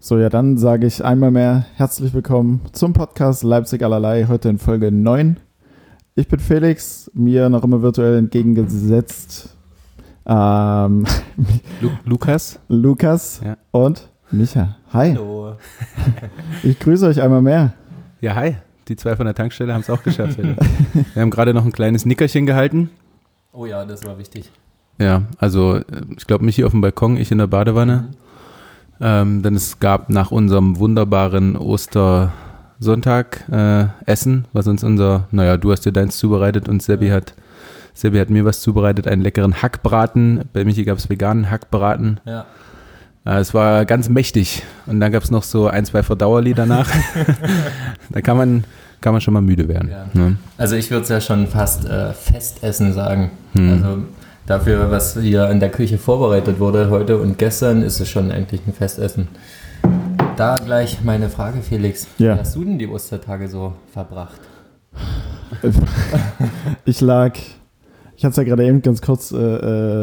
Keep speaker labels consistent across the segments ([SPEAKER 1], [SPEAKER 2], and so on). [SPEAKER 1] So, ja, dann sage ich einmal mehr herzlich willkommen zum Podcast Leipzig allerlei, heute in Folge 9. Ich bin Felix, mir noch immer virtuell entgegengesetzt ähm,
[SPEAKER 2] Lu Lukas?
[SPEAKER 1] Lukas
[SPEAKER 2] Ja.
[SPEAKER 1] und Micha. Hi,
[SPEAKER 3] Hallo.
[SPEAKER 1] ich grüße euch einmal mehr.
[SPEAKER 2] Ja, hi. Die zwei von der Tankstelle haben es auch geschafft. wieder. Wir haben gerade noch ein kleines Nickerchen gehalten.
[SPEAKER 3] Oh ja, das war wichtig.
[SPEAKER 2] Ja, also äh, ich glaube, Michi auf dem Balkon, ich in der Badewanne. Ähm, denn es gab nach unserem wunderbaren Ostersonntag äh, Essen, was uns unser, naja, du hast dir deins zubereitet und Sebi hat Sebi hat mir was zubereitet, einen leckeren Hackbraten. Bei Michi gab es veganen Hackbraten.
[SPEAKER 3] Ja.
[SPEAKER 2] Äh, Es war ganz mächtig. Und dann gab es noch so ein, zwei Verdauerli danach. da kann man, kann man schon mal müde werden.
[SPEAKER 3] Ja.
[SPEAKER 2] Ne?
[SPEAKER 3] Also ich würde es ja schon fast äh, Festessen sagen.
[SPEAKER 2] Hm.
[SPEAKER 3] Also dafür, was hier in der Küche vorbereitet wurde heute und gestern, ist es schon eigentlich ein Festessen. Da gleich meine Frage, Felix.
[SPEAKER 1] Ja.
[SPEAKER 3] Wie hast du denn die Ostertage so verbracht?
[SPEAKER 1] Ich lag, ich hatte es ja gerade eben ganz kurz äh,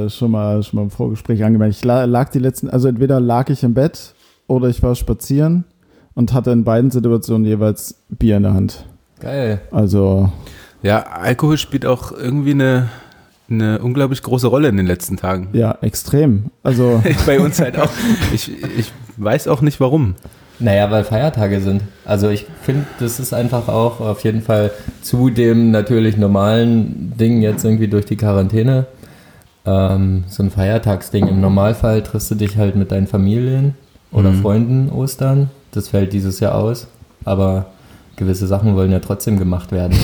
[SPEAKER 1] äh, schon, mal, schon mal im Vorgespräch angemerkt. Ich la, lag die letzten, also entweder lag ich im Bett oder ich war spazieren und hatte in beiden Situationen jeweils Bier in der Hand.
[SPEAKER 3] Geil.
[SPEAKER 1] Also,
[SPEAKER 2] ja, Alkohol spielt auch irgendwie eine, eine unglaublich große Rolle in den letzten Tagen.
[SPEAKER 1] ja, extrem. Also,
[SPEAKER 2] Bei uns halt auch. Ich, ich weiß auch nicht warum.
[SPEAKER 3] Naja, weil Feiertage sind. Also ich finde, das ist einfach auch auf jeden Fall zu dem natürlich normalen Ding jetzt irgendwie durch die Quarantäne. Ähm, so ein Feiertagsding. Im Normalfall triffst du dich halt mit deinen Familien oder
[SPEAKER 2] Mhm.
[SPEAKER 3] Freunden Ostern. Das fällt dieses Jahr aus. Aber gewisse Sachen wollen ja trotzdem gemacht werden.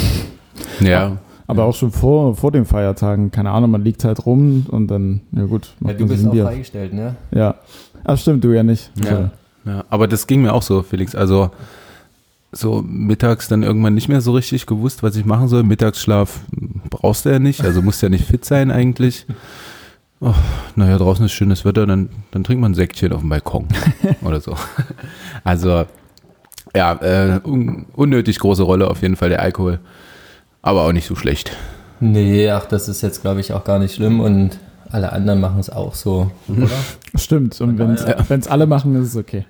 [SPEAKER 2] Ja.
[SPEAKER 1] aber auch schon vor, vor den Feiertagen, keine Ahnung, man liegt halt rum und dann, ja gut,
[SPEAKER 3] Ja,
[SPEAKER 1] macht
[SPEAKER 3] du
[SPEAKER 1] man sich
[SPEAKER 3] bist
[SPEAKER 1] ein
[SPEAKER 3] auch
[SPEAKER 1] Bier.
[SPEAKER 3] freigestellt, ne?
[SPEAKER 1] Ja. Ach, stimmt, du ja nicht.
[SPEAKER 2] Ja. ja. Aber das ging mir auch so, Felix. Also so mittags dann irgendwann nicht mehr so richtig gewusst, was ich machen soll. Mittagsschlaf brauchst du ja nicht, also musst ja nicht fit sein eigentlich. Oh, naja, draußen ist schönes Wetter, dann, dann trinkt man ein Säckchen auf dem Balkon oder so. Also ja, äh, un unnötig große Rolle auf jeden Fall der Alkohol, aber auch nicht so schlecht.
[SPEAKER 3] Nee, ach, das ist jetzt, glaube ich, auch gar nicht schlimm und alle anderen machen es auch so, oder?
[SPEAKER 1] Stimmt, und wenn es
[SPEAKER 2] Ja.
[SPEAKER 1] wenn's alle machen, ist es okay.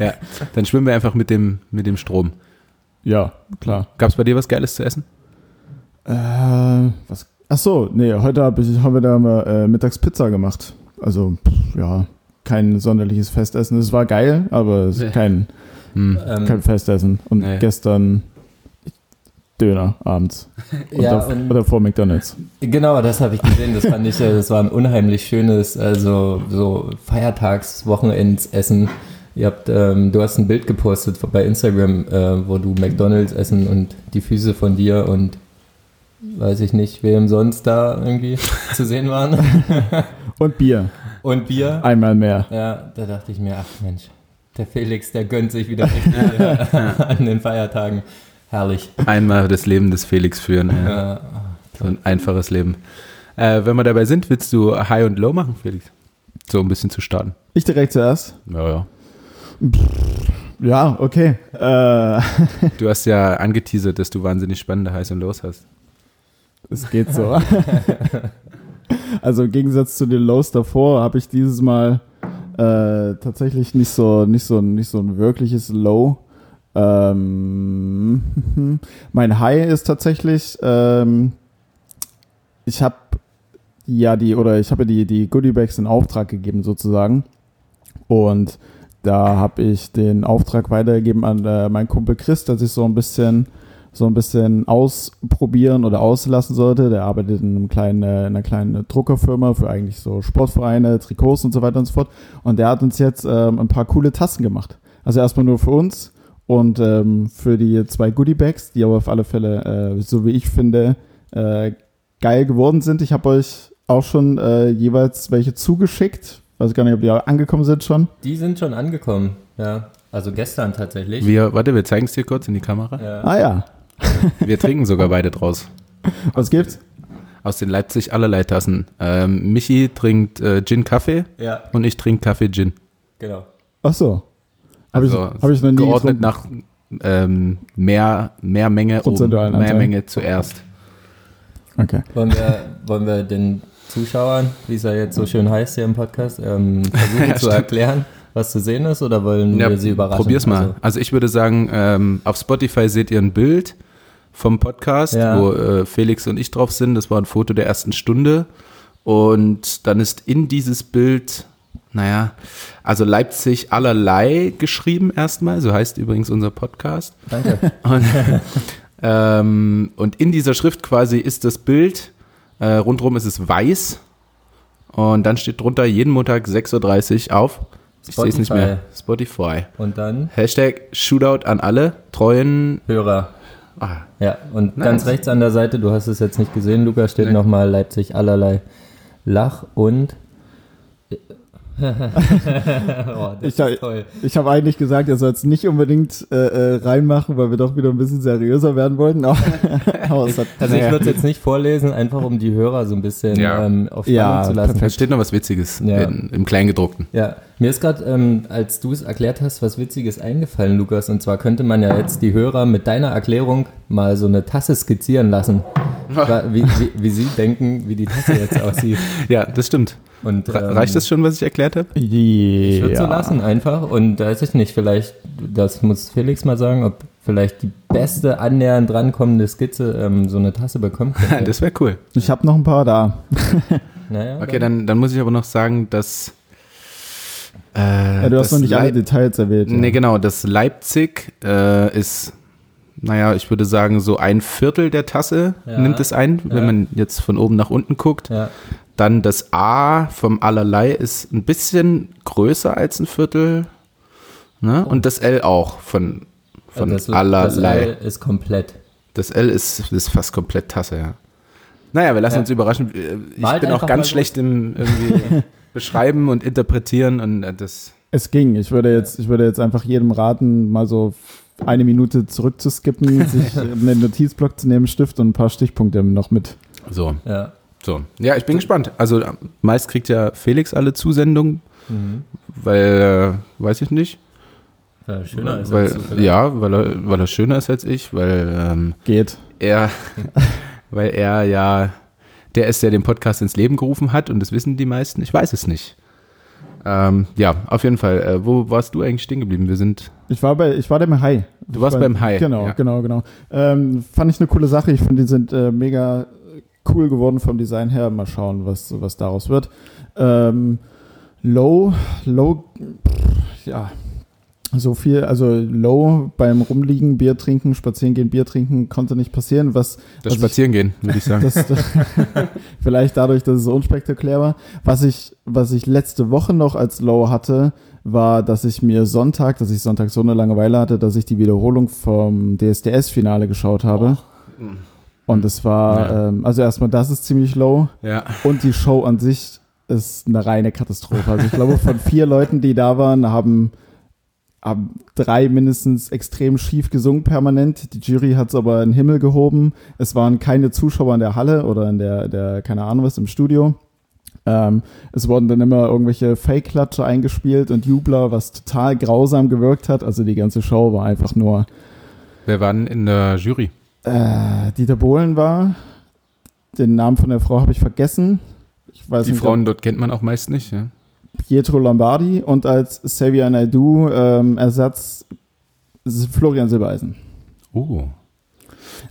[SPEAKER 2] Ja, dann schwimmen wir einfach mit dem, mit dem Strom.
[SPEAKER 1] Ja, klar.
[SPEAKER 2] Gab es bei dir was Geiles zu essen?
[SPEAKER 1] Äh, was? Ach so, nee, heute habe ich haben wir da mal äh, mittags Pizza gemacht. Also pff, ja, kein sonderliches Festessen. Es war geil, aber es
[SPEAKER 2] Nee.
[SPEAKER 1] ist kein
[SPEAKER 2] Hm.
[SPEAKER 3] Ähm,
[SPEAKER 1] kein Festessen. Und
[SPEAKER 2] Nee.
[SPEAKER 1] gestern Döner abends und
[SPEAKER 3] ja,
[SPEAKER 1] dav-
[SPEAKER 3] und-
[SPEAKER 1] oder vor McDonald's.
[SPEAKER 3] Genau, das habe ich gesehen. Das fand ich, äh, das war ein unheimlich schönes, also so Feiertags-Wochenendsessen. Ihr habt, ähm, du hast ein Bild gepostet bei Instagram, äh, wo du McDonalds essen und die Füße von dir und weiß ich nicht, wem sonst da irgendwie zu sehen waren.
[SPEAKER 1] Und Bier,
[SPEAKER 3] Und Bier.
[SPEAKER 1] einmal mehr.
[SPEAKER 3] Ja, da dachte ich mir, ach Mensch, der Felix, der gönnt sich wieder richtig äh, an den Feiertagen. Herrlich.
[SPEAKER 2] Einmal das Leben des Felix führen. Ja.
[SPEAKER 3] Äh,
[SPEAKER 2] So ein einfaches Leben. Äh, wenn wir dabei sind, willst du High und Low machen, Felix? So ein bisschen zu starten.
[SPEAKER 1] Ich direkt zuerst.
[SPEAKER 2] Ja, ja.
[SPEAKER 1] Ja, okay. Äh,
[SPEAKER 2] Du hast ja angeteasert, dass du wahnsinnig spannende Highs und Lows hast.
[SPEAKER 1] Es geht so. also im Gegensatz zu den Lows davor habe ich dieses Mal äh, tatsächlich nicht so, nicht, so, nicht so ein wirkliches Low. Ähm, mein High ist tatsächlich, ähm, ich habe ja die, oder ich habe die, die Goodiebags in Auftrag gegeben sozusagen. Und da habe ich den Auftrag weitergegeben an äh, meinen Kumpel Chris, dass ich so ein bisschen so ein bisschen ausprobieren oder auslassen sollte. Der arbeitet in, einem kleinen, äh, in einer kleinen Druckerfirma für eigentlich so Sportvereine, Trikots und so weiter und so fort. Und der hat uns jetzt ähm, ein paar coole Tassen gemacht. Also erstmal nur für uns und ähm, für die zwei Goodiebags, die aber auf alle Fälle, äh, so wie ich finde, äh, geil geworden sind. Ich habe euch auch schon äh, jeweils welche zugeschickt. Weiß gar nicht, ob die angekommen sind schon.
[SPEAKER 3] die sind schon angekommen, ja. Also gestern tatsächlich.
[SPEAKER 2] Wir, warte, wir zeigen es dir kurz in die Kamera.
[SPEAKER 3] Ja.
[SPEAKER 1] Ah ja,
[SPEAKER 2] Wir trinken sogar beide draus.
[SPEAKER 1] was gibt's?
[SPEAKER 2] Aus den Leipzig allerlei Tassen. Ähm, Michi trinkt äh, Gin-Kaffee
[SPEAKER 3] Ja,
[SPEAKER 2] und ich trinke Kaffee-Gin.
[SPEAKER 3] genau.
[SPEAKER 1] Ach so. Habe
[SPEAKER 2] Also,
[SPEAKER 1] ich, hab ich noch nie
[SPEAKER 2] Geordnet
[SPEAKER 1] getrunken.
[SPEAKER 2] nach ähm, mehr, mehr Menge oben,
[SPEAKER 1] Prozentualen
[SPEAKER 2] mehr
[SPEAKER 1] Anteil.
[SPEAKER 2] Menge zuerst.
[SPEAKER 1] Okay.
[SPEAKER 3] Wollen wir, wollen wir den Zuschauern, wie es ja jetzt so schön heißt hier im Podcast, ähm, versuchen
[SPEAKER 2] Ja,
[SPEAKER 3] zu
[SPEAKER 2] stimmt.
[SPEAKER 3] erklären, was zu sehen ist oder wollen wir sie überraschen?
[SPEAKER 2] Probier's mal.
[SPEAKER 3] Also,
[SPEAKER 2] Also, ich würde sagen, ähm, auf Spotify seht ihr ein Bild vom Podcast,
[SPEAKER 3] Ja.
[SPEAKER 2] wo äh, Felix und ich drauf sind. Das war ein Foto der ersten Stunde. Und dann ist in dieses Bild, naja, also Leipzig allerlei geschrieben erstmal. So heißt übrigens unser Podcast.
[SPEAKER 3] danke.
[SPEAKER 2] Und, ähm, und in dieser Schrift quasi ist das Bild, äh, rundrum ist es weiß. Und dann steht drunter jeden Montag 6.30 Uhr auf. Ich sehe es nicht mehr. Spotify.
[SPEAKER 3] Und dann
[SPEAKER 2] Hashtag Shootout an alle treuen.
[SPEAKER 3] Hörer.
[SPEAKER 2] Ah,
[SPEAKER 3] Ja, und
[SPEAKER 2] Nice.
[SPEAKER 3] ganz rechts an der Seite, du hast es jetzt nicht gesehen, Luca, steht
[SPEAKER 2] Nee.
[SPEAKER 3] nochmal Leipzig allerlei Lach und. oh, das
[SPEAKER 1] Ich sag-
[SPEAKER 2] Äh,
[SPEAKER 3] ist toll.
[SPEAKER 1] Ich habe eigentlich gesagt, ihr sollt es nicht unbedingt äh, äh, reinmachen, weil wir doch wieder ein bisschen seriöser werden wollten. Aber, aber es hat,
[SPEAKER 3] Also ich würde es jetzt nicht vorlesen, einfach um die Hörer so ein bisschen
[SPEAKER 2] Ja.
[SPEAKER 3] ähm, auf Spannung
[SPEAKER 1] Ja,
[SPEAKER 3] zu lassen.
[SPEAKER 2] da steht noch was Witziges
[SPEAKER 3] Ja.
[SPEAKER 2] in, im Kleingedruckten.
[SPEAKER 3] Ja, mir ist gerade, ähm, als du es erklärt hast, was Witziges eingefallen, Lukas. Und zwar könnte man ja jetzt die Hörer mit deiner Erklärung mal so eine Tasse skizzieren lassen. Wie, wie, wie sie denken, wie die Tasse jetzt aussieht.
[SPEAKER 2] Ja, das stimmt.
[SPEAKER 3] Und,
[SPEAKER 2] Re
[SPEAKER 3] ähm,
[SPEAKER 2] reicht das schon, was ich erklärt habe?
[SPEAKER 1] ja.
[SPEAKER 3] Ich würde so lassen einfach und da weiß ich nicht, vielleicht, das muss Felix mal sagen, ob vielleicht die beste annähernd drankommende Skizze ähm, so eine Tasse bekommt.
[SPEAKER 2] Das wäre cool.
[SPEAKER 1] Ich habe noch ein paar da.
[SPEAKER 3] Naja,
[SPEAKER 2] Okay, dann, dann muss ich aber noch sagen, dass. Äh,
[SPEAKER 1] Ja, du hast
[SPEAKER 2] das
[SPEAKER 1] noch nicht alle
[SPEAKER 2] Leip-
[SPEAKER 1] Details erwähnt.
[SPEAKER 2] Nee, genau. Das Leipzig äh, ist, naja, ich würde sagen, so ein Viertel der Tasse
[SPEAKER 3] Ja.
[SPEAKER 2] nimmt es ein, wenn
[SPEAKER 3] Ja.
[SPEAKER 2] man jetzt von oben nach unten guckt.
[SPEAKER 3] Ja,
[SPEAKER 2] Dann das A vom Allerlei ist ein bisschen größer als ein Viertel. Ne? Und das L auch von, von
[SPEAKER 3] das, das
[SPEAKER 2] Allerlei.
[SPEAKER 3] L ist komplett.
[SPEAKER 2] Das L, ist, ist fast komplett Tasse, ja. Naja, wir lassen
[SPEAKER 3] Ja.
[SPEAKER 2] uns überraschen. Äh, Ich
[SPEAKER 3] Malt
[SPEAKER 2] bin auch
[SPEAKER 3] einfach mal
[SPEAKER 2] ganz
[SPEAKER 3] so.
[SPEAKER 2] schlecht im irgendwie Beschreiben und Interpretieren und äh, das.
[SPEAKER 1] Es ging. Ich würde, jetzt, ich würde jetzt einfach jedem raten, mal so eine Minute zurückzuskippen, sich einen Notizblock zu nehmen, Stift und ein paar Stichpunkte noch mit.
[SPEAKER 2] So,
[SPEAKER 3] Ja.
[SPEAKER 2] so. Ja, ich bin gespannt. Also äh, meist kriegt ja Felix alle Zusendungen,
[SPEAKER 3] Mhm.
[SPEAKER 2] weil, äh, weiß ich nicht.
[SPEAKER 3] Ja, schöner ist
[SPEAKER 2] weil,
[SPEAKER 3] als du vielleicht.
[SPEAKER 2] ja, weil er, weil er schöner ist als ich, weil ähm,
[SPEAKER 1] Geht.
[SPEAKER 2] er, weil er ja der ist, der den Podcast ins Leben gerufen hat und das wissen die meisten. Ich weiß es nicht. Ähm, ja, auf jeden Fall. Äh, wo warst du eigentlich stehen geblieben? Wir sind.
[SPEAKER 1] Ich war bei, ich war beim High.
[SPEAKER 2] Du warst beim High.
[SPEAKER 1] Genau,
[SPEAKER 2] Ja.
[SPEAKER 1] genau, genau. Ähm, fand ich eine coole Sache. Ich finde, die sind äh, mega cool geworden vom Design her. Mal schauen, was, was daraus wird. Ähm, low, low, pff, ja, so viel, also low beim Rumliegen, Bier trinken, spazieren gehen, Bier trinken, konnte nicht passieren. Was
[SPEAKER 2] Das
[SPEAKER 1] Also ich-
[SPEAKER 2] Spazierengehen, würde ich sagen.
[SPEAKER 1] das, das, vielleicht dadurch, dass es so unspektakulär war. Was ich, was ich letzte Woche noch als Low hatte, war, dass ich mir Sonntag, dass ich Sonntag so eine Langeweile hatte, dass ich die Wiederholung vom DSDS-Finale geschaut habe. Und es war,
[SPEAKER 2] Ja.
[SPEAKER 1] ähm, also erstmal, das ist ziemlich low.
[SPEAKER 2] ja.
[SPEAKER 1] Und die Show an sich ist eine reine Katastrophe. Also ich glaube, von vier Leuten, die da waren, haben, haben drei mindestens extrem schief gesungen permanent. Die Jury hat es aber in den Himmel gehoben. Es waren keine Zuschauer in der Halle oder in der, der keine Ahnung was, im Studio. Ähm, es wurden dann immer irgendwelche Fake-Klatsche eingespielt und Jubler, was total grausam gewirkt hat. Also die ganze Show war einfach nur
[SPEAKER 2] Wer war denn in der Jury?
[SPEAKER 1] äh, Dieter Bohlen war. Den Namen von der Frau habe ich vergessen. Ich weiß
[SPEAKER 2] Die
[SPEAKER 1] nicht, ob-
[SPEAKER 2] Frauen dort kennt man auch meist nicht. Ja.
[SPEAKER 1] Pietro Lombardi und als Xavier Naidoo ähm, Ersatz Florian Silbereisen.
[SPEAKER 2] Oh.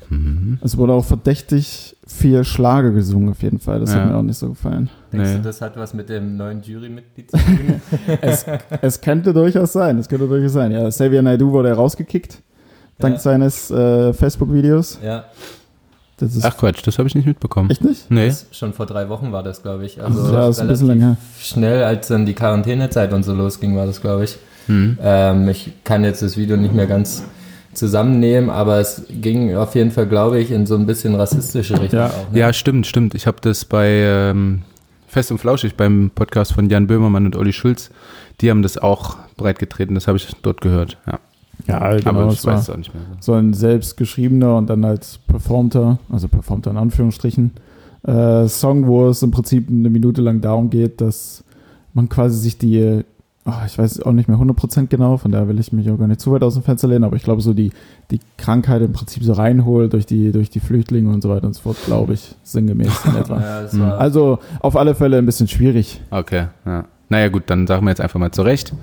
[SPEAKER 2] Mhm.
[SPEAKER 1] Es wurde auch verdächtig viel Schlager gesungen auf jeden Fall. Das
[SPEAKER 2] Ja.
[SPEAKER 1] hat mir auch nicht so gefallen.
[SPEAKER 3] Denkst
[SPEAKER 2] Nee.
[SPEAKER 3] du, das hat was mit dem neuen Jurymitglied zu tun?
[SPEAKER 1] Es, es könnte durchaus sein. Es könnte durchaus sein. Ja, Xavier Naidoo wurde rausgekickt dank
[SPEAKER 3] Ja.
[SPEAKER 1] seines äh, Facebook-Videos.
[SPEAKER 3] ja,
[SPEAKER 1] Das ist
[SPEAKER 2] Ach Quatsch, das habe ich nicht mitbekommen.
[SPEAKER 1] echt nicht.
[SPEAKER 2] nee.
[SPEAKER 3] das, schon vor drei Wochen war das, glaube ich.
[SPEAKER 1] Also,
[SPEAKER 3] Also
[SPEAKER 1] ja, ist ein bisschen
[SPEAKER 3] relativ
[SPEAKER 1] länger.
[SPEAKER 3] schnell, als dann die Quarantänezeit und so losging, war das, glaube ich.
[SPEAKER 2] Hm.
[SPEAKER 3] Ähm, ich kann jetzt das Video nicht mehr ganz zusammennehmen, aber es ging auf jeden Fall, glaube ich, in so ein bisschen rassistische Richtung
[SPEAKER 1] Ja.
[SPEAKER 3] auch. Ne?
[SPEAKER 2] Ja, stimmt, stimmt. Ich habe das bei ähm, Fest und Flauschig beim Podcast von Jan Böhmermann und Olli Schulz. Die haben das auch breitgetreten. Das habe ich dort gehört. Ja. genau,
[SPEAKER 1] Ja, genau,
[SPEAKER 2] Aber ich
[SPEAKER 1] es war-
[SPEAKER 2] weiß es auch nicht mehr.
[SPEAKER 1] so ein selbstgeschriebener und dann als performter, also performter in Anführungsstrichen, äh, Song, wo es im Prinzip eine Minute lang darum geht, dass man quasi sich die, ah, ich weiß auch nicht mehr 100% genau, von daher will ich mich auch gar nicht zu weit aus dem Fenster lehnen, aber ich glaube so die, die Krankheit im Prinzip so reinholt durch die, durch die Flüchtlinge und so weiter und so fort, glaube ich, sinngemäß in etwa.
[SPEAKER 3] Ja, das
[SPEAKER 2] Hm.
[SPEAKER 3] war,
[SPEAKER 1] Also auf alle Fälle ein bisschen schwierig.
[SPEAKER 2] Okay, ja. Naja, gut, dann sagen wir jetzt einfach mal zurecht.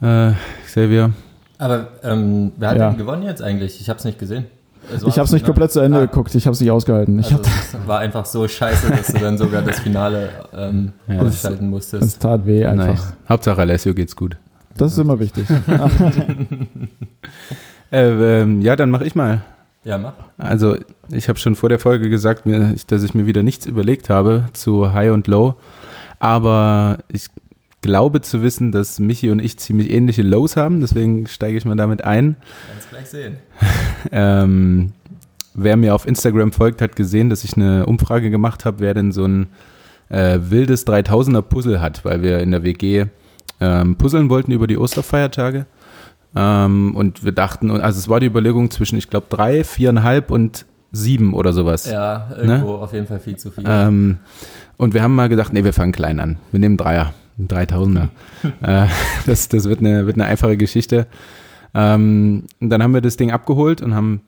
[SPEAKER 2] äh, Xavier.
[SPEAKER 3] Aber ähm, wer hat
[SPEAKER 1] Ja.
[SPEAKER 3] denn gewonnen jetzt eigentlich? Ich habe es nicht gesehen. Es war
[SPEAKER 1] Ich habe es nicht
[SPEAKER 3] Finale.
[SPEAKER 1] komplett zu Ende
[SPEAKER 3] Ah.
[SPEAKER 1] geguckt, ich habe es nicht ausgehalten. Ich
[SPEAKER 3] Also,
[SPEAKER 1] hatte,
[SPEAKER 3] es war einfach so scheiße, dass du dann sogar das Finale ähm,
[SPEAKER 2] Ja.
[SPEAKER 3] ausschalten musstest.
[SPEAKER 1] es tat weh einfach.
[SPEAKER 2] Nein. Hauptsache Alessio geht's gut.
[SPEAKER 1] Das ist immer wichtig.
[SPEAKER 2] Äh, ähm, ja, dann mache ich mal.
[SPEAKER 3] Ja, mach.
[SPEAKER 2] Also, ich habe schon vor der Folge gesagt, mir, dass ich mir wieder nichts überlegt habe zu High und Low. Aber ich glaube zu wissen, dass Michi und ich ziemlich ähnliche Lows haben. Deswegen steige ich mal damit ein.
[SPEAKER 3] Kannst gleich sehen.
[SPEAKER 2] Ähm, wer mir auf Instagram folgt, hat gesehen, dass ich eine Umfrage gemacht habe, wer denn so ein äh, wildes 3000er Puzzle hat, weil wir in der WG ähm, puzzeln wollten über die Osterfeiertage. Ähm, und wir dachten, also es war die Überlegung zwischen, ich glaube, drei, viereinhalb und sieben oder sowas.
[SPEAKER 3] Ja,
[SPEAKER 2] Ne?
[SPEAKER 3] irgendwo auf jeden Fall viel zu viel.
[SPEAKER 2] Ähm, und wir haben mal gedacht, nee, wir fangen klein an. Wir nehmen Dreier, einen Dreitausender. äh, das das wird, eine, wird eine einfache Geschichte. Ähm, und dann haben wir das Ding abgeholt und haben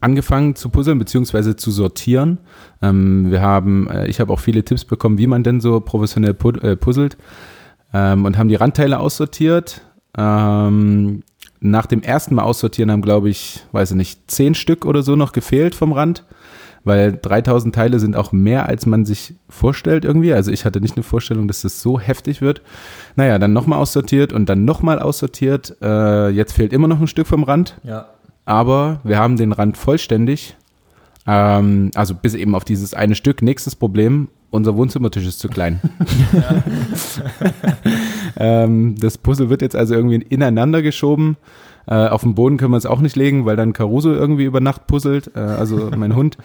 [SPEAKER 2] angefangen zu puzzeln beziehungsweise zu sortieren. Ähm, wir haben, äh, ich habe auch viele Tipps bekommen, wie man denn so professionell pu äh, puzzelt ähm, und haben die Randteile aussortiert. Ähm, nach dem ersten Mal aussortieren haben, glaube ich, weiß ich nicht, zehn Stück oder so noch gefehlt vom Rand weil 3000 Teile sind auch mehr, als man sich vorstellt irgendwie. Also ich hatte nicht eine Vorstellung, dass das so heftig wird. Naja, dann nochmal aussortiert und dann nochmal aussortiert. Äh, jetzt fehlt immer noch ein Stück vom Rand,
[SPEAKER 3] ja,
[SPEAKER 2] aber wir haben den Rand vollständig. Ähm, also bis eben auf dieses eine Stück. Nächstes Problem, unser Wohnzimmertisch ist zu klein. ähm, das Puzzle wird jetzt also irgendwie ineinander geschoben. Äh, auf den Boden können wir es auch nicht legen, weil dann Caruso irgendwie über Nacht puzzelt, äh, also mein Hund.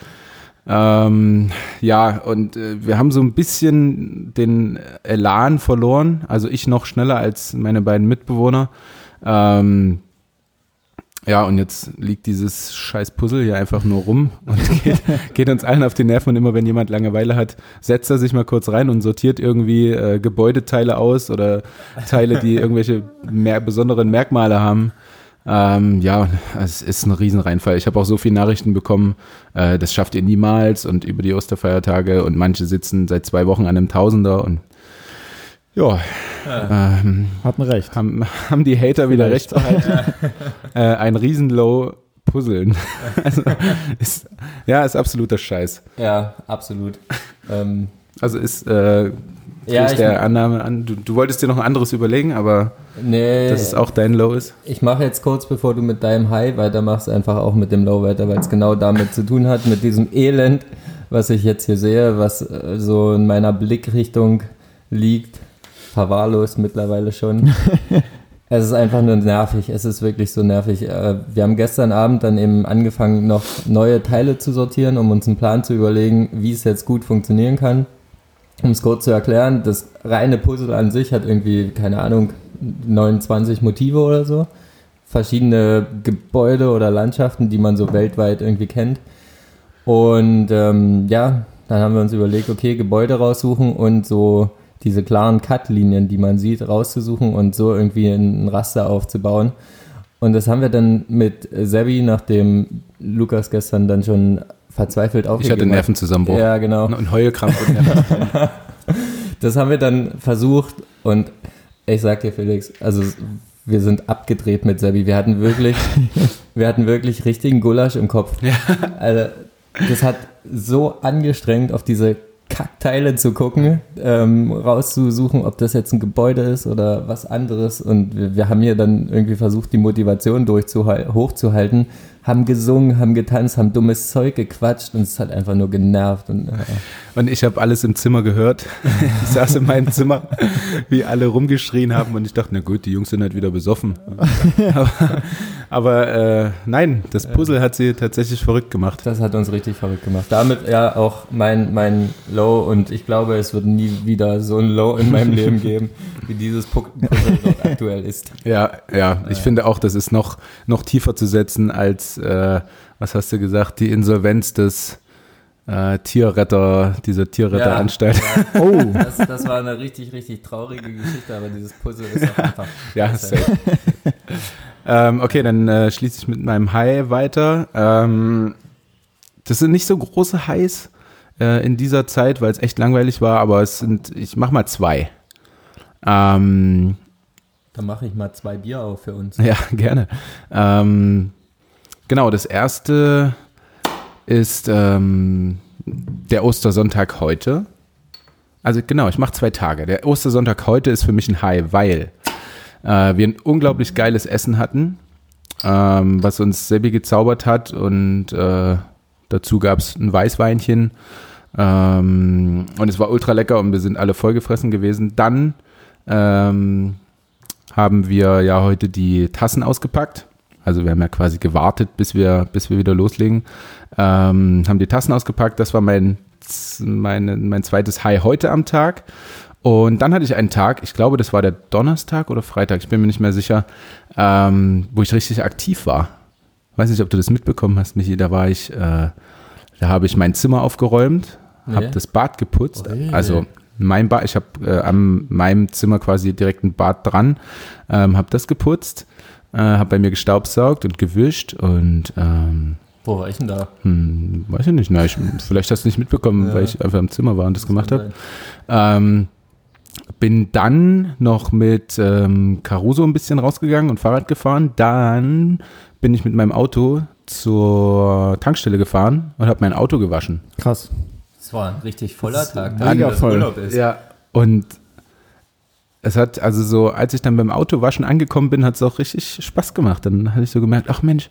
[SPEAKER 2] Ähm, ja, und äh, wir haben so ein bisschen den Elan verloren, also ich noch schneller als meine beiden Mitbewohner. Ähm, ja, und jetzt liegt dieses scheiß Puzzle hier einfach nur rum und geht, geht uns allen auf die Nerven. Und immer wenn jemand Langeweile hat, setzt er sich mal kurz rein und sortiert irgendwie äh, Gebäudeteile aus oder Teile, die irgendwelche mer besonderen Merkmale haben. Ähm, ja, es ist ein Riesenreinfall. Ich habe auch so viele Nachrichten bekommen, äh, das schafft ihr niemals und über die Osterfeiertage und manche sitzen seit zwei Wochen an einem Tausender und ja, ähm,
[SPEAKER 1] Hatten recht.
[SPEAKER 2] haben, haben die Hater wieder recht
[SPEAKER 1] Vielleicht.
[SPEAKER 2] behalten. äh, ein Riesenlow puzzeln. also, ist, ja, ist absoluter Scheiß.
[SPEAKER 3] ja, absolut. ähm,
[SPEAKER 2] Also ist, äh,
[SPEAKER 3] Ja,
[SPEAKER 2] ich
[SPEAKER 3] ich-
[SPEAKER 2] der Annahme an. Du, du wolltest dir noch ein anderes überlegen, aber
[SPEAKER 3] nee,
[SPEAKER 2] dass es auch dein Low ist.
[SPEAKER 3] ich mache jetzt kurz, bevor du mit deinem High weitermachst, einfach auch mit dem Low weiter, weil es genau damit zu tun hat, mit diesem Elend, was ich jetzt hier sehe, was äh, so in meiner Blickrichtung liegt. Verwahrlost mittlerweile schon. Es ist einfach nur nervig. Es ist wirklich so nervig. Äh, Wir haben gestern Abend dann eben angefangen, noch neue Teile zu sortieren, um uns einen Plan zu überlegen, wie es jetzt gut funktionieren kann. Um es kurz zu erklären, das reine Puzzle an sich hat irgendwie, keine Ahnung, 29 Motive oder so. Verschiedene Gebäude oder Landschaften, die man so weltweit irgendwie kennt. Und ähm, ja, dann haben wir uns überlegt, okay, Gebäude raussuchen und so diese klaren Cut-Linien, die man sieht, rauszusuchen und so irgendwie ein Raster aufzubauen. Und das haben wir dann mit Sebi, nachdem Lukas gestern dann schon verzweifelt
[SPEAKER 2] Ich
[SPEAKER 3] aufgegeben
[SPEAKER 2] hatte einen
[SPEAKER 3] hat.
[SPEAKER 2] Nervenzusammenbruch.
[SPEAKER 3] Ja, genau.
[SPEAKER 2] Und Heulkrampf. und Nerven.
[SPEAKER 3] Das haben wir dann versucht und ich sag dir, Felix, also wir sind abgedreht mit Sebi. Wir hatten wirklich, wir hatten wirklich richtigen Gulasch im Kopf. Also, das hat so angestrengt, auf diese Kackteile zu gucken, ähm, rauszusuchen, ob das jetzt ein Gebäude ist oder was anderes. Und wir, wir haben hier dann irgendwie versucht, die Motivation durchzuhal- hochzuhalten, haben gesungen, haben getanzt, haben dummes Zeug gequatscht und es hat einfach nur genervt. Und, äh,
[SPEAKER 2] Und ich habe alles im Zimmer gehört. Ich saß in meinem Zimmer, wie alle rumgeschrien haben und ich dachte, na gut, die Jungs sind halt wieder besoffen. Aber, aber äh, nein, das Puzzle hat sie tatsächlich verrückt gemacht.
[SPEAKER 3] Das hat uns richtig verrückt gemacht. Damit ja auch mein, mein Low und ich glaube, es wird nie wieder so ein Low in meinem Leben geben, wie dieses Puck- Puzzle dort aktuell ist.
[SPEAKER 2] Ja, ja, ich finde auch, das ist noch, noch tiefer zu setzen als, äh, was hast du gesagt, die Insolvenz des äh, Tierretter, dieser Tierretteranstalt.
[SPEAKER 1] Oh,
[SPEAKER 3] Das, das war eine richtig, richtig traurige Geschichte, aber dieses Puzzle ist auch einfach.
[SPEAKER 2] Ja, safe. ähm, okay, dann äh, schließe ich mit meinem High weiter. Ähm, das sind nicht so große Highs äh, in dieser Zeit, weil es echt langweilig war, aber es sind, ich mach mal zwei. Ähm,
[SPEAKER 3] Dann mache ich mal zwei Bier auf für uns.
[SPEAKER 2] Ja, gerne. Ähm, genau, das erste ist ähm, der Ostersonntag heute. Also genau, ich mache zwei Tage. Der Ostersonntag heute ist für mich ein High, weil äh, wir ein unglaublich geiles Essen hatten, ähm, was uns Sebi gezaubert hat und äh, dazu gab es ein Weißweinchen ähm, und es war ultra lecker und wir sind alle vollgefressen gewesen. Dann ähm, haben wir ja heute die Tassen ausgepackt. Also wir haben ja quasi gewartet, bis wir, bis wir wieder loslegen. Ähm, haben die Tassen ausgepackt. Das war mein, z- meine, mein zweites High heute am Tag. Und dann hatte ich einen Tag, ich glaube, das war der Donnerstag oder Freitag, ich bin mir nicht mehr sicher, ähm, wo ich richtig aktiv war. Weiß nicht, ob du das mitbekommen hast, Michi. Da war ich, äh, da habe ich mein Zimmer aufgeräumt, habe
[SPEAKER 3] Nee.
[SPEAKER 2] das Bad geputzt.
[SPEAKER 3] Ui.
[SPEAKER 2] Also mein Bad, ich habe äh, an meinem Zimmer quasi direkt ein Bad dran, ähm, habe das geputzt, äh, habe bei mir gestaubsaugt und gewischt und ähm,
[SPEAKER 3] Wo war ich denn da?
[SPEAKER 2] hm, weiß ich nicht. Na, ich, vielleicht hast du nicht mitbekommen,
[SPEAKER 3] Ja.
[SPEAKER 2] weil ich einfach im Zimmer war und das gemacht habe. Ähm, bin dann noch mit ähm, Caruso ein bisschen rausgegangen und Fahrrad gefahren. Dann bin ich mit meinem Auto zur Tankstelle gefahren und habe mein Auto gewaschen.
[SPEAKER 1] Krass.
[SPEAKER 3] Es war ein richtig voller Tag.
[SPEAKER 1] mega
[SPEAKER 3] dafür, dass
[SPEAKER 1] voll.
[SPEAKER 3] Urlaub ist.
[SPEAKER 2] Ja. Und es hat, also so, als ich dann beim Autowaschen angekommen bin, hat es auch richtig Spaß gemacht. Dann hatte ich so gemerkt, ach Mensch,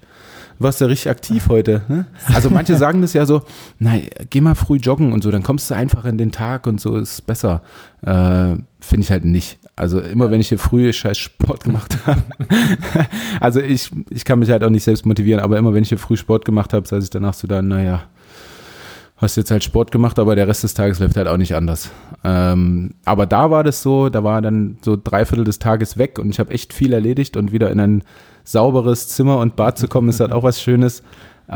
[SPEAKER 2] du warst ja richtig aktiv heute. Ne? Also manche sagen das ja so, nein, geh mal früh joggen und so, dann kommst du einfach in den Tag und so ist besser. Äh, Finde ich halt nicht. Also immer wenn ich hier früh scheiß Sport gemacht habe. also ich, ich kann mich halt auch nicht selbst motivieren, aber immer wenn ich hier früh Sport gemacht habe, saß ich danach so da, naja, hast jetzt halt Sport gemacht, aber der Rest des Tages läuft halt auch nicht anders. Ähm, aber da war das so, da war dann so drei Viertel des Tages weg und ich habe echt viel erledigt und wieder in ein sauberes Zimmer und Bad zu kommen, ist halt auch was Schönes. Äh,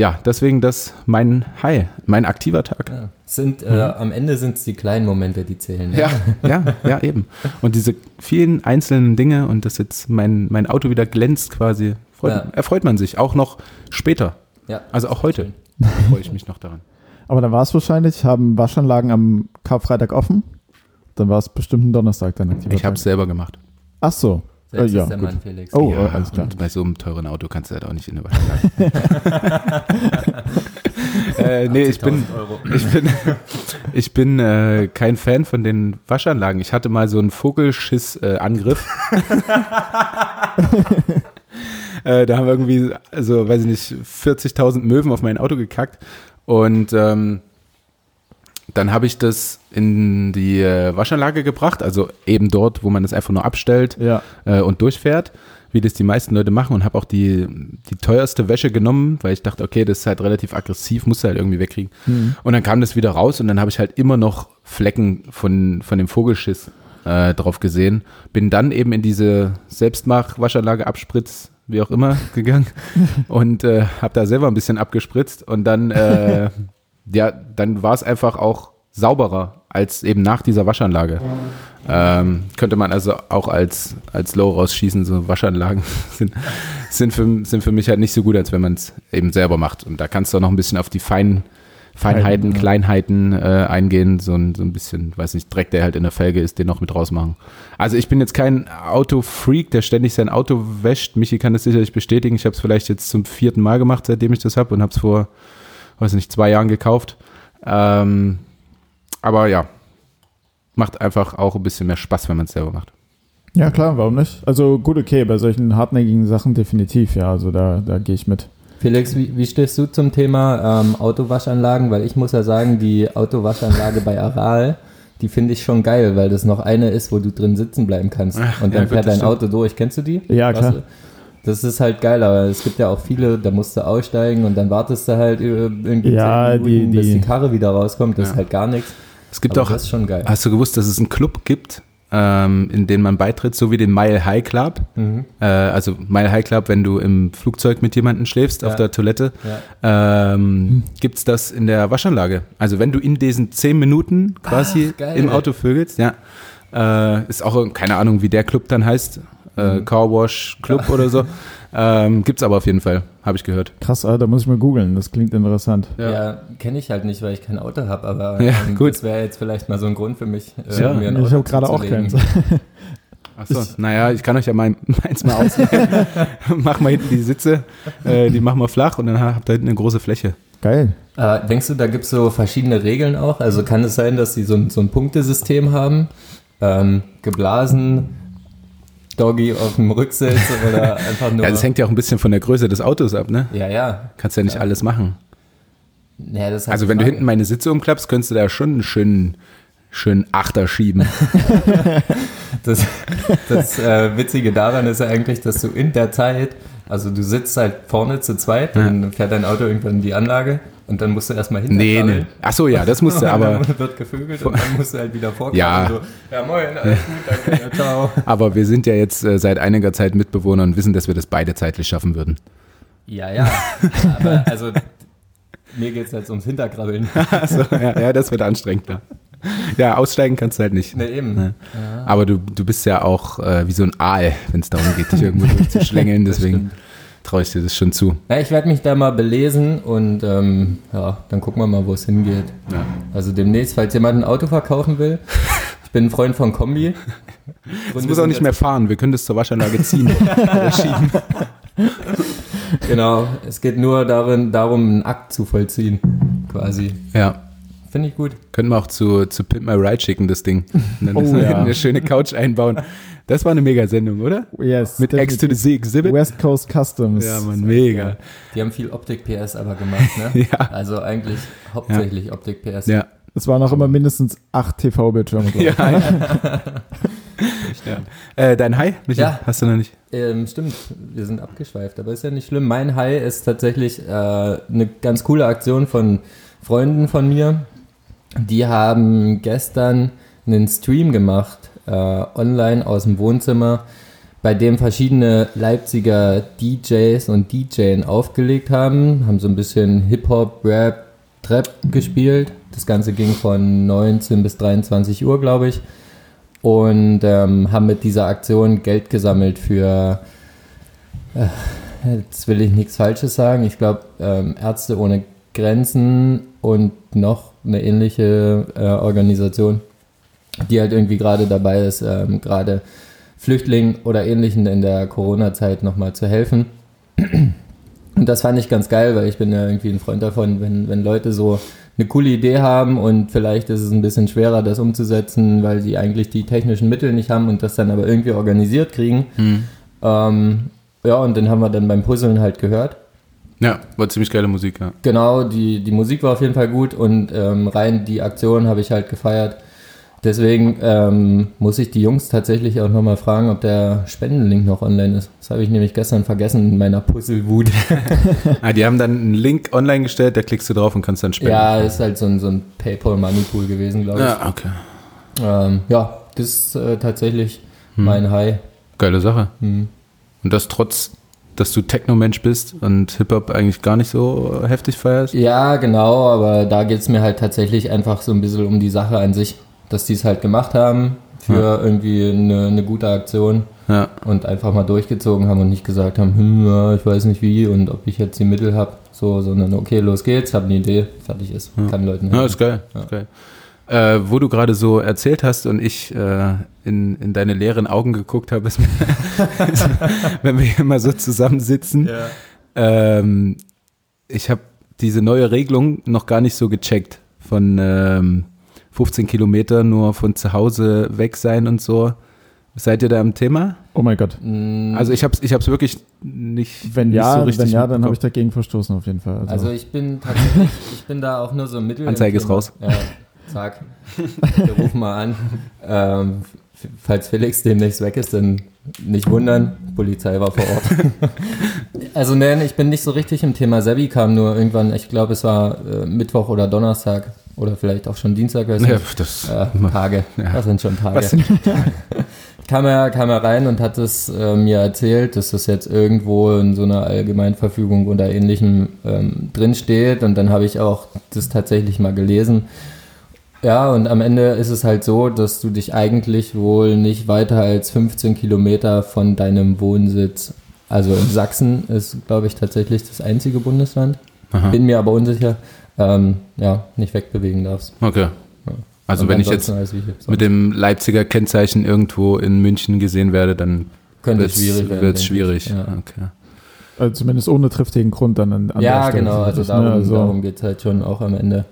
[SPEAKER 2] ja, deswegen das mein High, mein aktiver Tag.
[SPEAKER 3] Ja. Es Sind, äh, Am Ende sind es die kleinen Momente, die zählen.
[SPEAKER 2] Mhm.
[SPEAKER 3] ne?
[SPEAKER 2] Ja, ja, ja, eben. Und diese vielen einzelnen Dinge und dass jetzt mein, mein Auto wieder glänzt quasi, freut,
[SPEAKER 3] Ja.
[SPEAKER 2] erfreut man sich auch noch später.
[SPEAKER 3] Ja.
[SPEAKER 2] Also auch heute freue ich mich noch daran.
[SPEAKER 1] Aber dann war es wahrscheinlich, haben Waschanlagen am Karfreitag offen. Dann war es bestimmt ein Donnerstag dann aktiver
[SPEAKER 2] Ich habe es
[SPEAKER 1] Tag.
[SPEAKER 2] selber gemacht.
[SPEAKER 1] Ach so. Äh,
[SPEAKER 3] Selbst
[SPEAKER 1] ja,
[SPEAKER 3] ist der
[SPEAKER 1] gut.
[SPEAKER 3] Mann, Felix.
[SPEAKER 1] Oh,
[SPEAKER 2] ja, Mhm.
[SPEAKER 1] äh, alles klar.
[SPEAKER 2] Und bei so einem teuren Auto kannst du halt auch nicht in eine Waschanlage. äh, nee, ich bin,
[SPEAKER 3] 1000 Euro.
[SPEAKER 2] ich bin, ich bin äh, kein Fan von den Waschanlagen. Ich hatte mal so einen Vogelschiss-Angriff. äh, da haben irgendwie, also weiß ich nicht, 40.000 Möwen auf mein Auto gekackt. Und ähm, dann habe ich das in die äh, Waschanlage gebracht, also eben dort, wo man das einfach nur abstellt
[SPEAKER 1] Ja.
[SPEAKER 2] äh, und durchfährt, wie das die meisten Leute machen und habe auch die, die teuerste Wäsche genommen, weil ich dachte, okay, das ist halt relativ aggressiv, musst du halt irgendwie wegkriegen. Und dann kam das wieder raus und dann habe ich halt immer noch Flecken von, von dem Vogelschiss äh, drauf gesehen. Bin dann eben in diese Selbstmach-Waschanlage abspritz, wie auch immer, gegangen und äh, habe da selber ein bisschen abgespritzt und dann, äh, ja, dann war es einfach auch sauberer als eben nach dieser Waschanlage. Ähm, könnte man also auch als, als Low rausschießen, so Waschanlagen sind, sind, für, sind für mich halt nicht so gut, als wenn man es eben selber macht. Und da kannst du auch noch ein bisschen auf die Fein, Feinheiten,
[SPEAKER 1] Feinen, ja.
[SPEAKER 2] Kleinheiten äh, eingehen, so ein, so ein bisschen, weiß nicht, Dreck, der halt in der Felge ist, den noch mit rausmachen. Also ich bin jetzt kein Autofreak, der ständig sein Auto wäscht. Michi kann das sicherlich bestätigen. Ich habe es vielleicht jetzt zum vierten Mal gemacht, seitdem ich das habe und habe es vor, weiß nicht, zwei Jahren gekauft. Ähm, aber ja, macht einfach auch ein bisschen mehr Spaß, wenn man es selber macht.
[SPEAKER 1] Ja, klar, warum nicht? Also gut, okay, bei solchen hartnäckigen Sachen definitiv, ja. Also da, da gehe ich mit.
[SPEAKER 3] Felix, wie, wie stehst du zum Thema ähm, Autowaschanlagen? Weil ich muss ja sagen, die Autowaschanlage bei Aral, die finde ich schon geil, weil das noch eine ist, wo du drin sitzen bleiben kannst. Und
[SPEAKER 2] ja,
[SPEAKER 3] dann
[SPEAKER 2] gut,
[SPEAKER 3] fährt
[SPEAKER 2] das
[SPEAKER 3] dein
[SPEAKER 2] stimmt.
[SPEAKER 3] Auto durch. Kennst du die?
[SPEAKER 1] Ja,
[SPEAKER 3] Weißt
[SPEAKER 1] klar.
[SPEAKER 3] du? Das ist halt geil, aber es gibt ja auch viele, da musst du aussteigen und dann wartest du halt äh, irgendwie
[SPEAKER 1] Ja,
[SPEAKER 3] zehn
[SPEAKER 1] die-
[SPEAKER 3] bis
[SPEAKER 1] die-
[SPEAKER 3] die Karre wieder rauskommt. Das ist halt gar nichts.
[SPEAKER 2] Es gibt
[SPEAKER 3] Aber
[SPEAKER 2] auch,
[SPEAKER 3] das ist schon geil.
[SPEAKER 2] hast du gewusst, dass es einen Club gibt, ähm, in den man beitritt, so wie den Mile High Club.
[SPEAKER 3] Mhm.
[SPEAKER 2] Äh, also Mile High Club, wenn du im Flugzeug mit jemandem schläfst auf
[SPEAKER 3] Ja. Mhm.
[SPEAKER 2] der Toilette,
[SPEAKER 3] Ja.
[SPEAKER 2] ähm, gibt es das in der Waschanlage. Also wenn du in diesen zehn Minuten quasi
[SPEAKER 3] Ach, Ah, geil.
[SPEAKER 2] im Auto vögelst, ja, äh, ist auch, keine Ahnung, wie der Club dann heißt, äh,
[SPEAKER 3] Mhm.
[SPEAKER 2] Carwash Club oder so, ähm, gibt es aber auf jeden Fall, habe ich gehört.
[SPEAKER 1] Krass, Alter, muss ich mal googeln. Das klingt interessant.
[SPEAKER 3] Ja, kenne ich halt nicht, weil ich kein Auto habe, aber
[SPEAKER 2] Ja,
[SPEAKER 3] ähm,
[SPEAKER 2] gut.
[SPEAKER 3] das wäre jetzt vielleicht mal so ein Grund für mich, äh,
[SPEAKER 2] Ja,
[SPEAKER 1] ich habe gerade auch
[SPEAKER 3] zuzulegen.
[SPEAKER 1] keins.
[SPEAKER 2] Achso, naja, ich kann euch ja mein, meins mal ausleihen. mach mal hinten die Sitze, äh, die machen wir flach und dann habt ihr hinten eine große Fläche.
[SPEAKER 1] Geil.
[SPEAKER 3] Äh, denkst du, da gibt es so verschiedene Regeln auch? Also kann es sein, dass sie so ein, so ein Punktesystem haben? Ähm, geblasen, Doggy auf dem Rücksitz oder einfach nur.
[SPEAKER 2] Ja, das hängt ja auch ein bisschen von der Größe des Autos ab, ne?
[SPEAKER 3] ja, ja.
[SPEAKER 2] Kannst ja nicht alles machen.
[SPEAKER 3] Naja, das ist halt
[SPEAKER 2] Also
[SPEAKER 3] die
[SPEAKER 2] wenn du
[SPEAKER 3] Frage.
[SPEAKER 2] hinten meine Sitze umklappst, könntest du da schon einen schönen, schönen Achter schieben.
[SPEAKER 3] Das, das äh, Witzige daran ist ja eigentlich, dass du in der Zeit, also du sitzt halt vorne zu zweit, dann fährt dein Auto irgendwann in die Anlage und dann musst du erstmal hinten.
[SPEAKER 2] Nee, nee.
[SPEAKER 3] krabbeln.
[SPEAKER 2] Achso, ja, das musst
[SPEAKER 3] Und
[SPEAKER 2] du, aber,
[SPEAKER 3] Dann wird gevögelt und dann musst du halt wieder vorkommen.
[SPEAKER 2] Ja.
[SPEAKER 3] So, ja, moin, alles gut, danke, ja, ciao.
[SPEAKER 2] aber wir sind ja jetzt äh, seit einiger Zeit Mitbewohner und wissen, dass wir das beide zeitlich schaffen würden.
[SPEAKER 3] Ja, ja. Aber also, mir geht es jetzt ums Hinterkrabbeln.
[SPEAKER 2] Also, ja, ja, das wird anstrengend. Ja. ja, aussteigen kannst du halt nicht.
[SPEAKER 3] Ne, eben.
[SPEAKER 2] Ne. Aber du, du bist ja auch äh, wie so ein Aal, wenn es darum geht, dich irgendwo durchzuschlängeln. Deswegen traue ich dir das schon zu.
[SPEAKER 3] Na, ich werde mich da mal belesen und ähm, ja, dann gucken wir mal, wo es hingeht. Also demnächst, falls jemand ein Auto verkaufen will, ich bin ein Freund von Kombi.
[SPEAKER 2] Du musst auch nicht mehr fahren. Wir können das zur Waschanlage ziehen.
[SPEAKER 3] Genau, es geht nur darin, darum, einen Akt zu vollziehen, quasi.
[SPEAKER 2] ja.
[SPEAKER 3] Finde ich gut.
[SPEAKER 2] Könnten wir auch zu, zu Pimp My Ride schicken, das Ding. Und dann
[SPEAKER 1] Oh,
[SPEAKER 2] müssen wir
[SPEAKER 1] ja.
[SPEAKER 2] hinten eine schöne Couch einbauen. Das war eine Mega-Sendung, oder?
[SPEAKER 1] Yes.
[SPEAKER 2] Mit X to the Z Exhibit.
[SPEAKER 1] West Coast Customs.
[SPEAKER 2] Ja, Mann, mega.
[SPEAKER 3] Die haben viel Optik-PS aber gemacht, ne?
[SPEAKER 2] Ja.
[SPEAKER 3] Also eigentlich hauptsächlich Optik-PS.
[SPEAKER 2] Ja.
[SPEAKER 1] Es waren auch immer mindestens acht TV-Bildschirme. glaub ich.
[SPEAKER 2] Ja. ja. Äh, dein Hi, Michi,
[SPEAKER 3] Ja.
[SPEAKER 2] hast du noch nicht?
[SPEAKER 3] Ähm, stimmt, wir sind abgeschweift, aber ist ja nicht schlimm. Mein High ist tatsächlich äh, eine ganz coole Aktion von Freunden von mir. Die haben gestern einen Stream gemacht, äh, online aus dem Wohnzimmer, bei dem verschiedene Leipziger DJs und DJs aufgelegt haben, haben so ein bisschen Hip-Hop, Rap, Trap gespielt. Das Ganze ging von 19 bis 23 Uhr, glaube ich und ähm, haben mit dieser Aktion Geld gesammelt für, äh, jetzt will ich nichts Falsches sagen, ich glaube ähm, Ärzte ohne Grenzen und noch eine ähnliche äh, Organisation, die halt irgendwie gerade dabei ist, ähm, gerade Flüchtlingen oder Ähnlichen in der Corona-Zeit nochmal zu helfen. Und das fand ich ganz geil, weil ich bin ja irgendwie ein Freund davon, wenn, wenn Leute so eine coole Idee haben und vielleicht ist es ein bisschen schwerer, das umzusetzen, weil sie eigentlich die technischen Mittel nicht haben und das dann aber irgendwie organisiert kriegen. Ähm, ja, und den haben wir dann beim Puzzeln halt gehört.
[SPEAKER 2] Ja, war ziemlich geile Musik, ja.
[SPEAKER 3] Genau, die, die Musik war auf jeden Fall gut und ähm, rein die Aktion habe ich halt gefeiert. Deswegen ähm, muss ich die Jungs tatsächlich auch nochmal fragen, ob der Spendenlink noch online ist. Das habe ich nämlich gestern vergessen in meiner Puzzlewut.
[SPEAKER 2] Ah, die haben dann einen Link online gestellt, da klickst du drauf und kannst dann spenden.
[SPEAKER 3] Ja, ist halt so ein, so ein PayPal-Money-Pool gewesen, glaube ich.
[SPEAKER 2] Ja, okay.
[SPEAKER 3] Ähm, ja, das ist äh, tatsächlich
[SPEAKER 2] Hm.
[SPEAKER 3] mein High.
[SPEAKER 2] Geile Sache. Und das trotz, dass du Techno-Mensch bist und Hip-Hop eigentlich gar nicht so heftig feierst.
[SPEAKER 3] Ja, genau, aber da geht's mir halt tatsächlich einfach so ein bisschen um die Sache an sich, dass die es halt gemacht haben für irgendwie eine, eine gute Aktion
[SPEAKER 2] Ja.
[SPEAKER 3] und einfach mal durchgezogen haben und nicht gesagt haben, hm, ja, ich weiß nicht wie und ob ich jetzt die Mittel habe, so, sondern okay, los geht's, hab eine Idee, fertig ist, kann Leuten
[SPEAKER 2] Ja,
[SPEAKER 3] helfen.
[SPEAKER 2] ist geil. Ist geil. Äh, wo du gerade so erzählt hast und ich äh, in, in deine leeren Augen geguckt habe, ist mir, ist mir- wenn wir hier mal so zusammensitzen. Ähm, ich habe diese neue Regelung noch gar nicht so gecheckt von ähm, 15 Kilometer nur von zu Hause weg sein und so. Seid ihr da im Thema?
[SPEAKER 1] Oh mein Gott.
[SPEAKER 3] Mhm.
[SPEAKER 2] Also ich habe es ich hab's wirklich nicht,
[SPEAKER 1] Wenn
[SPEAKER 2] nicht
[SPEAKER 1] ja,
[SPEAKER 2] so richtig
[SPEAKER 1] wenn ja, dann habe ich dagegen verstoßen auf jeden Fall. Also,
[SPEAKER 3] Also ich bin tatsächlich, ich bin da auch nur so mittel. im
[SPEAKER 2] Anzeige ist
[SPEAKER 3] Thema.
[SPEAKER 2] raus.
[SPEAKER 3] Ja, zack. Wir rufen mal an. Ähm, f- falls Felix demnächst weg ist, dann nicht wundern, Polizei war vor Ort. also nein, ich bin nicht so richtig im Thema. Sebi kam nur irgendwann, ich glaube es war äh, Mittwoch oder Donnerstag oder vielleicht auch schon Dienstag, weiß
[SPEAKER 2] Ja,
[SPEAKER 3] nicht.
[SPEAKER 2] das,
[SPEAKER 3] Äh, Tage, das sind schon Tage
[SPEAKER 2] was sind
[SPEAKER 3] kam er, kam er rein und hat es äh, mir erzählt, dass das jetzt irgendwo in so einer Allgemeinverfügung oder ähnlichem ähm, drin steht. Und dann habe ich auch das tatsächlich mal gelesen. Ja, und am Ende ist es halt so, dass du dich eigentlich wohl nicht weiter als 15 Kilometer von deinem Wohnsitz, also in Sachsen ist, glaube ich, tatsächlich das einzige Bundesland,
[SPEAKER 2] Aha.
[SPEAKER 3] bin mir aber unsicher, ähm, ja, nicht wegbewegen darfst.
[SPEAKER 2] Okay. Also
[SPEAKER 3] Und
[SPEAKER 2] wenn ich jetzt
[SPEAKER 3] ansonsten alles wie sonst.
[SPEAKER 2] mit dem Leipziger Kennzeichen irgendwo in München gesehen werde, dann
[SPEAKER 3] könnte
[SPEAKER 2] wird
[SPEAKER 3] es schwierig werden. denke
[SPEAKER 2] es
[SPEAKER 3] ich.
[SPEAKER 2] schwierig.
[SPEAKER 3] Ja,
[SPEAKER 2] Okay.
[SPEAKER 1] Also zumindest ohne triftigen Grund dann an, an der
[SPEAKER 3] ja
[SPEAKER 1] Stelle
[SPEAKER 3] genau, also
[SPEAKER 1] sicherlich,
[SPEAKER 3] darum,
[SPEAKER 1] ne? Also-
[SPEAKER 3] darum geht es halt schon auch am Ende.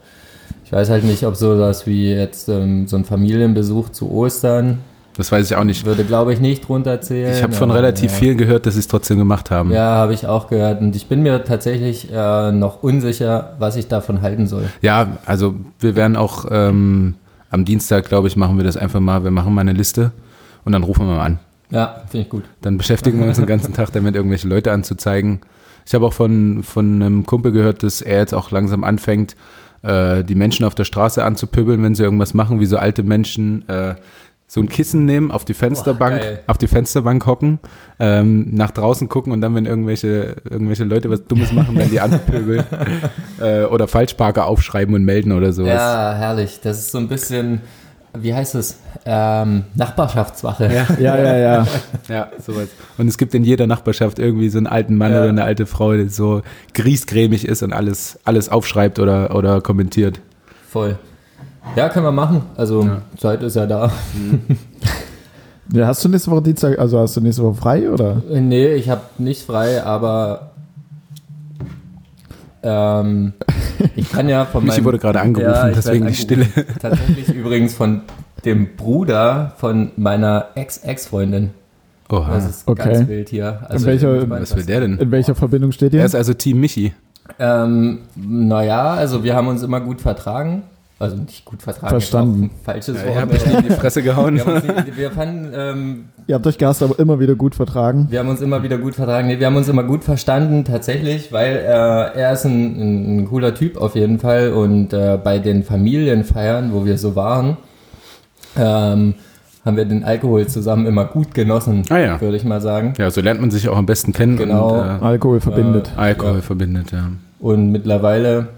[SPEAKER 3] Ich weiß halt nicht, ob so das wie jetzt ähm, so ein Familienbesuch zu Ostern
[SPEAKER 2] Das weiß ich auch nicht.
[SPEAKER 3] würde, glaube ich, nicht drunter zählen.
[SPEAKER 2] Ich habe von
[SPEAKER 3] aber,
[SPEAKER 2] relativ
[SPEAKER 3] ja.
[SPEAKER 2] vielen gehört, dass sie es trotzdem gemacht haben.
[SPEAKER 3] Ja, habe ich auch gehört. Und ich bin mir tatsächlich äh, noch unsicher, was ich davon halten soll.
[SPEAKER 2] Ja, also wir werden auch ähm, am Dienstag, glaube ich, machen wir das einfach mal. Wir machen mal eine Liste und dann rufen wir mal an.
[SPEAKER 3] Ja, finde ich gut.
[SPEAKER 2] Dann beschäftigen wir uns den ganzen Tag damit, irgendwelche Leute anzuzeigen. Ich habe auch von, von einem Kumpel gehört, dass er jetzt auch langsam anfängt, äh, die Menschen auf der Straße anzupöbeln, wenn sie irgendwas machen, wie so alte Menschen äh, so ein Kissen nehmen, auf die Fensterbank,
[SPEAKER 3] geil.
[SPEAKER 2] auf die Fensterbank hocken, ähm, nach draußen gucken und dann, wenn irgendwelche, irgendwelche Leute was Dummes machen, dann die anpöbeln äh, oder Falschparker aufschreiben und melden oder sowas.
[SPEAKER 3] Ja, herrlich. Das ist so ein bisschen, wie heißt es? Ähm, Nachbarschaftswache. Ja.
[SPEAKER 1] Ja, ja, ja.
[SPEAKER 2] Ja, sowas. Und es gibt in jeder Nachbarschaft irgendwie so einen alten Mann
[SPEAKER 3] Ja.
[SPEAKER 2] oder eine alte Frau, die so griesgrämig ist und alles, alles aufschreibt oder, oder kommentiert.
[SPEAKER 3] Voll. Ja, können wir machen. Also
[SPEAKER 2] Ja.
[SPEAKER 3] Zeit ist ja da.
[SPEAKER 1] ja. Hast du nächste Woche Dienstag, also hast du nächste Woche frei oder?
[SPEAKER 3] Äh, Nee, ich habe nicht frei, aber ähm, ich kann ja von
[SPEAKER 2] Michi
[SPEAKER 3] meinem...
[SPEAKER 2] wurde gerade angerufen,
[SPEAKER 3] Ja, ich werd
[SPEAKER 2] deswegen die Stille.
[SPEAKER 3] angerufen. Tatsächlich übrigens von dem Bruder von meiner Ex-Ex-Freundin.
[SPEAKER 2] Oha.
[SPEAKER 3] Das ist
[SPEAKER 1] Okay.
[SPEAKER 3] ganz wild hier. Also,
[SPEAKER 1] In welcher-
[SPEAKER 3] ich mein,
[SPEAKER 2] Oh, Was will der denn?
[SPEAKER 1] In welcher Verbindung steht
[SPEAKER 2] Er
[SPEAKER 1] ihr?
[SPEAKER 2] ist also Team Michi.
[SPEAKER 3] Ähm, naja, also wir haben uns immer gut vertragen. Also nicht gut vertragen.
[SPEAKER 1] Verstanden.
[SPEAKER 3] ist auch ein Falsches
[SPEAKER 2] Er hat
[SPEAKER 3] Wort.
[SPEAKER 2] mich in die Fresse gehauen.
[SPEAKER 3] Wir, haben uns nicht- wir, fanden, ähm,
[SPEAKER 1] Ihr habt euch Gast aber immer wieder gut vertragen.
[SPEAKER 3] wir haben uns immer wieder gut vertragen. Nee, wir haben uns immer gut verstanden, tatsächlich, weil äh, er ist ein, ein, ein cooler Typ auf jeden Fall. Und äh, bei den Familienfeiern, wo wir so waren, ähm, haben wir den Alkohol zusammen immer gut genossen,
[SPEAKER 2] Ah ja.
[SPEAKER 3] würde ich mal sagen.
[SPEAKER 2] Ja, so lernt man sich auch am besten kennen
[SPEAKER 3] Genau.
[SPEAKER 2] und äh,
[SPEAKER 1] Alkohol verbindet.
[SPEAKER 2] Alkohol verbindet, ja.
[SPEAKER 3] Und mittlerweile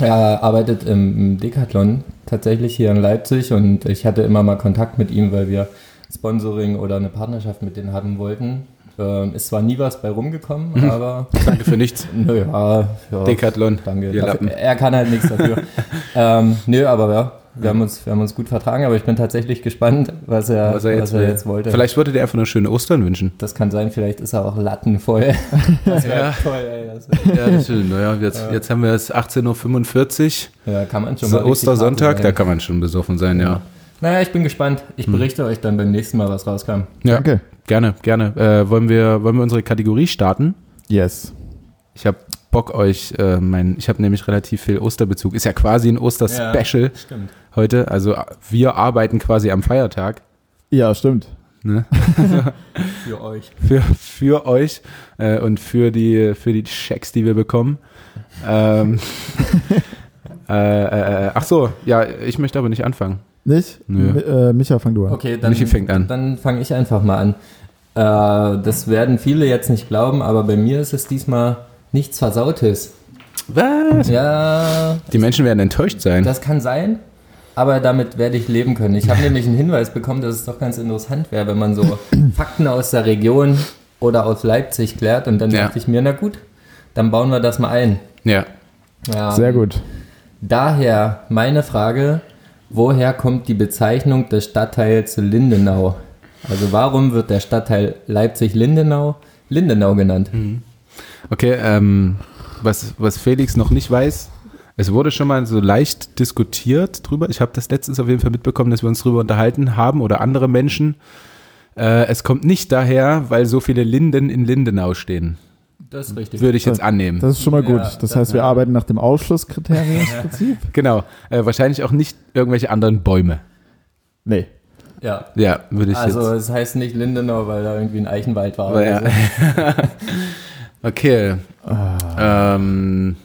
[SPEAKER 3] er arbeitet im, im Decathlon tatsächlich hier in Leipzig und ich hatte immer mal Kontakt mit ihm, weil wir Sponsoring oder eine Partnerschaft mit denen haben wollten. Ähm, ist zwar nie was bei rumgekommen, aber
[SPEAKER 2] Danke für nichts.
[SPEAKER 3] naja, ja,
[SPEAKER 2] Mhm. Decathlon.
[SPEAKER 3] danke.
[SPEAKER 2] Ihr Lappen.
[SPEAKER 3] Dafür, er kann halt nichts dafür. ähm, nö, aber ja, wir haben, uns, wir haben uns gut vertragen, aber ich bin tatsächlich gespannt, was er,
[SPEAKER 2] Was er jetzt, will.
[SPEAKER 3] wollte.
[SPEAKER 2] Vielleicht würde der einfach nur schöne Ostern wünschen.
[SPEAKER 3] das kann sein, vielleicht ist er auch lattenvoll. Das wär
[SPEAKER 2] Ja.
[SPEAKER 3] toll, ey. Das wär,
[SPEAKER 2] Ja, das stimmt. Naja, jetzt, jetzt haben wir es 18.45 Uhr.
[SPEAKER 3] ja, kann man schon
[SPEAKER 2] So,
[SPEAKER 3] mal richtig
[SPEAKER 2] Ostersonntag,
[SPEAKER 3] Party
[SPEAKER 2] da
[SPEAKER 3] sein.
[SPEAKER 2] kann man schon besoffen sein, ja.
[SPEAKER 3] Naja, ich bin gespannt.
[SPEAKER 2] Hm.
[SPEAKER 3] Ich berichte euch dann beim nächsten Mal, was rauskam.
[SPEAKER 2] Ja,
[SPEAKER 1] Danke.
[SPEAKER 2] gerne, gerne. Äh, wollen, wir, wollen wir unsere Kategorie starten?
[SPEAKER 1] Yes.
[SPEAKER 2] Ich habe Bock euch, äh, mein, ich habe nämlich relativ viel Osterbezug. Ist ja quasi ein Osterspecial
[SPEAKER 3] Stimmt.
[SPEAKER 2] heute. Also äh, wir arbeiten quasi am Feiertag
[SPEAKER 1] Ja, stimmt.
[SPEAKER 2] ne?
[SPEAKER 3] Für euch.
[SPEAKER 2] für, für euch äh, und für die, für die Checks, die wir bekommen. Ähm, äh, äh, äh, ach so, ja, ich möchte aber nicht anfangen.
[SPEAKER 1] Nicht?
[SPEAKER 2] Nö.
[SPEAKER 1] Mi- Äh, Micha, fang du an.
[SPEAKER 3] Okay, dann,
[SPEAKER 2] Michi fängt an.
[SPEAKER 3] dann fange ich einfach mal an. Äh, das werden viele jetzt nicht glauben, aber bei mir ist es diesmal nichts Versautes.
[SPEAKER 2] Was?
[SPEAKER 3] Ja,
[SPEAKER 2] Die Menschen werden enttäuscht sein.
[SPEAKER 3] das kann sein, aber damit werde ich leben können. Ich habe nämlich einen Hinweis bekommen, dass es doch ganz interessant wäre, wenn man so Fakten aus der Region oder aus Leipzig klärt. Und dann
[SPEAKER 2] Ja.
[SPEAKER 3] dachte ich mir, na gut, dann bauen wir das mal ein.
[SPEAKER 2] Ja.
[SPEAKER 3] Ja.
[SPEAKER 1] Sehr gut.
[SPEAKER 3] Daher meine Frage, woher kommt die Bezeichnung des Stadtteils Lindenau? Also warum wird der Stadtteil Leipzig-Lindenau Lindenau genannt?
[SPEAKER 2] Hm. Okay, ähm, was, was Felix noch nicht weiß, es wurde schon mal so leicht diskutiert drüber. Ich habe das letztens auf jeden Fall mitbekommen, dass wir uns drüber unterhalten haben oder andere Menschen. Äh, es kommt nicht daher, weil so viele Linden in Lindenau stehen.
[SPEAKER 3] Das ist richtig.
[SPEAKER 2] Würde ich jetzt annehmen.
[SPEAKER 1] Das ist schon mal gut.
[SPEAKER 3] Ja,
[SPEAKER 1] das heißt, wir arbeiten nach dem Ausschlusskriteriumsprinzip?
[SPEAKER 2] Genau. Äh, wahrscheinlich auch nicht irgendwelche anderen Bäume.
[SPEAKER 1] nee.
[SPEAKER 3] Ja.
[SPEAKER 2] Ja, würde ich
[SPEAKER 3] Also
[SPEAKER 2] jetzt.
[SPEAKER 3] es heißt nicht Lindenau, weil da irgendwie ein Eichenwald war.
[SPEAKER 2] Aber ja.
[SPEAKER 3] oder so.
[SPEAKER 2] okay.
[SPEAKER 1] Ah.
[SPEAKER 2] Ähm,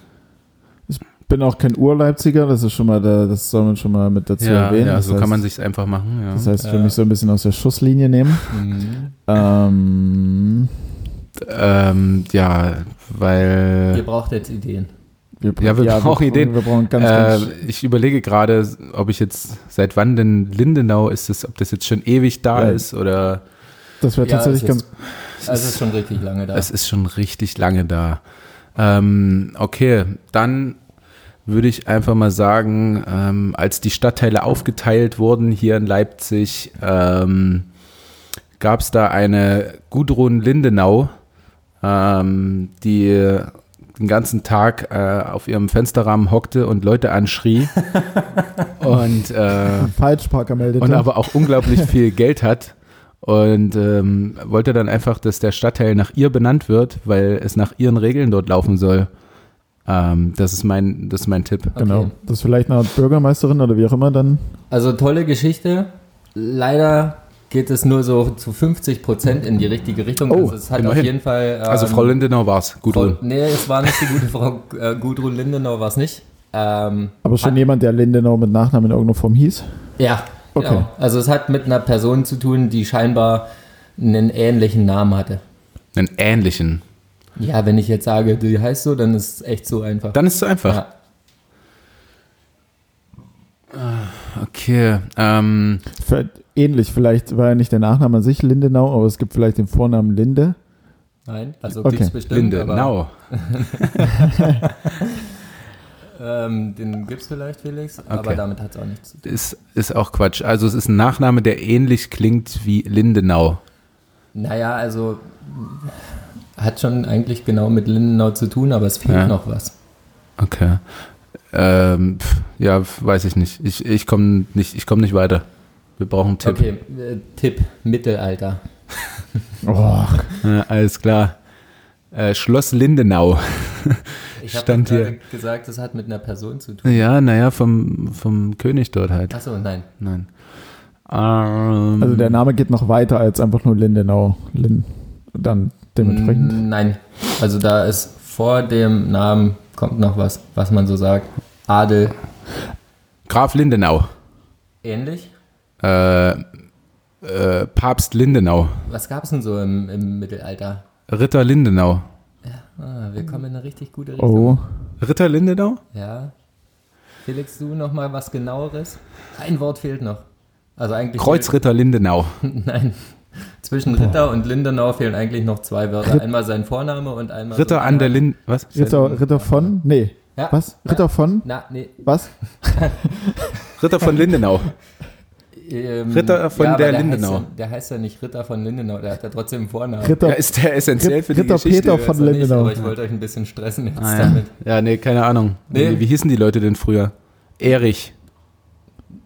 [SPEAKER 1] Bin auch kein Ur-Leipziger, das ist schon mal, da, das soll man schon mal mit dazu
[SPEAKER 2] ja,
[SPEAKER 1] erwähnen.
[SPEAKER 2] ja,
[SPEAKER 1] das
[SPEAKER 2] so
[SPEAKER 1] heißt,
[SPEAKER 2] kann man sich einfach machen. Ja.
[SPEAKER 1] Das heißt, ich will mich so ein bisschen aus der Schusslinie nehmen.
[SPEAKER 2] Mhm.
[SPEAKER 1] ähm,
[SPEAKER 2] ähm, ja, weil.
[SPEAKER 3] Ihr braucht jetzt Ideen.
[SPEAKER 1] wir,
[SPEAKER 2] Ja, wir brauchen Ideen.
[SPEAKER 1] Wir brauchen ganz, ganz
[SPEAKER 2] äh, ich überlege gerade, ob ich jetzt, seit wann denn Lindenau ist es, ob das jetzt schon ewig da
[SPEAKER 1] Ja.
[SPEAKER 2] ist oder
[SPEAKER 1] Das wäre
[SPEAKER 3] Ja,
[SPEAKER 1] tatsächlich
[SPEAKER 3] es
[SPEAKER 1] ganz.
[SPEAKER 3] ist- Also es ist schon richtig lange da.
[SPEAKER 2] es ist schon richtig lange da. Ähm, okay, dann würde ich einfach mal sagen, ähm, als die Stadtteile aufgeteilt wurden hier in Leipzig, ähm, gab es da eine Gudrun Lindenau, ähm, die den ganzen Tag äh, auf ihrem Fensterrahmen hockte und Leute anschrie und, äh,
[SPEAKER 1] Falschparker meldet.
[SPEAKER 2] und aber auch unglaublich viel Geld hat und ähm, wollte dann einfach, dass der Stadtteil nach ihr benannt wird, weil es nach ihren Regeln dort laufen soll. Ähm, das ist mein, das ist mein Tipp.
[SPEAKER 1] Genau.
[SPEAKER 3] Okay.
[SPEAKER 1] Das ist vielleicht eine Art Bürgermeisterin oder wie auch immer dann.
[SPEAKER 3] Also tolle Geschichte. Leider geht es nur so zu 50 Prozent in die richtige Richtung.
[SPEAKER 2] Oh,
[SPEAKER 3] also es hat
[SPEAKER 2] immerhin.
[SPEAKER 3] auf jeden Fall. ähm,
[SPEAKER 2] Also Frau Lindenau war's. Gut.
[SPEAKER 3] Frau, nee, es war nicht die gute Frau äh, Gudrun Lindenau, war es nicht. Ähm,
[SPEAKER 1] Aber
[SPEAKER 2] Ah.
[SPEAKER 1] schon jemand, der Lindenau mit Nachnamen in irgendeiner Form hieß.
[SPEAKER 3] ja,
[SPEAKER 1] Okay.
[SPEAKER 3] genau. Also es hat mit einer Person zu tun, die scheinbar einen ähnlichen Namen hatte.
[SPEAKER 2] Einen ähnlichen.
[SPEAKER 3] Ja, wenn ich jetzt sage, die heißt so, dann ist es echt so einfach.
[SPEAKER 2] Dann ist es einfach.
[SPEAKER 3] ja.
[SPEAKER 2] Okay. Ähm,
[SPEAKER 1] Vielleicht- Ähnlich, vielleicht war ja nicht der Nachname an sich Lindenau, aber es gibt vielleicht den Vornamen Linde.
[SPEAKER 3] Nein, also
[SPEAKER 1] Okay.
[SPEAKER 3] okay. gibt's bestimmt. aber,
[SPEAKER 2] Lindenau.
[SPEAKER 3] Ähm, den gibt's vielleicht, Felix, aber
[SPEAKER 2] Okay.
[SPEAKER 3] damit hat's auch nichts.
[SPEAKER 2] Ist, ist auch Quatsch. Also es ist ein Nachname, der ähnlich klingt wie Lindenau.
[SPEAKER 3] Naja, also hat schon eigentlich genau mit Lindenau zu tun, aber es fehlt
[SPEAKER 2] Ja.
[SPEAKER 3] noch was.
[SPEAKER 2] Okay. Ähm, pf, ja, pf, weiß ich nicht. Ich, ich komme nicht, ich komm nicht weiter. Wir brauchen einen Tipp.
[SPEAKER 3] Okay, äh, Tipp, Mittelalter.
[SPEAKER 1] Oh,
[SPEAKER 2] Ja, alles klar. Äh, Schloss Lindenau.
[SPEAKER 3] Ich hab
[SPEAKER 2] Stand
[SPEAKER 3] doch
[SPEAKER 2] hier.
[SPEAKER 3] gerade gesagt, das hat mit einer Person zu tun.
[SPEAKER 2] Ja, naja, vom, vom König dort halt.
[SPEAKER 3] Achso, nein.
[SPEAKER 2] Nein. Ähm,
[SPEAKER 1] also der Name geht noch weiter als einfach nur Lindenau. Lin dann dementsprechend.
[SPEAKER 2] Mhm.
[SPEAKER 3] Mm, Nein. Also da ist vor dem Namen kommt noch was, was man so sagt. Adel
[SPEAKER 2] Graf Lindenau.
[SPEAKER 3] ähnlich.
[SPEAKER 2] Äh, äh, Papst Lindenau.
[SPEAKER 3] Was gab's denn so im, im Mittelalter?
[SPEAKER 2] Ritter Lindenau.
[SPEAKER 3] Ah, wir kommen in eine richtig gute Richtung.
[SPEAKER 1] Oh,
[SPEAKER 2] Ritter Lindenau?
[SPEAKER 3] Ja. Felix, du noch mal was genaueres? Ein Wort fehlt noch. Also eigentlich
[SPEAKER 2] Kreuzritter Lindenau.
[SPEAKER 3] Nein. Zwischen Ritter und Lindenau fehlen eigentlich noch zwei Wörter. Einmal sein Vorname und einmal. so
[SPEAKER 2] Ritter
[SPEAKER 3] einer-
[SPEAKER 2] an der Lin... Was?
[SPEAKER 1] Ritter, Ritter von? Nee.
[SPEAKER 3] Ja.
[SPEAKER 1] Was? Ritter von?
[SPEAKER 3] Na, nee.
[SPEAKER 1] Was?
[SPEAKER 2] Ritter von Lindenau.
[SPEAKER 3] ähm,
[SPEAKER 2] Ritter von
[SPEAKER 3] aber
[SPEAKER 2] der
[SPEAKER 3] heißt
[SPEAKER 2] Lindenau.
[SPEAKER 3] ja- der heißt ja nicht Ritter von Lindenau, der hat ja trotzdem einen Vornamen.
[SPEAKER 1] Ritter,
[SPEAKER 2] Ja, ist der essentiell für die
[SPEAKER 1] Ritter
[SPEAKER 2] Geschichte?
[SPEAKER 1] Peter
[SPEAKER 3] Ich weiß
[SPEAKER 1] von
[SPEAKER 3] auch nicht,
[SPEAKER 1] Lindenau.
[SPEAKER 3] aber ich wollte euch ein bisschen stressen jetzt
[SPEAKER 2] Ah, ja.
[SPEAKER 3] damit.
[SPEAKER 2] ja, nee, keine Ahnung.
[SPEAKER 3] Nee.
[SPEAKER 2] Wie, wie hießen die Leute denn früher? Erich.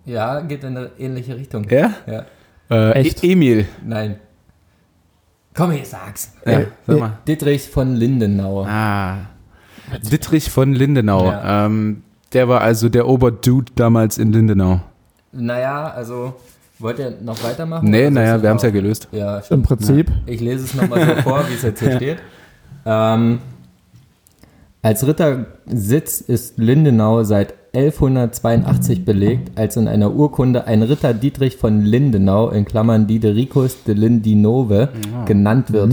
[SPEAKER 3] Ja, geht in eine ähnliche Richtung.
[SPEAKER 2] Ja?
[SPEAKER 3] Ja.
[SPEAKER 2] Äh,
[SPEAKER 1] Echt?
[SPEAKER 2] E Emil.
[SPEAKER 3] Nein. Komm, ich sag's.
[SPEAKER 2] Ja,
[SPEAKER 1] Äh,
[SPEAKER 2] sag
[SPEAKER 1] äh,
[SPEAKER 2] mal.
[SPEAKER 3] Dietrich von Lindenau.
[SPEAKER 2] Ah. Dittrich von Lindenau.
[SPEAKER 3] Ja.
[SPEAKER 2] Ähm, der war also der Oberdude damals in Lindenau.
[SPEAKER 3] Naja, also, wollt ihr noch weitermachen? Also,
[SPEAKER 2] Nee,
[SPEAKER 3] Oder
[SPEAKER 2] naja,
[SPEAKER 3] soll's
[SPEAKER 2] wir haben es ja
[SPEAKER 3] noch-
[SPEAKER 2] gelöst.
[SPEAKER 3] Ja, stimmt.
[SPEAKER 1] Im Prinzip.
[SPEAKER 3] Ich lese es nochmal so vor, wie es jetzt hier steht. Ähm, als Rittersitz ist Lindenau seit 1182 belegt, als in einer Urkunde ein Ritter Dietrich von Lindenau, in Klammern Diedericus de Lindinove, genannt wird.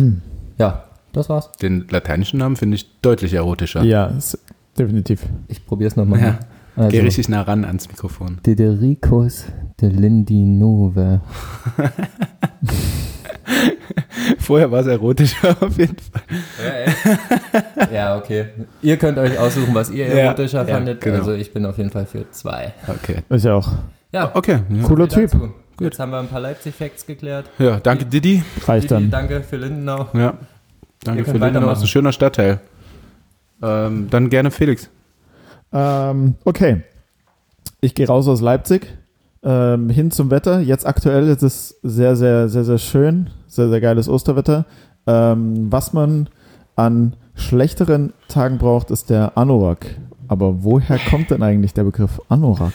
[SPEAKER 3] Ja, das war's.
[SPEAKER 2] Den lateinischen Namen finde ich deutlich erotischer.
[SPEAKER 1] Ja, ist, definitiv.
[SPEAKER 3] Ich probier's nochmal.
[SPEAKER 2] Ja.
[SPEAKER 3] Also,
[SPEAKER 2] Geh richtig nah ran ans Mikrofon.
[SPEAKER 3] Diedericus de Lindinove.
[SPEAKER 2] Vorher war es erotischer auf jeden Fall.
[SPEAKER 3] ja, okay. Ihr könnt euch aussuchen, was ihr
[SPEAKER 2] Ja,
[SPEAKER 3] erotischer
[SPEAKER 2] ja,
[SPEAKER 3] fandet.
[SPEAKER 2] genau.
[SPEAKER 3] Also ich bin auf jeden Fall für zwei.
[SPEAKER 2] Okay.
[SPEAKER 1] Ich auch.
[SPEAKER 3] Ja,
[SPEAKER 2] Okay. Ja,
[SPEAKER 1] Cooler
[SPEAKER 3] Vielen
[SPEAKER 1] Typ.
[SPEAKER 3] Dank zu. Jetzt haben wir ein paar Leipzig-Facts geklärt.
[SPEAKER 2] ja danke Didi.
[SPEAKER 1] Reicht
[SPEAKER 3] Didi,
[SPEAKER 1] dann.
[SPEAKER 3] danke für Lindenau.
[SPEAKER 2] Ja.
[SPEAKER 3] Ihr
[SPEAKER 2] Danke für
[SPEAKER 3] könnt
[SPEAKER 2] Lindenau.
[SPEAKER 3] weitermachen.
[SPEAKER 2] Ist ein schöner Stadtteil. Ähm, dann gerne Felix.
[SPEAKER 1] Ähm, okay. Ich gehe raus aus Leipzig. Ähm, hin zum Wetter. Jetzt aktuell ist es sehr, sehr, sehr, sehr schön. Sehr, sehr geiles Osterwetter. Ähm, was man an schlechteren Tagen braucht, ist der Anorak. Aber woher kommt denn eigentlich der Begriff Anorak?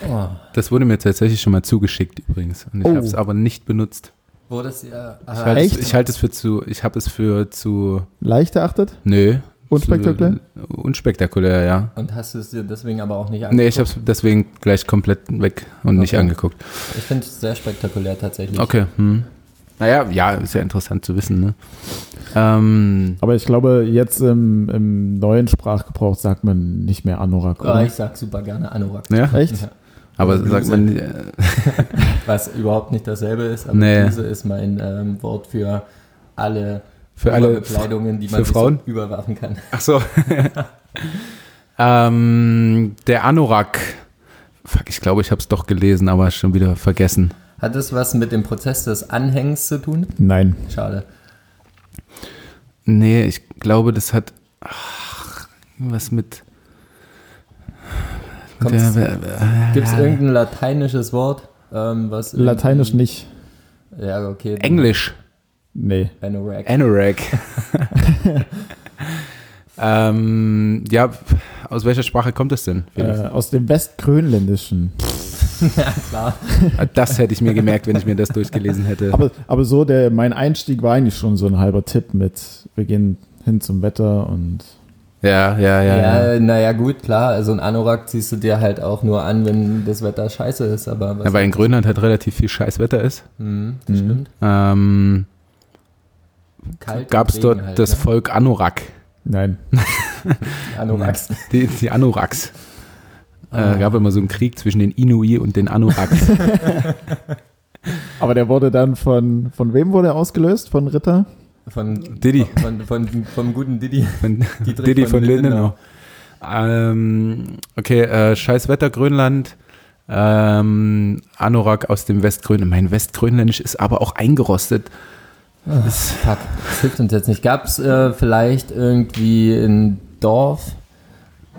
[SPEAKER 2] Das wurde mir tatsächlich schon mal zugeschickt übrigens. Und ich
[SPEAKER 1] Oh.
[SPEAKER 2] habe es aber nicht benutzt.
[SPEAKER 3] Wo das ja.
[SPEAKER 2] Ich
[SPEAKER 3] Aha,
[SPEAKER 2] halte
[SPEAKER 1] Echt?
[SPEAKER 2] es- ich halte es für zu. Ich habe es für zu.
[SPEAKER 1] Leicht erachtet?
[SPEAKER 2] Nö.
[SPEAKER 1] Unspektakulär?
[SPEAKER 2] Zu- Äh, Unspektakulär, ja.
[SPEAKER 3] Und hast du es dir deswegen aber auch nicht
[SPEAKER 2] Nee, ich habe es deswegen gleich komplett weg und nicht
[SPEAKER 3] Okay.
[SPEAKER 2] angeguckt.
[SPEAKER 3] Ich finde es sehr spektakulär tatsächlich.
[SPEAKER 2] Okay. Hm. Naja, ja, ist ja interessant zu wissen. Ne? Ähm,
[SPEAKER 1] Aber ich glaube, jetzt im, im neuen Sprachgebrauch sagt man nicht mehr Anorak.
[SPEAKER 3] Ah,
[SPEAKER 1] Oder?
[SPEAKER 3] ich sag super gerne Anorak.
[SPEAKER 2] ja,
[SPEAKER 1] Echt?
[SPEAKER 3] Ja.
[SPEAKER 2] aber sagt man, äh,
[SPEAKER 3] Was überhaupt nicht dasselbe ist, aber
[SPEAKER 2] Nee.
[SPEAKER 3] Bluse ist mein ähm, Wort für alle
[SPEAKER 2] Für alle
[SPEAKER 3] Kleidungen, die
[SPEAKER 2] für
[SPEAKER 3] man sich
[SPEAKER 2] Frauen?
[SPEAKER 3] So überwerfen kann.
[SPEAKER 2] ach so. Ähm, der Anorak. Fuck, ich glaube, ich habe es doch gelesen, aber schon wieder vergessen.
[SPEAKER 3] Hat das was mit dem Prozess des Anhängens zu tun?
[SPEAKER 1] Nein.
[SPEAKER 3] Schade.
[SPEAKER 2] Nee, ich glaube, das hat ach, was mit. mit
[SPEAKER 3] Kommt's-
[SPEAKER 2] der-
[SPEAKER 3] Gibt es irgendein lateinisches Wort? Ähm, was
[SPEAKER 1] Lateinisch nicht.
[SPEAKER 3] Ja, okay.
[SPEAKER 2] Englisch.
[SPEAKER 1] Nee.
[SPEAKER 3] Anorak.
[SPEAKER 2] Anorak. ähm, ja, aus welcher Sprache kommt das denn?
[SPEAKER 1] Äh, aus dem Westgrönländischen.
[SPEAKER 3] Klar.
[SPEAKER 2] Das hätte ich mir gemerkt, wenn ich mir das durchgelesen hätte.
[SPEAKER 1] Aber, aber so, der, mein Einstieg war eigentlich schon so ein halber Tipp mit, wir gehen hin zum Wetter und
[SPEAKER 2] ja, ja, ja. ja.
[SPEAKER 3] Ja, naja, gut, klar. Also ein Anorak ziehst du dir halt auch nur an, wenn das Wetter scheiße ist. Aber was,
[SPEAKER 2] Ja, weil Mhm. in Grönland halt relativ viel Scheißwetter ist.
[SPEAKER 3] Hm, das stimmt.
[SPEAKER 2] Ähm,
[SPEAKER 3] Kalt.
[SPEAKER 2] Gab es
[SPEAKER 3] und
[SPEAKER 2] dort
[SPEAKER 3] Regen halt,
[SPEAKER 2] das
[SPEAKER 3] ne?
[SPEAKER 2] Volk Anorak,
[SPEAKER 1] nein.
[SPEAKER 3] Anoraks.
[SPEAKER 2] die, die Anoraks.
[SPEAKER 3] Ah.
[SPEAKER 2] Äh, gab immer so einen Krieg zwischen den Inui und den Anoraks.
[SPEAKER 1] Aber der wurde dann von, von wem wurde er ausgelöst? Von Ritter?
[SPEAKER 3] Äh, Von,
[SPEAKER 2] Diddy.
[SPEAKER 3] Von, von, vom guten Diddy.
[SPEAKER 2] Von,
[SPEAKER 3] Dietrich
[SPEAKER 2] Diddy
[SPEAKER 3] von
[SPEAKER 2] von Lindenau.
[SPEAKER 3] Lindenau.
[SPEAKER 2] Ähm, okay, äh, Scheißwetter Grönland. Ähm, Anorak aus dem Westgrönland. Mein Westgrönländisch ist aber auch eingerostet. Das,
[SPEAKER 3] Fuck, das hilft uns jetzt nicht. Gab es äh, vielleicht irgendwie ein Dorf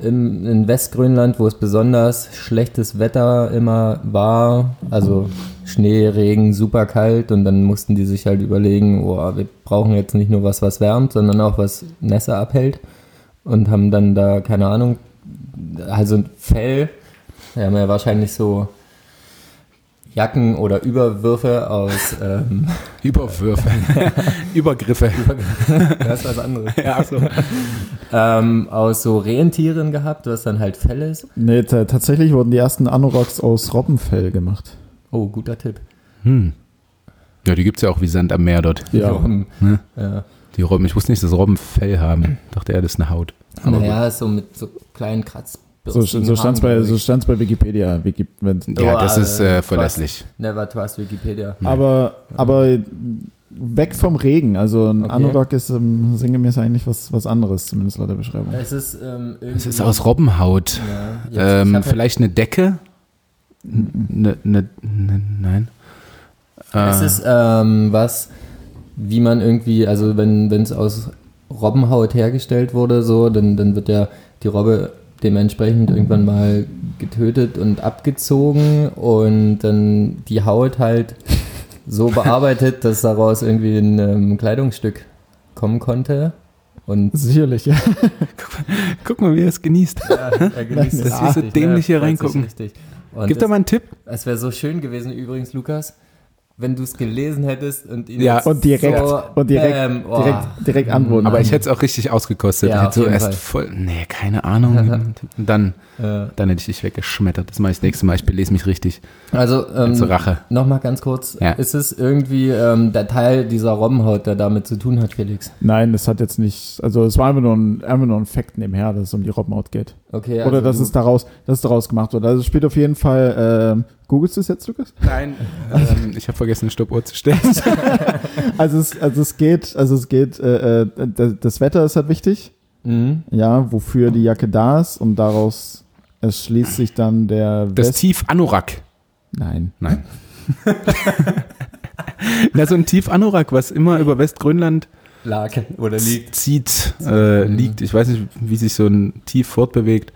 [SPEAKER 3] im, in Westgrönland, wo es besonders schlechtes Wetter immer war? Also Schnee, Regen, super kalt und dann mussten die sich halt überlegen, oh, wir brauchen jetzt nicht nur was, was wärmt, sondern auch was Nässe abhält und haben dann da, keine Ahnung, also ein Fell, wir haben ja wahrscheinlich so Jacken oder Überwürfe aus... Ähm,
[SPEAKER 2] Überwürfe. Übergriffe.
[SPEAKER 3] Das ist was anderes.
[SPEAKER 2] Ja, so.
[SPEAKER 3] ähm, aus so Rentieren gehabt, was dann halt Fell ist.
[SPEAKER 1] Nee, ta- tatsächlich wurden die ersten Anoraks aus Robbenfell gemacht.
[SPEAKER 3] Oh, guter Tipp.
[SPEAKER 2] Hm. Ja, die gibt es ja auch wie Sand am Meer dort.
[SPEAKER 1] Ja.
[SPEAKER 3] Ähm,
[SPEAKER 2] Ne?
[SPEAKER 3] ja.
[SPEAKER 2] Die Robben. Ich wusste nicht, dass Robben Fell haben. Ich dachte, er das ist eine Haut. Aber gut.
[SPEAKER 3] Naja, so mit so kleinen Kratz.
[SPEAKER 1] So, so stand es bei, so stand's bei Wikipedia. Wiki, wenn,
[SPEAKER 2] Ja,
[SPEAKER 3] Oh,
[SPEAKER 2] das ist
[SPEAKER 3] äh,
[SPEAKER 2] äh,
[SPEAKER 3] was?
[SPEAKER 2] verlässlich.
[SPEAKER 3] Never trust Wikipedia.
[SPEAKER 1] Aber, aber weg vom Regen. Also ein
[SPEAKER 3] Okay.
[SPEAKER 1] Anorak ist ähm, sinngemäß eigentlich was, was anderes, zumindest laut der Beschreibung.
[SPEAKER 3] Es ist, ähm, irgendwie-
[SPEAKER 2] Es ist aus Robbenhaut.
[SPEAKER 3] Ja, jetzt, ich
[SPEAKER 2] Ähm,
[SPEAKER 3] hab halt
[SPEAKER 2] vielleicht eine Decke? Ne, ne, ne, nein. Äh,
[SPEAKER 3] Halt, es ist ähm, was, wie man irgendwie, also wenn es aus Robbenhaut hergestellt wurde, so, dann, dann wird ja die Robbe dementsprechend irgendwann mal getötet und abgezogen und dann die Haut halt so bearbeitet, dass daraus irgendwie ein ähm, Kleidungsstück kommen konnte. Und
[SPEAKER 1] Sicherlich, ja.
[SPEAKER 2] Äh, guck mal, wie er es genießt.
[SPEAKER 3] ja, er genießt
[SPEAKER 2] Dass die so
[SPEAKER 3] richtig,
[SPEAKER 2] dämlich hier
[SPEAKER 3] freut sich
[SPEAKER 2] reingucken.
[SPEAKER 3] Richtig. Und
[SPEAKER 2] Gib doch
[SPEAKER 3] es,
[SPEAKER 2] mal einen Tipp.
[SPEAKER 3] es wäre so schön gewesen übrigens, Lukas, wenn du es gelesen hättest und ihn
[SPEAKER 2] Ja,
[SPEAKER 3] jetzt
[SPEAKER 1] Und direkt,
[SPEAKER 3] so,
[SPEAKER 1] und direkt,
[SPEAKER 3] bam, oh.
[SPEAKER 1] direkt, direkt antworten.
[SPEAKER 2] Aber ich hätte es auch richtig ausgekostet.
[SPEAKER 3] Ja,
[SPEAKER 2] Hätte
[SPEAKER 3] auf
[SPEAKER 2] so
[SPEAKER 3] jeden
[SPEAKER 2] erst
[SPEAKER 3] Fall.
[SPEAKER 2] voll. Nee, keine Ahnung. dann,
[SPEAKER 3] Äh,
[SPEAKER 2] dann hätte ich dich weggeschmettert. Das mache ich das nächste Mal. Ich belese mich richtig.
[SPEAKER 3] Also ähm,
[SPEAKER 2] Zur Rache.
[SPEAKER 3] nochmal ganz kurz,
[SPEAKER 2] Ja.
[SPEAKER 3] ist es irgendwie ähm, der Teil dieser Robbenhaut, der damit zu tun hat, Felix?
[SPEAKER 1] Nein, das hat jetzt nicht. Also es war einfach nur ein, einfach nur ein Fact nebenher, dass es um die Robbenhaut geht.
[SPEAKER 3] Okay,
[SPEAKER 1] Oder dass
[SPEAKER 3] also
[SPEAKER 1] es daraus, dass es daraus gemacht wurde. Also es spielt auf jeden Fall. Ähm, googelst du es jetzt, Lukas?
[SPEAKER 2] Nein, ähm, ich habe vergessen, eine Stoppuhr zu stellen.
[SPEAKER 1] Also es, also es geht, also es geht. Äh, äh, d- das Wetter ist halt wichtig.
[SPEAKER 3] du, mhm.
[SPEAKER 1] Ja, wofür die Jacke da ist und daraus erschließt sich dann der
[SPEAKER 2] Das
[SPEAKER 1] West-
[SPEAKER 2] Tief Anorak.
[SPEAKER 1] Nein.
[SPEAKER 2] Nein. Na, so ein Tief Anorak, was immer über Westgrönland
[SPEAKER 3] lag oder liegt.
[SPEAKER 2] zieht, äh, liegt. Ich weiß nicht, wie sich so ein Tief fortbewegt.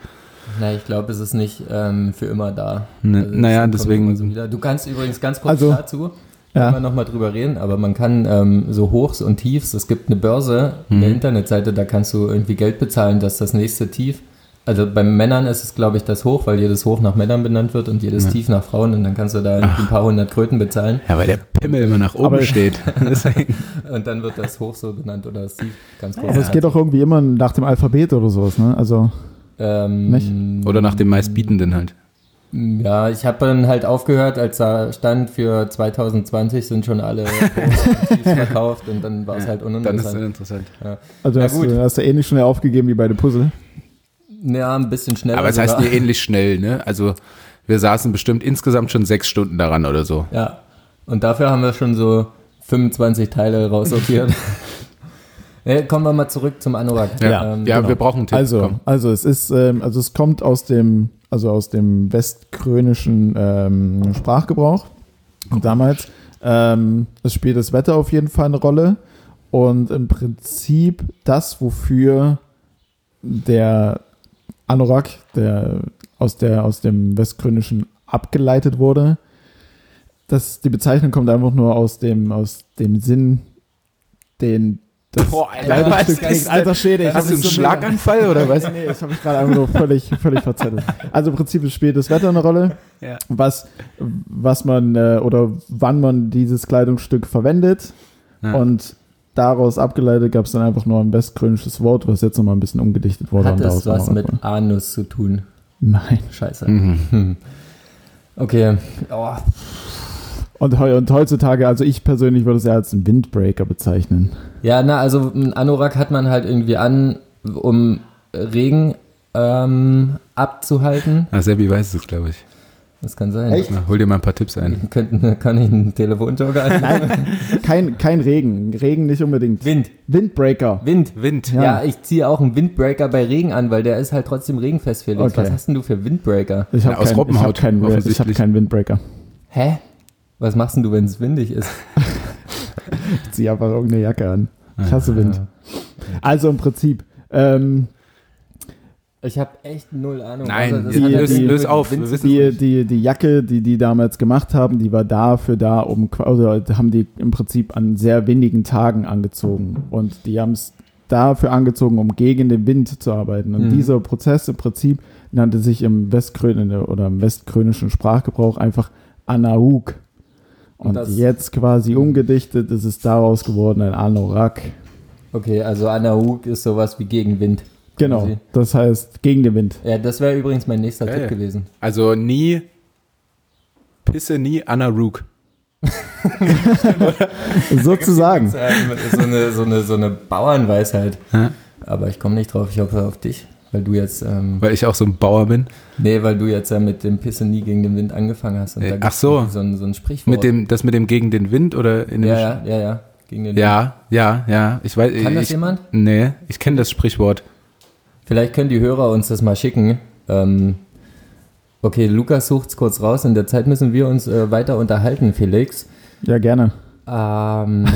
[SPEAKER 3] Na, ich glaube, es ist nicht ähm, für immer da.
[SPEAKER 2] Ne,
[SPEAKER 3] Also, es
[SPEAKER 2] naja,
[SPEAKER 3] kommt immer
[SPEAKER 2] deswegen.
[SPEAKER 3] so wieder. Du kannst übrigens ganz kurz
[SPEAKER 1] Also,
[SPEAKER 3] dazu,
[SPEAKER 1] ja.
[SPEAKER 3] können wir nochmal drüber reden, aber man kann ähm, so Hochs und Tiefs, es gibt eine Börse, eine
[SPEAKER 2] Mhm.
[SPEAKER 3] Internetseite, da kannst du irgendwie Geld bezahlen, dass das nächste Tief, also bei Männern ist es glaube ich das Hoch, weil jedes Hoch nach Männern benannt wird und jedes Tief nach Frauen und dann kannst du da irgendwie ein paar hundert Kröten bezahlen
[SPEAKER 2] Ja, weil der Pimmel immer nach oben
[SPEAKER 1] Aber-
[SPEAKER 2] steht. Deswegen.
[SPEAKER 3] und dann wird das Hoch so benannt oder das Tief, ganz kurz.
[SPEAKER 1] Aber es geht auch irgendwie immer nach dem Alphabet oder sowas, ne? Also
[SPEAKER 3] ähm,
[SPEAKER 1] Nicht?
[SPEAKER 2] Oder nach dem meistbietenden halt.
[SPEAKER 3] Ja, ich habe dann halt aufgehört, als da stand für 2020 sind schon alle Hochs und Tiefs verkauft und dann war es halt
[SPEAKER 2] Dann ist das
[SPEAKER 3] uninteressant.
[SPEAKER 2] interessant.
[SPEAKER 1] also
[SPEAKER 3] Na
[SPEAKER 1] hast,
[SPEAKER 3] gut.
[SPEAKER 1] du, hast du ähnlich schnell aufgegeben wie bei dem Puzzle.
[SPEAKER 3] Ja, ein bisschen schneller.
[SPEAKER 2] Aber es heißt
[SPEAKER 3] sogar.
[SPEAKER 2] nie ähnlich schnell, ne? Also wir saßen bestimmt insgesamt schon sechs Stunden daran oder so.
[SPEAKER 3] Ja, und dafür haben wir schon so 25 Teile raussortiert. Äh, kommen wir mal zurück zum Anorak.
[SPEAKER 2] Ja,
[SPEAKER 3] Ähm,
[SPEAKER 2] ja
[SPEAKER 1] genau.
[SPEAKER 2] wir brauchen einen Tipp.
[SPEAKER 1] also,
[SPEAKER 2] Komm.
[SPEAKER 1] also es ist, ähm, also es kommt aus dem, also aus dem westkrönischen ähm, Sprachgebrauch damals. Ähm, es spielt das Wetter auf jeden Fall eine Rolle und im Prinzip das, wofür der Anorak, der aus der aus dem westkrönischen abgeleitet wurde. Das, die Bezeichnung kommt einfach nur aus dem aus dem Sinn, den das
[SPEAKER 2] Boah, Alter,
[SPEAKER 1] Kleidungsstück
[SPEAKER 2] was ist
[SPEAKER 1] trägt.
[SPEAKER 2] denn?
[SPEAKER 1] Alter Schäde, ich hab
[SPEAKER 2] Hast du
[SPEAKER 1] mich
[SPEAKER 2] einen
[SPEAKER 1] so mega-
[SPEAKER 2] Schlaganfall oder was?
[SPEAKER 1] Nee, ich habe mich gerade einfach nur völlig, völlig verzettelt. Also im Prinzip spielt das Wetter eine Rolle,
[SPEAKER 2] Ja.
[SPEAKER 1] was, was man äh, oder wann man dieses Kleidungsstück verwendet.
[SPEAKER 2] Ja.
[SPEAKER 1] Und daraus abgeleitet gab es dann einfach nur ein westkrönisches Wort, was jetzt nochmal ein bisschen umgedichtet wurde.
[SPEAKER 3] Hat
[SPEAKER 1] und
[SPEAKER 3] es
[SPEAKER 1] daraus
[SPEAKER 3] was
[SPEAKER 1] nochmal-
[SPEAKER 3] mit Anus zu tun?
[SPEAKER 1] Nein.
[SPEAKER 3] Scheiße.
[SPEAKER 2] Mhm.
[SPEAKER 3] Hm. Okay. Oh,
[SPEAKER 1] Und, heu und heutzutage, also ich persönlich würde es ja als einen Windbreaker bezeichnen.
[SPEAKER 3] Ja, na, also ein Anorak hat man halt irgendwie an, um Regen ähm, abzuhalten.
[SPEAKER 2] Ah, Sebi weiß es, glaube ich.
[SPEAKER 3] Das kann sein.
[SPEAKER 1] Echt?
[SPEAKER 2] Na, hol dir mal ein paar Tipps ein.
[SPEAKER 3] Könnten, kann ich einen Telefonjoker anmachen?
[SPEAKER 1] Kein, kein Regen. Regen nicht unbedingt.
[SPEAKER 3] Wind,
[SPEAKER 1] Windbreaker.
[SPEAKER 3] Wind.
[SPEAKER 2] Wind.
[SPEAKER 1] Ja.
[SPEAKER 3] Ja, ich ziehe auch einen Windbreaker bei Regen an, weil der ist halt trotzdem regenfest, Felix.
[SPEAKER 1] Okay.
[SPEAKER 3] Was hast denn du für Windbreaker?
[SPEAKER 1] Ich
[SPEAKER 2] Na,
[SPEAKER 1] habe keinen
[SPEAKER 2] aus
[SPEAKER 1] ich hab
[SPEAKER 2] Robbenhaut,
[SPEAKER 1] keinen- ich hab
[SPEAKER 2] offensichtlich.
[SPEAKER 1] keinen Windbreaker.
[SPEAKER 3] Hä? Was machst denn du, wenn es windig ist?
[SPEAKER 1] Ich zieh einfach irgendeine Jacke an. Ich hasse Wind. Also im Prinzip. Ähm,
[SPEAKER 3] Ich habe echt null Ahnung.
[SPEAKER 2] Nein,
[SPEAKER 3] Also, das
[SPEAKER 1] die-
[SPEAKER 3] hat natürlich
[SPEAKER 1] die-
[SPEAKER 3] mit
[SPEAKER 2] löse auf.
[SPEAKER 3] Wind
[SPEAKER 2] Wir
[SPEAKER 3] zu
[SPEAKER 2] wissen-
[SPEAKER 1] die, die, die Jacke, die die damals gemacht haben, die war dafür da, um qua- oder haben die im Prinzip an sehr wenigen Tagen angezogen. Und die haben es dafür angezogen, um gegen den Wind zu arbeiten. Und
[SPEAKER 3] Mhm.
[SPEAKER 1] dieser Prozess im Prinzip nannte sich im Westkrönen oder im westkrönischen Sprachgebrauch einfach Anauk. Und
[SPEAKER 3] Das-
[SPEAKER 1] jetzt quasi umgedichtet ist es daraus geworden ein Anorak.
[SPEAKER 3] Okay, also Anahuk ist sowas wie Gegenwind.
[SPEAKER 1] Genau,
[SPEAKER 3] Quasi.
[SPEAKER 1] das heißt gegen den Wind.
[SPEAKER 3] Ja, das wäre übrigens mein nächster
[SPEAKER 2] Geil.
[SPEAKER 3] Tipp gewesen.
[SPEAKER 2] Also nie pisse nie Anna Rook.
[SPEAKER 1] Sozusagen.
[SPEAKER 3] So
[SPEAKER 2] halt
[SPEAKER 3] eine, so eine, so eine Bauernweisheit.
[SPEAKER 2] Ja.
[SPEAKER 3] Aber ich komme nicht drauf, ich hoffe auf dich. Weil du jetzt, ähm,
[SPEAKER 2] Weil ich auch so ein Bauer bin.
[SPEAKER 3] nee, weil du jetzt ja mit dem Pisse nie gegen den Wind angefangen hast. Und
[SPEAKER 2] Äh,
[SPEAKER 3] da
[SPEAKER 2] ach
[SPEAKER 3] gibt's
[SPEAKER 2] so.
[SPEAKER 3] irgendwie So ein, so ein Sprichwort.
[SPEAKER 2] Mit dem, das mit dem gegen den Wind oder in dem
[SPEAKER 3] ja, ja, ja, ja. Gegen den
[SPEAKER 2] ja, ja, ja. Ich weiß.
[SPEAKER 3] Kann
[SPEAKER 2] ich,
[SPEAKER 3] das jemand?
[SPEAKER 2] Nee, ich kenne das Sprichwort.
[SPEAKER 3] Vielleicht können die Hörer uns das mal schicken. Ähm, okay, Lukas sucht's kurz raus. In der Zeit müssen wir uns äh, weiter unterhalten, Felix.
[SPEAKER 1] Ja, gerne.
[SPEAKER 3] Ähm,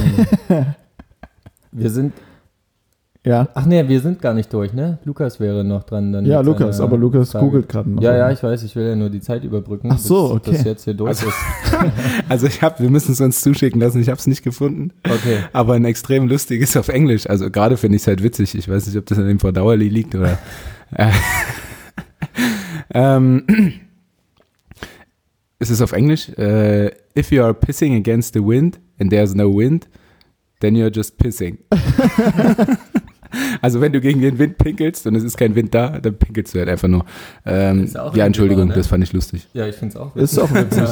[SPEAKER 3] wir sind,
[SPEAKER 1] Ja.
[SPEAKER 3] ach nee, wir sind gar nicht durch, ne? Lukas wäre noch dran. Dann
[SPEAKER 1] Ja,
[SPEAKER 3] mit
[SPEAKER 1] Lukas,
[SPEAKER 3] seiner
[SPEAKER 1] aber Lukas
[SPEAKER 3] Frage.
[SPEAKER 1] googelt gerade noch.
[SPEAKER 3] Ja, ja, ich weiß, ich will ja nur die Zeit überbrücken,
[SPEAKER 1] Ach so,
[SPEAKER 3] bis das
[SPEAKER 1] okay.
[SPEAKER 3] jetzt hier durch
[SPEAKER 2] Also-
[SPEAKER 3] ist.
[SPEAKER 2] Also ich habe, wir müssen es uns zuschicken lassen. Ich habe es nicht gefunden.
[SPEAKER 3] Okay.
[SPEAKER 2] Aber ein extrem lustiges auf Englisch. Also gerade finde ich es halt witzig. Ich weiß nicht, ob das an dem Verdauerli liegt oder. Äh, ähm, es ist auf Englisch. Äh, If you are pissing against the wind and there's no wind, then you're just pissing. also wenn du gegen den Wind pinkelst und es ist kein Wind da, dann pinkelst du halt einfach nur. Ähm,
[SPEAKER 3] Ist auch
[SPEAKER 2] ja,
[SPEAKER 3] ein
[SPEAKER 2] Entschuldigung,
[SPEAKER 3] Thema, ne?
[SPEAKER 2] das fand ich lustig.
[SPEAKER 3] Ja, ich finde es auch
[SPEAKER 1] Ist auch witzig.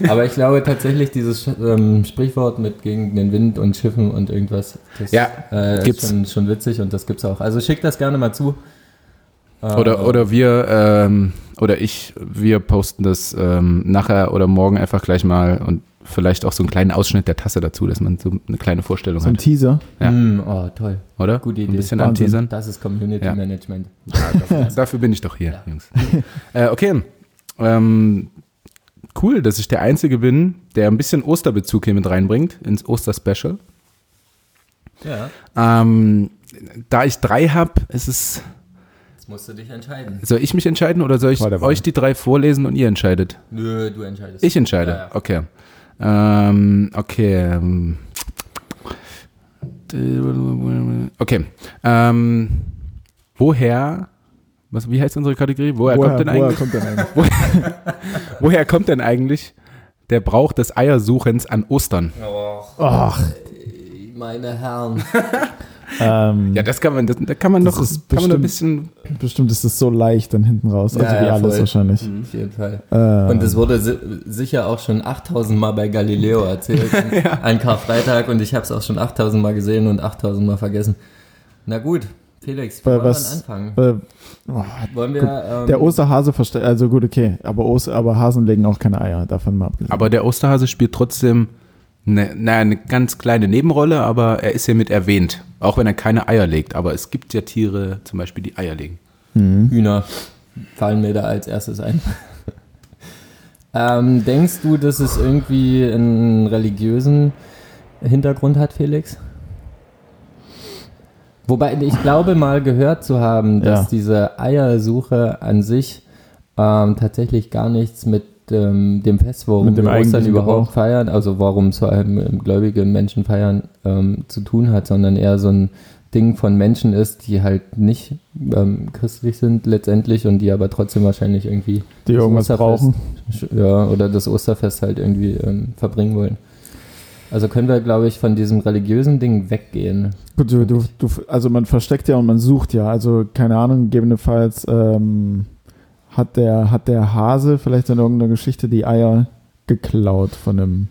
[SPEAKER 3] Ja. Aber ich glaube tatsächlich, dieses ähm, Sprichwort mit gegen den Wind und Schiffen und irgendwas, das
[SPEAKER 2] Ja,
[SPEAKER 3] äh,
[SPEAKER 2] gibt's.
[SPEAKER 3] ist schon, schon witzig und das gibt's auch. Also schickt das gerne mal zu. Äh,
[SPEAKER 2] Oder, oder wir, ähm, oder ich, wir posten das ähm, nachher oder morgen einfach gleich mal und vielleicht auch so einen kleinen Ausschnitt der Tasse dazu, dass man so eine kleine Vorstellung
[SPEAKER 1] So ein
[SPEAKER 2] hat,
[SPEAKER 1] Teaser.
[SPEAKER 2] ja.
[SPEAKER 3] Hm, oh, toll.
[SPEAKER 2] oder?
[SPEAKER 3] gute
[SPEAKER 2] Ein
[SPEAKER 3] Idee.
[SPEAKER 2] bisschen
[SPEAKER 1] Wahnsinn.
[SPEAKER 2] anteasern.
[SPEAKER 3] Das ist Community
[SPEAKER 2] Ja.
[SPEAKER 3] Management.
[SPEAKER 2] Dafür bin ich doch hier, Jungs. Äh, okay. Ähm, cool, dass ich der Einzige bin, der ein bisschen Osterbezug hier mit reinbringt, ins Osterspecial.
[SPEAKER 3] Ja,
[SPEAKER 2] Ähm, da ich drei habe, ist es.
[SPEAKER 3] jetzt musst du dich entscheiden.
[SPEAKER 2] Soll ich mich entscheiden oder soll ich
[SPEAKER 1] Warte, warte.
[SPEAKER 2] euch die drei vorlesen und ihr entscheidet?
[SPEAKER 3] Nö, du entscheidest.
[SPEAKER 2] Ich entscheide.
[SPEAKER 3] Ja, ja.
[SPEAKER 2] Okay. Ähm, okay. ähm. Okay. Ähm, woher? Was, wie heißt unsere Kategorie? Woher, kommt denn
[SPEAKER 1] woher
[SPEAKER 2] eigentlich?
[SPEAKER 1] kommt denn eigentlich?
[SPEAKER 2] Woher kommt denn eigentlich der Brauch des Eiersuchens an Ostern?
[SPEAKER 1] Ach,
[SPEAKER 3] Meine Herren.
[SPEAKER 1] ähm,
[SPEAKER 2] Ja, das kann man, das, da kann man
[SPEAKER 1] Das
[SPEAKER 2] doch,
[SPEAKER 1] ist
[SPEAKER 2] kann man doch ein bisschen.
[SPEAKER 1] bestimmt ist es so leicht dann hinten raus. Also
[SPEAKER 3] Ja,
[SPEAKER 1] wie
[SPEAKER 3] ja,
[SPEAKER 1] alles
[SPEAKER 3] voll. Mhm.
[SPEAKER 1] wahrscheinlich.
[SPEAKER 3] Auf jeden Fall.
[SPEAKER 1] Ähm,
[SPEAKER 3] Und es wurde si sicher auch schon 8000 Mal bei Galileo erzählt. Ein Karfreitag und ich habe es auch schon 8000 Mal gesehen und 8000 Mal vergessen. Na gut, Felix, wo
[SPEAKER 1] Weil
[SPEAKER 3] wollen wir
[SPEAKER 1] was-
[SPEAKER 3] denn anfangen?
[SPEAKER 1] äh, oh,
[SPEAKER 3] Wollen wir, ähm,
[SPEAKER 1] der Osterhase versteht, also gut, okay, aber, Oster, aber Hasen legen auch keine Eier, davon mal abgesehen.
[SPEAKER 2] Aber der Osterhase spielt trotzdem Ne, na, eine ganz kleine Nebenrolle, aber er ist hiermit erwähnt. Auch wenn er keine Eier legt. Aber es gibt ja Tiere, zum Beispiel, die Eier legen.
[SPEAKER 1] Mhm.
[SPEAKER 3] Hühner fallen mir da als erstes ein. ähm, denkst du, dass es irgendwie einen religiösen Hintergrund hat, Felix? Wobei ich glaube mal gehört zu haben, dass
[SPEAKER 1] Ja.
[SPEAKER 3] diese Eiersuche an sich ähm, tatsächlich gar nichts mit ähm, dem Fest, warum
[SPEAKER 1] Mit dem
[SPEAKER 3] wir Ostern
[SPEAKER 1] eigentlichen
[SPEAKER 3] überhaupt
[SPEAKER 1] Gebrauch.
[SPEAKER 3] feiern, also warum zu allem ähm, gläubige Menschen feiern, ähm, zu tun hat, sondern eher so ein Ding von Menschen ist, die halt nicht ähm, christlich sind letztendlich und die aber trotzdem wahrscheinlich irgendwie
[SPEAKER 1] Die
[SPEAKER 3] das
[SPEAKER 1] irgendwas
[SPEAKER 3] Osterfest-
[SPEAKER 1] brauchen.
[SPEAKER 3] Ja, oder das Osterfest halt irgendwie ähm, verbringen wollen. Also können wir, glaube ich, von diesem religiösen Ding weggehen.
[SPEAKER 1] Gut, du, du, du, also man versteckt ja und man sucht ja. Also keine Ahnung, gegebenenfalls ähm, hat, der, hat der Hase vielleicht in irgendeiner Geschichte die Eier geklaut von einem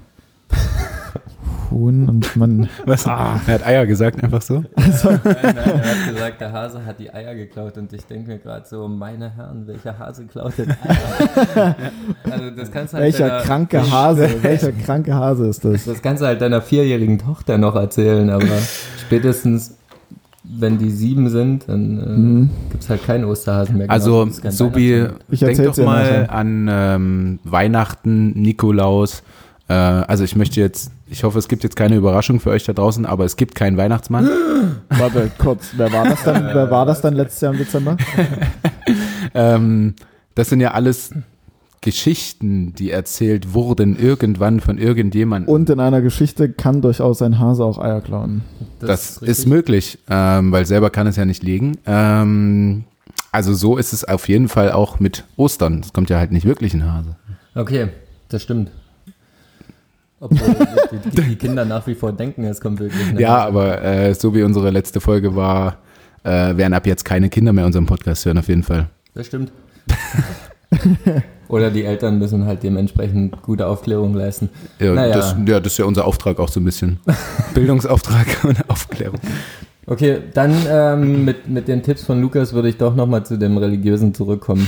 [SPEAKER 1] Huhn und man.
[SPEAKER 2] Was? Er hat Eier gesagt, einfach
[SPEAKER 3] Genau,
[SPEAKER 2] so.
[SPEAKER 3] Nein, nein, er hat gesagt, der Hase hat die Eier geklaut und ich denke mir gerade so, meine Herren, welcher Hase klaut denn Eier? also das kannst du halt
[SPEAKER 1] Welcher
[SPEAKER 3] deiner,
[SPEAKER 1] kranke Hase, welcher kranke Hase ist das?
[SPEAKER 3] das kannst du halt deiner vierjährigen Tochter noch erzählen, aber spätestens wenn die sieben sind, dann äh, gibt es halt keinen Osterhasen mehr.
[SPEAKER 2] Mhm. Also,
[SPEAKER 3] Genau, das ist
[SPEAKER 2] so
[SPEAKER 3] kein
[SPEAKER 2] wie,
[SPEAKER 3] Weihnachtsmann.
[SPEAKER 1] Ich
[SPEAKER 2] denk
[SPEAKER 1] erzähl's
[SPEAKER 2] doch
[SPEAKER 1] dir
[SPEAKER 2] mal
[SPEAKER 1] nachher.
[SPEAKER 2] an ähm, Weihnachten, Nikolaus. Äh, also, ich möchte jetzt, ich hoffe, es gibt jetzt keine Überraschung für euch da draußen, aber es gibt keinen Weihnachtsmann.
[SPEAKER 1] Warte, kurz, wer war das dann? Wer war das dann letztes Jahr im Dezember?
[SPEAKER 2] Ähm, das sind ja alles Geschichten, die erzählt wurden irgendwann von irgendjemandem.
[SPEAKER 1] Und in einer Geschichte kann durchaus ein Hase auch Eier klauen.
[SPEAKER 2] Das, ist,
[SPEAKER 3] richtig.
[SPEAKER 2] möglich, ähm, weil selber kann es ja nicht liegen. Ähm, also so ist es auf jeden Fall auch mit Ostern. Es kommt ja halt nicht wirklich ein Hase.
[SPEAKER 3] Okay, das stimmt. Obwohl die, die, die Kinder nach wie vor denken, es kommt wirklich. ein
[SPEAKER 2] Ja, aber äh, so wie unsere letzte Folge war, äh, werden ab jetzt keine Kinder mehr unseren Podcast hören, auf jeden Fall.
[SPEAKER 3] Das stimmt. Oder die Eltern müssen halt dementsprechend gute Aufklärung leisten.
[SPEAKER 2] Ja,
[SPEAKER 3] Naja.
[SPEAKER 2] Das, ja, das ist ja unser Auftrag auch so ein bisschen. Bildungsauftrag und Aufklärung.
[SPEAKER 3] Okay, dann ähm, mit, mit den Tipps von Lukas würde ich doch nochmal zu dem Religiösen zurückkommen.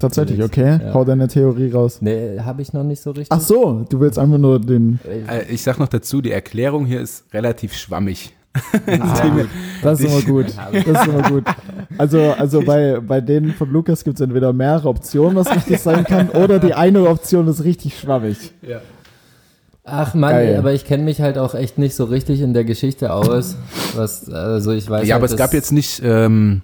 [SPEAKER 1] Tatsächlich,
[SPEAKER 3] Felix,
[SPEAKER 1] okay.
[SPEAKER 3] ja.
[SPEAKER 1] Hau deine Theorie raus.
[SPEAKER 3] Nee, habe ich noch nicht so richtig.
[SPEAKER 1] Ach so, du willst einfach nur den.
[SPEAKER 2] Äh, ich sag noch dazu, die Erklärung hier ist relativ schwammig.
[SPEAKER 1] Das ist immer gut. Das ist immer gut. Also, also bei, bei denen von Lukas gibt es entweder mehrere Optionen, was richtig sein kann, oder die eine Option ist richtig schwammig.
[SPEAKER 3] Ach Mann,
[SPEAKER 1] Geil.
[SPEAKER 3] aber ich kenne mich halt auch echt nicht so richtig in der Geschichte aus. Was, also ich weiß
[SPEAKER 2] Ja,
[SPEAKER 3] halt,
[SPEAKER 2] aber es
[SPEAKER 3] dass-
[SPEAKER 2] gab jetzt nicht, ähm,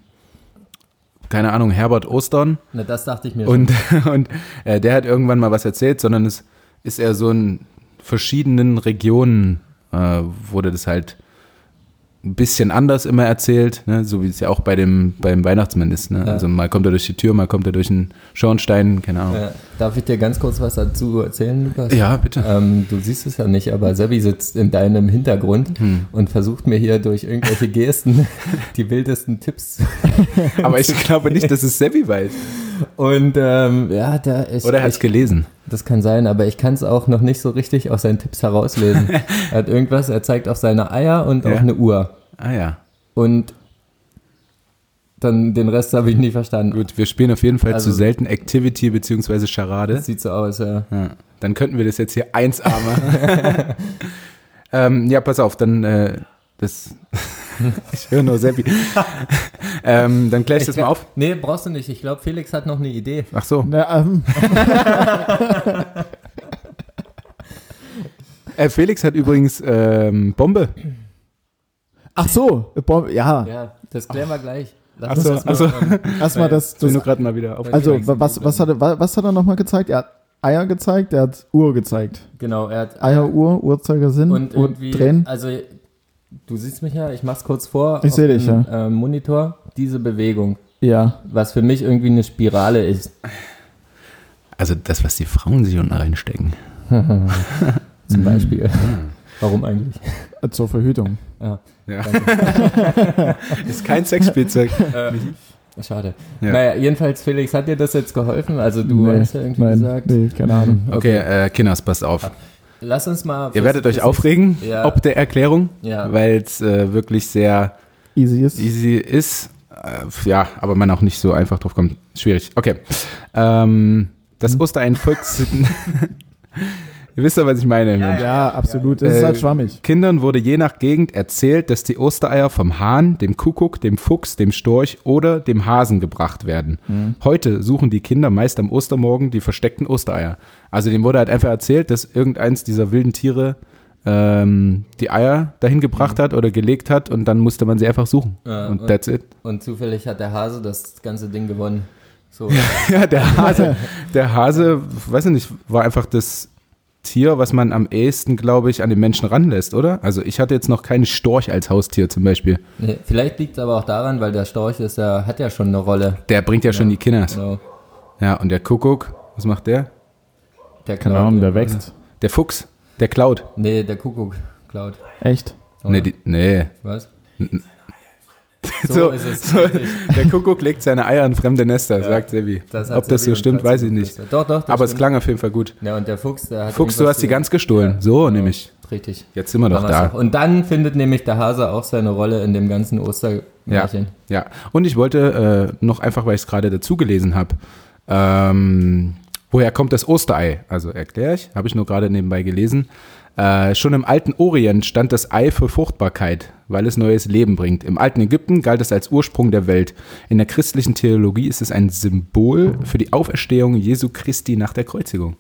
[SPEAKER 2] keine Ahnung, Herbert Ostern.
[SPEAKER 3] Ne, das dachte ich mir schon.
[SPEAKER 2] Und, und äh, der hat irgendwann mal was erzählt, sondern es ist eher so in verschiedenen Regionen äh, wurde das halt ein bisschen anders immer erzählt, ne? so wie es ja auch bei dem, beim Weihnachtsmann ist. Ne?
[SPEAKER 3] Ja.
[SPEAKER 2] Also mal kommt er durch die Tür, mal kommt er durch einen Schornstein, keine Ahnung.
[SPEAKER 3] Ja, darf ich dir ganz kurz was dazu erzählen, Lukas?
[SPEAKER 2] Ja, bitte.
[SPEAKER 3] Ähm, du siehst es ja nicht, aber Sebi sitzt in deinem Hintergrund
[SPEAKER 2] Hm.
[SPEAKER 3] und versucht mir hier durch irgendwelche Gesten die wildesten Tipps.
[SPEAKER 2] Aber ich glaube nicht, dass es Sebi weiß.
[SPEAKER 3] Und ähm, ja, da ist.
[SPEAKER 2] Oder er hat es
[SPEAKER 3] ich,
[SPEAKER 2] gelesen.
[SPEAKER 3] das kann sein, aber ich kann es auch noch nicht so richtig aus seinen Tipps herauslesen. er hat irgendwas, er zeigt auf seine Eier und auf
[SPEAKER 2] Ja.
[SPEAKER 3] eine Uhr.
[SPEAKER 2] Ah ja.
[SPEAKER 3] Und dann den Rest habe ich nie verstanden.
[SPEAKER 2] Gut, wir spielen auf jeden Fall
[SPEAKER 3] Also-
[SPEAKER 2] zu selten Activity beziehungsweise Charade.
[SPEAKER 3] Das sieht so aus, ja.
[SPEAKER 2] Ja, dann könnten wir das jetzt hier 1 machen. ähm, ja, pass auf, dann äh, das. ich höre nur Seppi. ähm, dann gleich das mal auf.
[SPEAKER 3] Nee, brauchst du nicht. Ich glaube, Felix hat noch eine Idee.
[SPEAKER 2] Ach so.
[SPEAKER 1] Na, ähm,
[SPEAKER 2] Äh, Felix hat übrigens ähm, Bombe.
[SPEAKER 1] ach so, Bom- ja,
[SPEAKER 3] Ja, das klären wir gleich. Lass
[SPEAKER 1] Ach so,
[SPEAKER 3] uns das
[SPEAKER 2] ach
[SPEAKER 3] mal, ähm,
[SPEAKER 1] erstmal das.
[SPEAKER 2] Das
[SPEAKER 1] das
[SPEAKER 2] nur gerade mal wieder auf.
[SPEAKER 1] also, wa- was, was, hat, er- wa- was hat er nochmal gezeigt? Er hat Eier gezeigt, er hat Uhr gezeigt.
[SPEAKER 3] Genau, er hat
[SPEAKER 1] Eier, Uhr, Uhrzeigersinn,
[SPEAKER 3] und
[SPEAKER 1] Uhr
[SPEAKER 3] irgendwie,
[SPEAKER 1] drehen.
[SPEAKER 3] also du siehst mich ja, ich mach's kurz vor.
[SPEAKER 1] Ich
[SPEAKER 3] auf
[SPEAKER 1] seh dich,
[SPEAKER 3] dem, ähm, Monitor, diese Bewegung,
[SPEAKER 1] Ja,
[SPEAKER 3] was für mich irgendwie eine Spirale ist.
[SPEAKER 2] Also das, was die Frauen sich unten reinstecken.
[SPEAKER 3] Zum Beispiel. Warum eigentlich?
[SPEAKER 1] zur Verhütung.
[SPEAKER 3] Ja,
[SPEAKER 2] Ja. Ist kein Sexspielzeug.
[SPEAKER 3] schade.
[SPEAKER 2] Ja.
[SPEAKER 3] Naja, jedenfalls, Felix, hat dir das jetzt geholfen? Also du
[SPEAKER 1] Nee,
[SPEAKER 3] hast ja irgendwie
[SPEAKER 1] nein,
[SPEAKER 3] gesagt.
[SPEAKER 1] Nee, keine Ahnung.
[SPEAKER 2] Okay, äh, Kinders, passt auf.
[SPEAKER 3] Lass uns mal.
[SPEAKER 2] Ihr werdet euch
[SPEAKER 3] fürs-
[SPEAKER 2] aufregen,
[SPEAKER 3] Ja.
[SPEAKER 2] ob der Erklärung,
[SPEAKER 3] Ja.
[SPEAKER 2] weil es äh, wirklich sehr
[SPEAKER 1] Easy ist.
[SPEAKER 2] easy ist. Äh, ja, aber man auch nicht so einfach drauf kommt. Schwierig. Okay. Ähm, das Oster ein Volks. Ihr wisst ja, was ich meine. Mensch.
[SPEAKER 1] Ja, absolut. Das
[SPEAKER 2] Äh,
[SPEAKER 1] ist halt schwammig.
[SPEAKER 2] Kindern wurde je nach Gegend erzählt, dass die Ostereier vom Hahn, dem Kuckuck, dem Fuchs, dem Storch oder dem Hasen gebracht werden. Heute suchen die Kinder meist am Ostermorgen die versteckten Ostereier. Also dem wurde halt einfach erzählt, dass irgendeins dieser wilden Tiere ähm, die Eier dahin gebracht hat oder gelegt hat und dann musste man sie einfach suchen.
[SPEAKER 3] Ja,
[SPEAKER 2] und
[SPEAKER 3] und-
[SPEAKER 2] that's it.
[SPEAKER 3] Und zufällig hat der Hase das ganze Ding gewonnen. So.
[SPEAKER 2] Ja, der Hase, der Hase, weiß ich nicht, war einfach das Tier, was man am ehesten, glaube ich, an den Menschen ranlässt, oder? Also ich hatte jetzt noch keinen Storch als Haustier zum Beispiel.
[SPEAKER 3] Nee, vielleicht liegt es aber auch daran, weil der Storch ist ja, hat ja schon eine Rolle.
[SPEAKER 2] Der bringt ja, schon die Kinders.
[SPEAKER 3] So,
[SPEAKER 2] Ja, und der Kuckuck, was macht der?
[SPEAKER 3] der
[SPEAKER 1] Keine
[SPEAKER 3] klaut
[SPEAKER 1] Ahnung,
[SPEAKER 3] ja.
[SPEAKER 1] der wächst.
[SPEAKER 2] Der Fuchs, der klaut.
[SPEAKER 3] Nee, der Kuckuck klaut.
[SPEAKER 1] Echt?
[SPEAKER 3] Oh
[SPEAKER 2] Nee, die, nee.
[SPEAKER 3] Was?
[SPEAKER 2] So,
[SPEAKER 3] ist es.
[SPEAKER 2] so, der Kuckuck legt seine Eier in fremde Nester, sagt Sebi.
[SPEAKER 3] hat
[SPEAKER 2] Ob das
[SPEAKER 3] Sebi
[SPEAKER 2] so
[SPEAKER 3] uns
[SPEAKER 2] stimmt, weiß ich nicht.
[SPEAKER 3] gesagt. Doch, doch. das
[SPEAKER 2] Aber es
[SPEAKER 3] stimmt.
[SPEAKER 2] klang auf jeden Fall gut.
[SPEAKER 3] Ja, und der Fuchs, der hat.
[SPEAKER 2] Fuchs, du
[SPEAKER 3] irgendwas
[SPEAKER 2] hast die
[SPEAKER 3] gesagt.
[SPEAKER 2] ganz gestohlen. So, nämlich.
[SPEAKER 3] Richtig.
[SPEAKER 2] Jetzt sind wir doch
[SPEAKER 3] Haben wir's
[SPEAKER 2] da.
[SPEAKER 3] auch. Und dann findet nämlich der Hase auch seine Rolle in dem ganzen
[SPEAKER 2] Ja,
[SPEAKER 3] Ostermärchen.
[SPEAKER 2] ja. Und ich wollte äh, noch einfach, weil ich es gerade dazu gelesen habe, ähm, woher kommt das Osterei? Also erkläre ich, habe ich nur gerade nebenbei gelesen. Äh, schon im alten Orient stand das Ei für Fruchtbarkeit, weil es neues Leben bringt. Im alten Ägypten galt es als Ursprung der Welt. In der christlichen Theologie ist es ein Symbol für die Auferstehung Jesu Christi nach der Kreuzigung.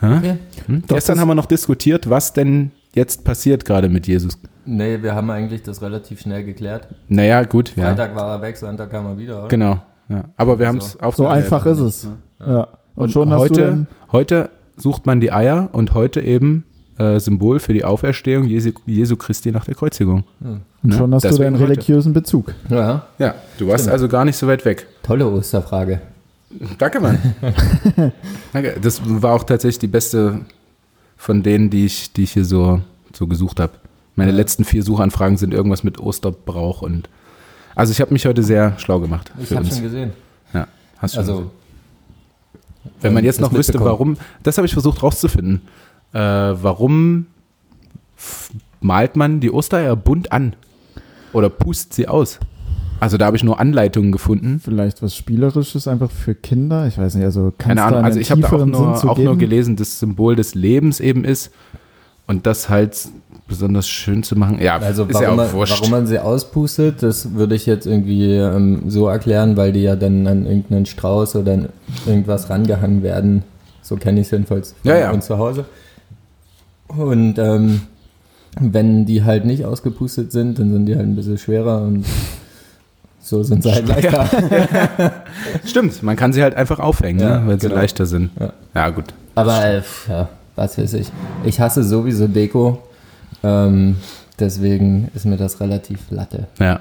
[SPEAKER 3] Okay.
[SPEAKER 2] Hm? Gestern haben wir noch diskutiert, was denn jetzt passiert gerade mit Jesus.
[SPEAKER 3] Nee, wir haben eigentlich das relativ schnell geklärt.
[SPEAKER 2] Naja, gut, ja.
[SPEAKER 3] Freitag war er weg, Sonntag kam er wieder. oder?
[SPEAKER 2] Genau. Ja. Aber wir haben es auch
[SPEAKER 1] So einfach ist es. Ja. Und schon hast du
[SPEAKER 2] heute,
[SPEAKER 1] dann,
[SPEAKER 2] heute sucht man die Eier und heute eben äh, Symbol für die Auferstehung Jesu, Jesu Christi nach der Kreuzigung.
[SPEAKER 1] und schon hast du
[SPEAKER 2] Deswegen
[SPEAKER 1] deinen
[SPEAKER 2] heute.
[SPEAKER 1] religiösen Bezug.
[SPEAKER 3] Ja,
[SPEAKER 2] Ja, du warst also gar nicht so weit weg.
[SPEAKER 3] tolle Osterfrage.
[SPEAKER 2] Danke, Mann. Danke. Das war auch tatsächlich die beste von denen, die ich, die ich hier so, so gesucht habe. Meine letzten vier Suchanfragen sind irgendwas mit Osterbrauch und. Also ich habe mich heute sehr schlau gemacht
[SPEAKER 3] Ich
[SPEAKER 2] für
[SPEAKER 3] habe
[SPEAKER 2] uns.
[SPEAKER 3] schon gesehen.
[SPEAKER 2] ja, hast schon gesehen.
[SPEAKER 3] Also,
[SPEAKER 2] Wenn man jetzt
[SPEAKER 3] das
[SPEAKER 2] noch wüsste, warum,
[SPEAKER 3] mitbekommen.
[SPEAKER 2] das habe ich versucht rauszufinden, äh, warum f- malt man die Ostereier bunt an oder pust sie aus? Also da habe ich nur Anleitungen gefunden.
[SPEAKER 1] Vielleicht was Spielerisches einfach für Kinder. Ich weiß nicht, also kannst
[SPEAKER 2] Keine
[SPEAKER 1] du
[SPEAKER 2] Ahnung,
[SPEAKER 1] einen
[SPEAKER 2] also ich habe da auch,
[SPEAKER 1] tieferen Sinn
[SPEAKER 2] nur,
[SPEAKER 1] zu
[SPEAKER 2] auch nur
[SPEAKER 1] geben?
[SPEAKER 2] gelesen, das Symbol des Lebens eben ist und das halt besonders schön zu machen. Ja,
[SPEAKER 3] also
[SPEAKER 2] ist
[SPEAKER 3] warum,
[SPEAKER 2] ja auch
[SPEAKER 3] man,
[SPEAKER 2] wurscht.
[SPEAKER 3] warum man sie auspustet, das würde ich jetzt irgendwie ähm, so erklären, weil die ja dann an irgendeinen Strauß oder an irgendwas rangehangen werden. So kenne ich es jedenfalls von
[SPEAKER 2] Ja, ja.
[SPEAKER 3] uns zu Hause. Und ähm, wenn die halt nicht ausgepustet sind, dann sind die halt ein bisschen schwerer und so sind sie halt leichter.
[SPEAKER 2] Stimmt, man kann sie halt einfach aufhängen,
[SPEAKER 3] Ja,
[SPEAKER 2] ne, wenn sie
[SPEAKER 3] genau.
[SPEAKER 2] leichter sind. Ja, gut.
[SPEAKER 3] Aber äh, pf, ja, was weiß ich. Ich hasse sowieso Deko. Ähm, deswegen ist mir das relativ latte.
[SPEAKER 2] Ja.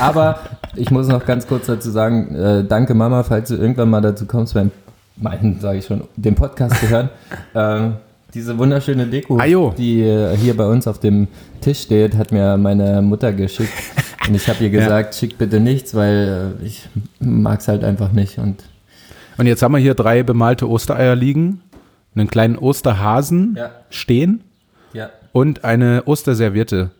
[SPEAKER 3] Aber ich muss noch ganz kurz dazu sagen, äh, danke Mama, falls du irgendwann mal dazu kommst, beim meinen, sage ich schon, den Podcast zu hören. ähm, diese wunderschöne Deko,
[SPEAKER 2] Ajo.
[SPEAKER 3] die äh, hier bei uns auf dem Tisch steht, hat mir meine Mutter geschickt. Und ich habe ihr gesagt, schick bitte nichts, weil äh, ich mag es halt einfach nicht. Und
[SPEAKER 2] Und jetzt haben wir hier drei bemalte Ostereier liegen, einen kleinen Osterhasen
[SPEAKER 3] Ja.
[SPEAKER 2] stehen
[SPEAKER 3] ja,
[SPEAKER 2] und eine Osterserviette.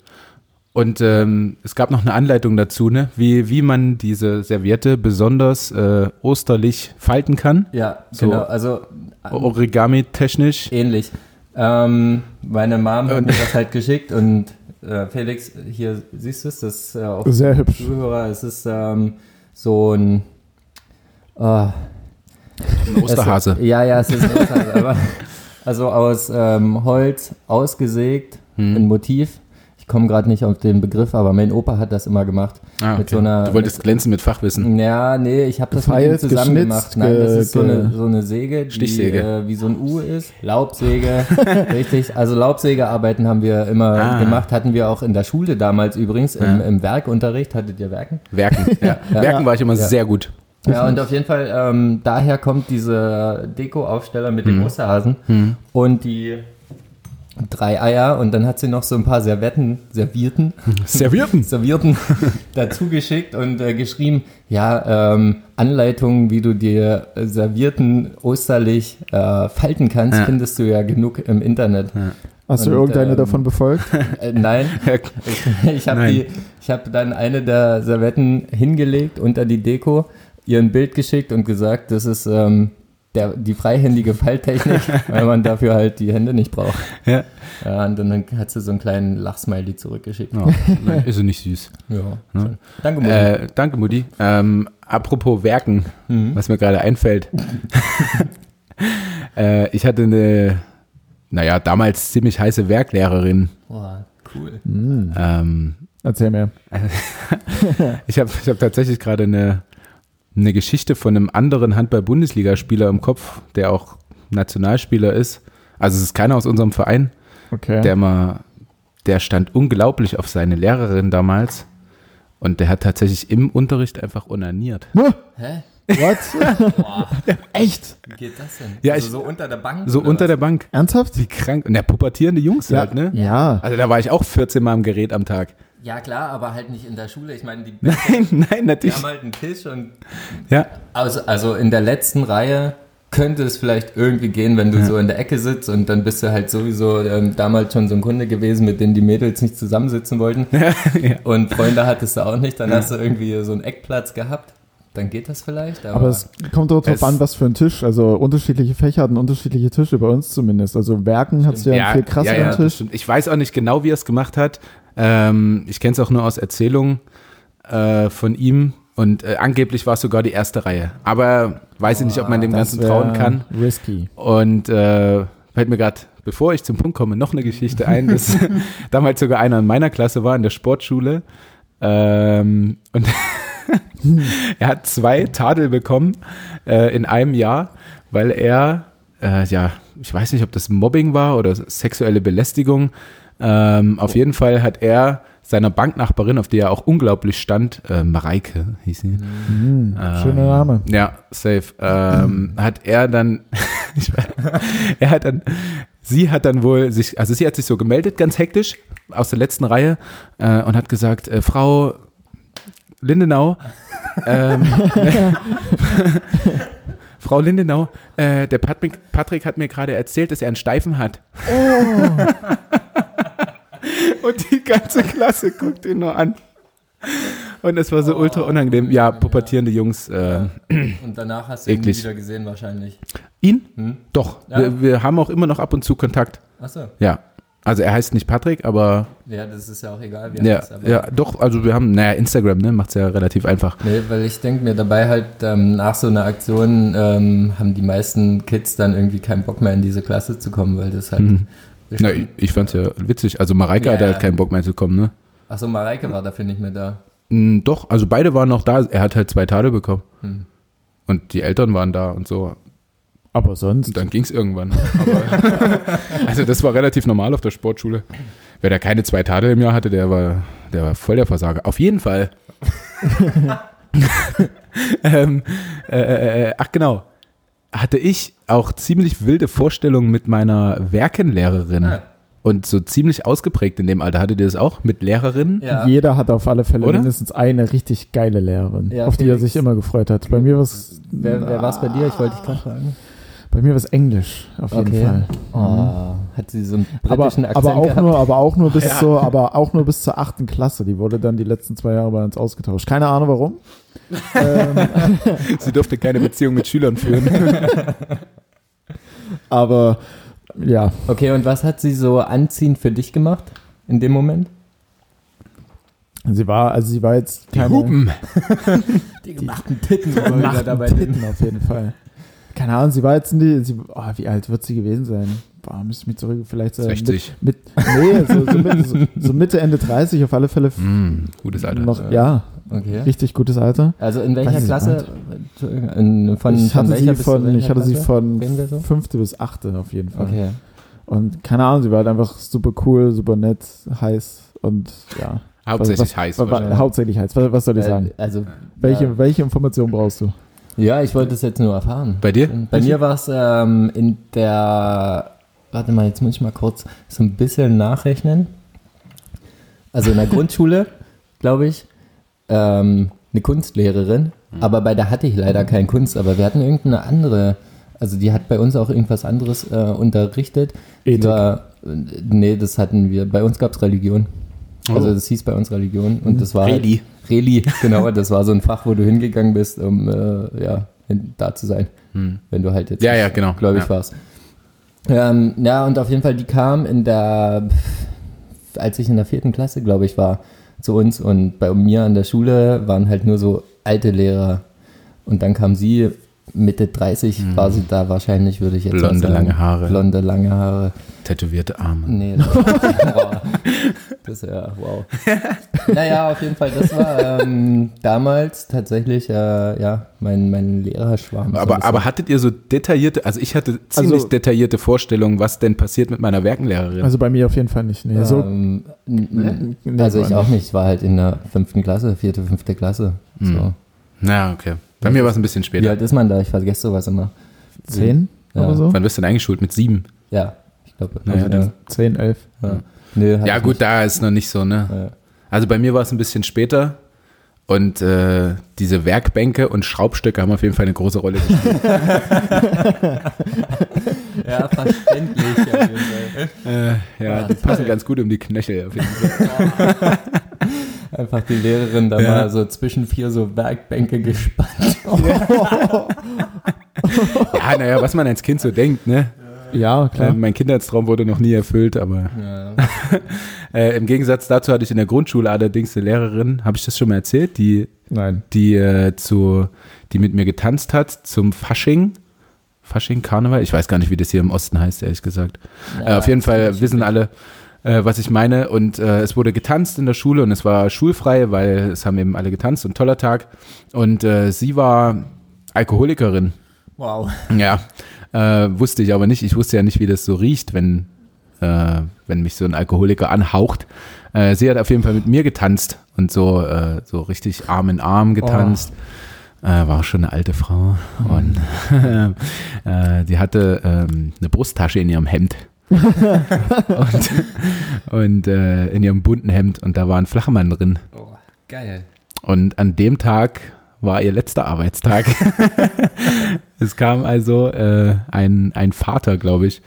[SPEAKER 2] Und ähm, es gab noch eine Anleitung dazu, ne? wie, wie man diese Serviette besonders äh, osterlich falten kann,
[SPEAKER 3] ja
[SPEAKER 2] So.
[SPEAKER 3] genau. Also
[SPEAKER 2] Ähm. origami-technisch.
[SPEAKER 3] ähnlich. Ähm, meine Mom hat mir das halt geschickt und äh, Felix, hier siehst du es, das äh, auf
[SPEAKER 1] Sehr hübsch.
[SPEAKER 3] Zuhörer, es ist ähm, so ein ah,
[SPEAKER 2] Ein
[SPEAKER 3] Es,
[SPEAKER 2] Osterhase.
[SPEAKER 3] ja, ja, es ist ein Osterhase, aber, also aus ähm, Holz ausgesägt,
[SPEAKER 2] Hm.
[SPEAKER 3] ein Motiv. Ich komme gerade nicht auf den Begriff, aber mein Opa hat das immer gemacht.
[SPEAKER 2] Ah,
[SPEAKER 3] Mit so
[SPEAKER 2] okay.
[SPEAKER 3] einer,
[SPEAKER 2] du wolltest glänzen mit Fachwissen.
[SPEAKER 3] ja, nee, ich habe das mit ihm
[SPEAKER 1] Gefeilt,
[SPEAKER 3] zusammen
[SPEAKER 1] geschnitzt,
[SPEAKER 3] gemacht. Nein, das ist so
[SPEAKER 1] ge-
[SPEAKER 3] eine, so eine Säge, die
[SPEAKER 2] Stichsäge.
[SPEAKER 3] Äh, wie so ein U ist. Laubsäge, richtig. Also Laubsägearbeiten haben wir immer
[SPEAKER 2] Ah.
[SPEAKER 3] gemacht, hatten wir auch in der Schule damals übrigens, im, im Werkunterricht, hattet ihr Werken?
[SPEAKER 2] Werken. Ja. Werken war ich immer sehr gut.
[SPEAKER 3] Ja, und auf jeden Fall, ähm, daher kommt diese Deko-Aufsteller mit dem Osterhasen und die drei Eier und dann hat sie noch so ein paar Servetten, Servierten,
[SPEAKER 2] Mhm. Servierten.
[SPEAKER 3] Servierten dazu geschickt und äh, geschrieben, ja, ähm, Anleitungen, wie du dir Servierten osterlich äh, falten kannst,
[SPEAKER 2] Ja.
[SPEAKER 3] findest du ja genug im Internet.
[SPEAKER 1] Hast du
[SPEAKER 3] Und,
[SPEAKER 1] irgendeine
[SPEAKER 3] ähm,
[SPEAKER 1] davon befolgt?
[SPEAKER 3] Äh, nein, ich habe
[SPEAKER 2] Nein.
[SPEAKER 3] die, ich habe dann eine der Servetten hingelegt unter die Deko, ihr ein Bild geschickt und gesagt, das ist ähm, der, die freihändige Falltechnik, weil man dafür halt die Hände nicht braucht.
[SPEAKER 2] Ja.
[SPEAKER 3] Ja, und dann hat sie so einen kleinen Lachsmiley zurückgeschickt.
[SPEAKER 2] Ja, Oh, nein, ist ja nicht süß.
[SPEAKER 3] Ja.
[SPEAKER 2] Ne?
[SPEAKER 3] Danke, Mutti.
[SPEAKER 2] Äh, danke, Mutti. Ähm, apropos Werken,
[SPEAKER 3] Mhm.
[SPEAKER 2] was mir gerade einfällt. äh, ich hatte eine, naja, damals ziemlich heiße Werklehrerin.
[SPEAKER 3] Boah, cool.
[SPEAKER 2] Hm. Ähm,
[SPEAKER 1] Erzähl mir.
[SPEAKER 2] Ich habe ich hab tatsächlich gerade eine, eine Geschichte von einem anderen Handball-Bundesligaspieler im Kopf, der auch Nationalspieler ist. Also es ist keiner aus unserem Verein,
[SPEAKER 1] Okay.
[SPEAKER 2] der mal, der stand unglaublich auf seine Lehrerin damals und der hat tatsächlich im Unterricht einfach onaniert.
[SPEAKER 3] Hä?
[SPEAKER 1] What? Echt?
[SPEAKER 3] Wie geht das denn?
[SPEAKER 2] Ja,
[SPEAKER 3] also
[SPEAKER 2] ich-
[SPEAKER 3] so unter der Bank?
[SPEAKER 2] So
[SPEAKER 3] oder
[SPEAKER 2] unter
[SPEAKER 3] was?
[SPEAKER 2] der Bank.
[SPEAKER 1] Ernsthaft?
[SPEAKER 2] Wie krank. Und der pubertierende Jungs halt, ne?
[SPEAKER 1] Ja.
[SPEAKER 2] Also da war ich auch 14 Mal im Gerät am Tag.
[SPEAKER 3] Ja, klar, aber halt nicht in der Schule. Ich meine, die
[SPEAKER 2] Nein, nein, natürlich.
[SPEAKER 3] haben halt einen Tisch und.
[SPEAKER 2] Ja,
[SPEAKER 3] Also, also in der letzten Reihe könnte es vielleicht irgendwie gehen, wenn du so in der Ecke sitzt und dann bist du halt sowieso ähm, damals schon so ein Kunde gewesen, mit dem die Mädels nicht zusammensitzen wollten. Und Freunde hattest du auch nicht, dann hast du irgendwie so einen Eckplatz gehabt. Dann geht das vielleicht. Aber,
[SPEAKER 1] Aber es kommt auch
[SPEAKER 2] Es-
[SPEAKER 1] drauf an, was für ein Tisch. Also unterschiedliche Fächer hatten unterschiedliche Tische, bei uns zumindest. Also Werken hat es ja, einen viel krasseren
[SPEAKER 2] ja, ja, das
[SPEAKER 1] Tisch.
[SPEAKER 2] stimmt. Ich weiß auch nicht genau, wie er es gemacht hat. Ähm, ich kenne es auch nur aus Erzählungen äh, von ihm. Und äh, angeblich war es sogar die erste Reihe. Aber weiß ich nicht, ob man dem Ganzen
[SPEAKER 1] Ah, wär
[SPEAKER 2] trauen kann.
[SPEAKER 1] Risky.
[SPEAKER 2] Und äh, fällt mir gerade, bevor ich zum Punkt komme, noch eine Geschichte ein, dass damals sogar einer in meiner Klasse war, in der Sportschule. Ähm, und er hat zwei Tadel bekommen äh, in einem Jahr, weil er, äh, ja, ich weiß nicht, ob das Mobbing war oder sexuelle Belästigung. Ähm, auf jeden Fall hat er seiner Banknachbarin, auf die er auch unglaublich stand, äh, Mareike hieß sie, Ah.
[SPEAKER 1] Schöner Name.
[SPEAKER 2] ja, safe. Ähm, hat er dann, ich weiß- er hat dann, sie hat dann wohl sich, also sie hat sich so gemeldet, ganz hektisch, aus der letzten Reihe äh, und hat gesagt, äh, Frau Lindenau, ähm, Frau Lindenau, äh, der Patrick, Patrick hat mir gerade erzählt, dass er einen Steifen hat. und die ganze Klasse guckt ihn nur an. Und es war so ultra unangenehm. Ja, pubertierende Jungs. Äh,
[SPEAKER 3] und danach hast du ihn nie
[SPEAKER 2] eklig.
[SPEAKER 3] wieder gesehen wahrscheinlich.
[SPEAKER 2] Ihn? Doch.
[SPEAKER 3] Hm. Ja.
[SPEAKER 2] Wir, wir haben auch immer noch ab und zu Kontakt.
[SPEAKER 3] Achso,
[SPEAKER 2] Ja. Also er heißt nicht Patrick, aber
[SPEAKER 3] ja, das ist ja auch egal. wer
[SPEAKER 2] ja,
[SPEAKER 3] das- aber-
[SPEAKER 2] ja, doch, also wir haben, naja, Instagram, ne, macht's ja relativ einfach.
[SPEAKER 3] Nee, weil ich denke mir dabei halt, ähm, nach so einer Aktion ähm, haben die meisten Kids dann irgendwie keinen Bock mehr in diese Klasse zu kommen, weil das halt.
[SPEAKER 2] Mhm. Na, ich, ich fand's ja witzig. Also Mareike
[SPEAKER 3] Ja.
[SPEAKER 2] hat halt keinen Bock mehr zu kommen, ne?
[SPEAKER 3] Achso, Mareike war dafür nicht mehr da.
[SPEAKER 2] Mm, Doch, also beide waren noch da. Er hat halt zwei Tage bekommen.
[SPEAKER 3] Hm.
[SPEAKER 2] Und die Eltern waren da und so.
[SPEAKER 1] Aber sonst.
[SPEAKER 2] Und dann ging's irgendwann. Aber, also das war relativ normal auf der Sportschule. Wer da keine zwei Tage im Jahr hatte, der war, der war voll der Versager. Auf jeden Fall. ähm, äh, äh, äh, ach genau. Hatte ich auch ziemlich wilde Vorstellungen mit meiner
[SPEAKER 1] Hm.
[SPEAKER 2] Werkenlehrerin.
[SPEAKER 3] Ah.
[SPEAKER 2] Und so ziemlich ausgeprägt in dem Alter. Hattet ihr das auch mit Lehrerinnen?
[SPEAKER 3] Ja.
[SPEAKER 1] Jeder hat auf alle Fälle
[SPEAKER 2] Oder?
[SPEAKER 1] mindestens eine richtig geile Lehrerin,
[SPEAKER 3] Ja,
[SPEAKER 1] auf die er
[SPEAKER 3] Felix.
[SPEAKER 1] sich immer gefreut hat. Bei mir war es
[SPEAKER 3] Wer, wer war es bei dir? Ich wollte dich gerade fragen.
[SPEAKER 1] bei mir war's Englisch, auf jeden Fall. Ähm,
[SPEAKER 3] Oh, hat sie so einen
[SPEAKER 1] Aber,
[SPEAKER 3] britischen Akzent
[SPEAKER 1] aber, auch
[SPEAKER 3] gehabt?
[SPEAKER 1] nur, aber auch nur bis zur, aber auch nur bis zur achten Klasse. Die wurde dann die letzten zwei Jahre bei uns ausgetauscht. Keine Ahnung warum.
[SPEAKER 2] Sie durfte keine Beziehung mit Schülern führen.
[SPEAKER 1] Aber ja,
[SPEAKER 3] Okay, und was hat sie so anziehend für dich gemacht in dem Moment?
[SPEAKER 1] sie war, also sie war jetzt keine
[SPEAKER 2] Hupen.
[SPEAKER 3] Die gemachten Titten. Die
[SPEAKER 1] Macht dabei Titten auf jeden Fall. Keine Ahnung, sie war jetzt in die, sie, oh, wie alt wird sie gewesen sein? Boah, müsste ich mich zurück, vielleicht äh,
[SPEAKER 2] 60.
[SPEAKER 1] Mit, mit, nee, so, so, mit, so, so Mitte, Ende 30 auf alle Fälle
[SPEAKER 2] Mm, gutes Alter.
[SPEAKER 1] noch, ja,
[SPEAKER 3] Okay.
[SPEAKER 1] richtig gutes Alter.
[SPEAKER 3] Also in
[SPEAKER 1] Weiß
[SPEAKER 3] welcher
[SPEAKER 1] ich
[SPEAKER 3] Klasse? Entschuldigung, In, von,
[SPEAKER 1] ich
[SPEAKER 3] von
[SPEAKER 1] hatte,
[SPEAKER 3] welcher
[SPEAKER 1] sie
[SPEAKER 3] bis zu
[SPEAKER 1] von,
[SPEAKER 3] welcher
[SPEAKER 1] ich hatte sie
[SPEAKER 3] Klasse?
[SPEAKER 1] von
[SPEAKER 3] Reden wir so?
[SPEAKER 1] fünfte bis achte auf jeden Fall.
[SPEAKER 3] Okay.
[SPEAKER 1] Und keine Ahnung, sie war halt einfach super cool, super nett, heiß und ja.
[SPEAKER 2] Hauptsächlich
[SPEAKER 1] was, was,
[SPEAKER 2] heiß
[SPEAKER 1] wa- wa-
[SPEAKER 2] wahrscheinlich.
[SPEAKER 1] hauptsächlich heiß. Was, was soll ich sagen?
[SPEAKER 3] Äh, Also,
[SPEAKER 1] Welche,
[SPEAKER 3] ja.
[SPEAKER 1] welche Information brauchst du?
[SPEAKER 3] Ja, ich wollte es jetzt nur erfahren.
[SPEAKER 2] Bei dir?
[SPEAKER 3] Bei mir war es ähm, in der, warte mal, jetzt muss ich mal kurz so ein bisschen nachrechnen. Also in der Grundschule, glaube ich, ähm, eine Kunstlehrerin, aber bei der hatte ich leider keinen Kunst, aber wir hatten irgendeine andere, also die hat bei uns auch irgendwas anderes äh, unterrichtet. Die
[SPEAKER 1] Ethik.
[SPEAKER 3] War, äh, nee, das hatten wir, bei uns gab es Religion. Also das hieß bei uns Religion und das war...
[SPEAKER 2] Reli.
[SPEAKER 3] Reli, genau, das war so ein Fach, wo du hingegangen bist, um äh, ja, in, da zu sein,
[SPEAKER 2] Hm.
[SPEAKER 3] wenn du halt jetzt
[SPEAKER 2] Ja,
[SPEAKER 3] nicht
[SPEAKER 2] ja, genau.
[SPEAKER 3] gläubig
[SPEAKER 2] Ja.
[SPEAKER 3] warst. Ähm, ja, und auf jeden Fall, die kam in der, als ich in der vierten Klasse, glaube ich, war, zu uns und bei mir an der Schule waren halt nur so alte Lehrer. Und dann kam sie, Mitte 30 war sie da wahrscheinlich, würde ich jetzt mal
[SPEAKER 2] Hm. Blonde,
[SPEAKER 3] sagen.
[SPEAKER 2] lange Haare.
[SPEAKER 3] Blonde, lange Haare.
[SPEAKER 2] Tätowierte Arme.
[SPEAKER 3] Nee, das, boah, das ja, wow. Naja, auf jeden Fall, das war ähm, damals tatsächlich, äh, ja, mein, mein Lehrerschwarm.
[SPEAKER 2] Aber, aber hattet ihr so detaillierte, also ich hatte ziemlich
[SPEAKER 1] Also-
[SPEAKER 2] detaillierte Vorstellungen, was denn passiert mit meiner Werkenlehrerin.
[SPEAKER 1] Also bei mir auf jeden Fall nicht. Nee,
[SPEAKER 3] so.
[SPEAKER 1] so,
[SPEAKER 3] Ähm, n- n-
[SPEAKER 1] Nee,
[SPEAKER 3] also
[SPEAKER 1] war
[SPEAKER 3] ich auch nicht, ich war halt in der fünften Klasse, vierte, fünfte Klasse.
[SPEAKER 2] Hm.
[SPEAKER 3] So.
[SPEAKER 2] Na, okay. Bei mir war es ein bisschen später.
[SPEAKER 3] Wie alt ist man da? Ich vergesse sowas immer.
[SPEAKER 1] zehn
[SPEAKER 3] Ja.
[SPEAKER 1] oder so?
[SPEAKER 2] Wann wirst du denn eingeschult? Mit sieben?
[SPEAKER 3] Ja, ich glaube.
[SPEAKER 2] Naja,
[SPEAKER 3] ja,
[SPEAKER 2] dann-
[SPEAKER 1] Zehn, elf.
[SPEAKER 3] ja. Nö, hatte
[SPEAKER 2] hm. Ja,
[SPEAKER 3] ich
[SPEAKER 2] gut, da ist noch nicht so, ne?
[SPEAKER 3] Nicht.
[SPEAKER 2] Also bei mir war es ein bisschen später und äh, diese Werkbänke und Schraubstöcke haben auf jeden Fall eine große Rolle gespielt.
[SPEAKER 3] Ja, ja verständlich. auf jeden Fall.
[SPEAKER 2] ja, die passen ganz gut um die Knöchel. Auf jeden Fall.
[SPEAKER 3] Einfach die Lehrerin da
[SPEAKER 2] Ja.
[SPEAKER 3] mal so zwischen vier so Werkbänke gespannt.
[SPEAKER 2] Ja, naja, was man als Kind so denkt, ne?
[SPEAKER 1] Ja,
[SPEAKER 2] Äh,
[SPEAKER 1] klar.
[SPEAKER 2] Mein Kindheitstraum wurde noch nie erfüllt, aber
[SPEAKER 3] Ja.
[SPEAKER 2] äh, im Gegensatz dazu hatte ich in der Grundschule allerdings eine Lehrerin, habe ich das schon mal erzählt, die
[SPEAKER 1] Nein.
[SPEAKER 2] die äh, zu, die mit mir getanzt hat zum Fasching. Fasching, Karneval? Ich weiß gar nicht, wie das hier im Osten heißt, ehrlich gesagt. äh, auf jeden Fall wissen alle, äh, was ich meine. Und äh, es wurde getanzt in der Schule und es war schulfrei, weil es haben eben alle getanzt und toller Tag. Und äh, sie war Alkoholikerin.
[SPEAKER 3] Wow.
[SPEAKER 2] Ja, äh, wusste ich aber nicht. Ich wusste ja nicht, wie das so riecht, wenn, äh, wenn mich so ein Alkoholiker anhaucht. Äh, sie hat auf jeden Fall mit mir getanzt und so, äh, so richtig Arm in Arm getanzt. Äh, war auch schon eine alte Frau und äh, die hatte ähm, eine Brusttasche in ihrem Hemd. und und äh, in ihrem bunten Hemd und da war ein Flachmann drin.
[SPEAKER 3] Oh, geil.
[SPEAKER 2] Und an dem Tag war ihr letzter Arbeitstag. es kam also äh, ein, ein Vater, glaube ich,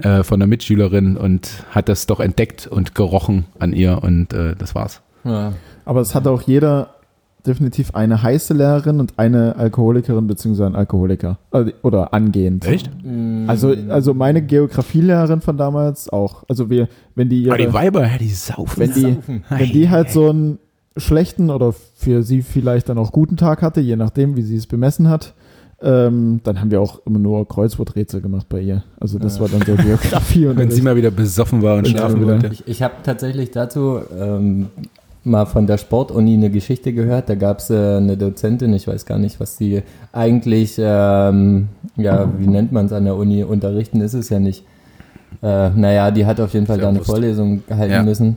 [SPEAKER 2] äh, von einer Mitschülerin und hat das doch entdeckt und gerochen an ihr und äh, das war's.
[SPEAKER 3] Ja.
[SPEAKER 1] Aber es hat auch jeder definitiv eine heiße Lehrerin und eine Alkoholikerin bzw. einen Alkoholiker. Äh, Oder angehend.
[SPEAKER 2] Mhm.
[SPEAKER 1] Also,
[SPEAKER 2] Hm.
[SPEAKER 1] also meine Geografielehrerin von damals auch. Also wir, wenn die,
[SPEAKER 2] Aber Ah, die
[SPEAKER 1] ihre,
[SPEAKER 2] Weiber, ja, die saufen.
[SPEAKER 1] wenn die, wenn die halt so einen schlechten oder für sie vielleicht dann auch guten Tag hatte, je nachdem, wie sie es bemessen hat, ähm, dann haben wir auch immer nur Kreuzworträtsel gemacht bei ihr. Also das war dann so Geografie und
[SPEAKER 2] wenn sie mal wieder besoffen war und
[SPEAKER 1] Wenn sie mal
[SPEAKER 2] schlafen
[SPEAKER 1] wieder-
[SPEAKER 2] wollte.
[SPEAKER 3] Ich, ich habe tatsächlich dazu ähm, mal von der Sportuni eine Geschichte gehört. Da gab es äh, eine Dozentin, ich weiß gar nicht, was sie eigentlich, ähm, ja, wie nennt man es an der Uni, unterrichten ist es ja nicht. Äh, naja, die hat auf jeden Fall
[SPEAKER 2] Sehr
[SPEAKER 3] da eine
[SPEAKER 2] bewusst.
[SPEAKER 3] Vorlesung halten
[SPEAKER 2] Ja.
[SPEAKER 3] müssen.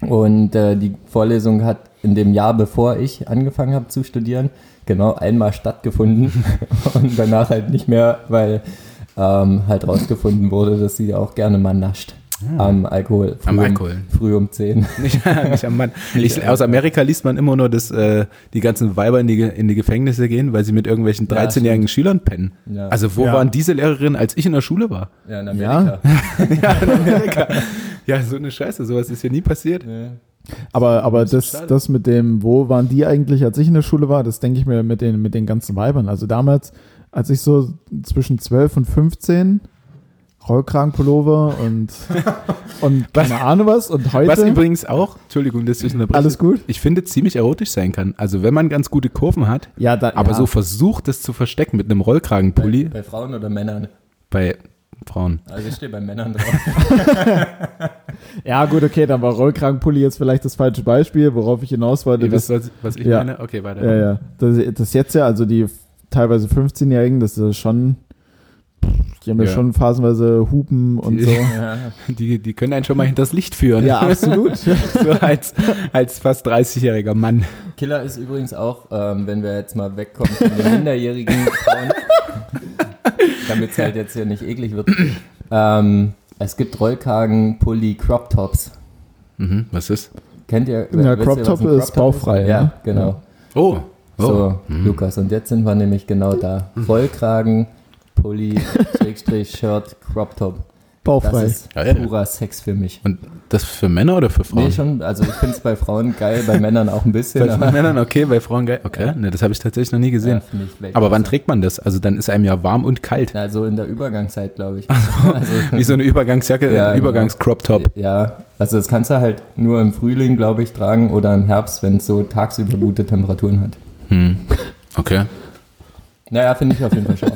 [SPEAKER 3] Und äh, die Vorlesung hat in dem Jahr, bevor ich angefangen habe zu studieren, genau einmal stattgefunden und danach halt nicht mehr, weil ähm, halt rausgefunden wurde, dass sie auch gerne mal nascht. Am Alkohol. Früh
[SPEAKER 2] Am
[SPEAKER 3] um,
[SPEAKER 2] Alkohol.
[SPEAKER 3] Früh um 10.
[SPEAKER 2] Nicht, nicht am Mann. Ich, aus Amerika liest man immer nur, dass äh, die ganzen Weiber in die, Ge- in die Gefängnisse gehen, weil sie mit irgendwelchen
[SPEAKER 3] Ja,
[SPEAKER 2] 13-jährigen Schülern pennen.
[SPEAKER 3] Ja.
[SPEAKER 2] Also wo
[SPEAKER 1] Ja.
[SPEAKER 2] waren diese Lehrerinnen, als ich in der Schule war?
[SPEAKER 3] Ja, in
[SPEAKER 1] Amerika.
[SPEAKER 2] Ja, so eine Scheiße, sowas ist hier nie passiert.
[SPEAKER 1] Aber, aber das,
[SPEAKER 2] schade.
[SPEAKER 1] das mit dem, wo waren die eigentlich, als ich in der Schule war, das denke ich mir mit den, mit den ganzen Weibern. Also damals, als ich so zwischen 12 und 15 Rollkragenpullover und, und keine Ahnung was und heute
[SPEAKER 2] Was übrigens auch, Entschuldigung, dass ich unterbreche.
[SPEAKER 1] alles gut.
[SPEAKER 2] Ich finde, ziemlich erotisch sein kann. Also wenn man ganz gute Kurven hat,
[SPEAKER 1] Ja, da,
[SPEAKER 2] aber
[SPEAKER 1] ja.
[SPEAKER 2] so versucht, das zu verstecken mit einem
[SPEAKER 3] Bei,
[SPEAKER 2] Rollkragenpulli
[SPEAKER 3] bei Frauen oder Männern?
[SPEAKER 2] bei Frauen.
[SPEAKER 3] Also ich stehe bei Männern drauf.
[SPEAKER 1] ja gut, okay, dann war Rollkragenpulli jetzt vielleicht das falsche Beispiel, worauf ich hinaus wollte.
[SPEAKER 2] Ihr
[SPEAKER 1] dass-
[SPEAKER 2] wisst, was, was ich
[SPEAKER 1] ja.
[SPEAKER 2] meine? Okay, weiter.
[SPEAKER 1] Ja, ja. Das, das jetzt ja, also die teilweise 15-Jährigen, das ist schon, die haben ja,
[SPEAKER 2] Ja.
[SPEAKER 1] schon phasenweise Hupen und
[SPEAKER 2] Die-
[SPEAKER 1] so.
[SPEAKER 3] ja.
[SPEAKER 2] Die, die können einen schon mal hinters Licht führen.
[SPEAKER 1] Ja, absolut.
[SPEAKER 2] so als, als fast 30-jähriger Mann.
[SPEAKER 3] Killer ist übrigens auch, ähm, wenn wir jetzt mal wegkommen von den minderjährigen Frauen, damit es halt jetzt hier nicht eklig wird. Ähm, es gibt Rollkragen, Pulli, Crop Tops.
[SPEAKER 2] Mhm, was ist?
[SPEAKER 3] Kennt ihr?
[SPEAKER 1] Ja,
[SPEAKER 3] wisst ihr,
[SPEAKER 1] Crop
[SPEAKER 3] was
[SPEAKER 1] Top
[SPEAKER 3] ein
[SPEAKER 1] ist baufrei.
[SPEAKER 3] Ja,
[SPEAKER 1] ne?
[SPEAKER 3] genau.
[SPEAKER 2] Oh. oh.
[SPEAKER 3] So, Lukas, und jetzt sind wir nämlich genau da. Rollkragen, Pulli, Schrägstrich, Shirt, Crop Top.
[SPEAKER 1] Bauchfrei.
[SPEAKER 3] Das ist
[SPEAKER 2] Geil.
[SPEAKER 3] purer Sex für mich.
[SPEAKER 2] Und das für Männer oder für Frauen?
[SPEAKER 3] Nee, schon, also ich finde es bei Frauen geil, bei Männern auch ein bisschen.
[SPEAKER 2] bei Männern okay, bei Frauen geil. Okay, ne, das habe ich tatsächlich noch nie gesehen. aber wann trägt man das? Also dann ist einem ja warm und kalt.
[SPEAKER 3] Also in der Übergangszeit, glaube ich. Also,
[SPEAKER 2] Wie so eine Übergangsjacke,
[SPEAKER 3] Ja,
[SPEAKER 2] ein
[SPEAKER 3] genau.
[SPEAKER 2] Übergangs-Crop-Top.
[SPEAKER 3] ja, also das kannst du halt nur im Frühling, glaube ich, tragen oder im Herbst, wenn es so tagsüber gute Temperaturen hat.
[SPEAKER 2] Hm. Okay.
[SPEAKER 3] Naja, finde ich auf jeden Fall scharf.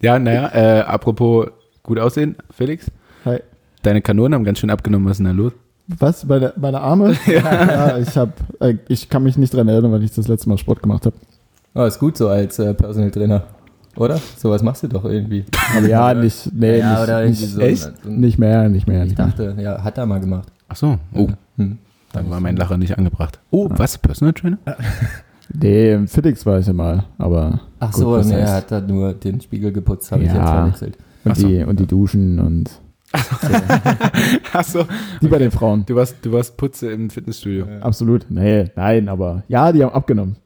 [SPEAKER 2] Ja, naja, äh, apropos gut aussehen, Felix.
[SPEAKER 1] Hi.
[SPEAKER 2] Deine Kanonen haben ganz schön abgenommen, was ist denn da los?
[SPEAKER 1] Was? Meine, meine Arme? ja. ich hab, äh, ich kann mich nicht dran erinnern, wann ich das letzte Mal Sport gemacht habe.
[SPEAKER 3] Aber Oh, ist gut so als äh, Personal Trainer. Oder? Sowas machst du doch irgendwie.
[SPEAKER 1] Aber ja, nicht, nee,
[SPEAKER 3] ja,
[SPEAKER 1] nicht,
[SPEAKER 3] oder irgendwie
[SPEAKER 1] nicht,
[SPEAKER 3] so. ne?
[SPEAKER 2] echt?
[SPEAKER 1] nicht mehr, nicht mehr,
[SPEAKER 3] Ich
[SPEAKER 1] nicht mehr.
[SPEAKER 3] dachte, ja, hat er mal gemacht.
[SPEAKER 2] Ach so, oh,
[SPEAKER 3] Hm.
[SPEAKER 2] dann war mein Lacher nicht angebracht. Oh, was? Personal Trainer?
[SPEAKER 1] Nee, im Fitix war ich ja mal, aber
[SPEAKER 3] Ach
[SPEAKER 1] Gut,
[SPEAKER 3] so,
[SPEAKER 1] was
[SPEAKER 3] nee, er
[SPEAKER 1] heißt?
[SPEAKER 3] hat da nur den Spiegel geputzt, habe ich
[SPEAKER 1] Ja.
[SPEAKER 3] jetzt verwechselt.
[SPEAKER 2] Ach
[SPEAKER 1] und,
[SPEAKER 2] so.
[SPEAKER 1] die, und die Duschen und
[SPEAKER 2] Ach so,
[SPEAKER 1] die bei den Frauen.
[SPEAKER 2] du warst, du warst Putze im Fitnessstudio.
[SPEAKER 1] Absolut. Nee, nein, aber ja, die haben abgenommen.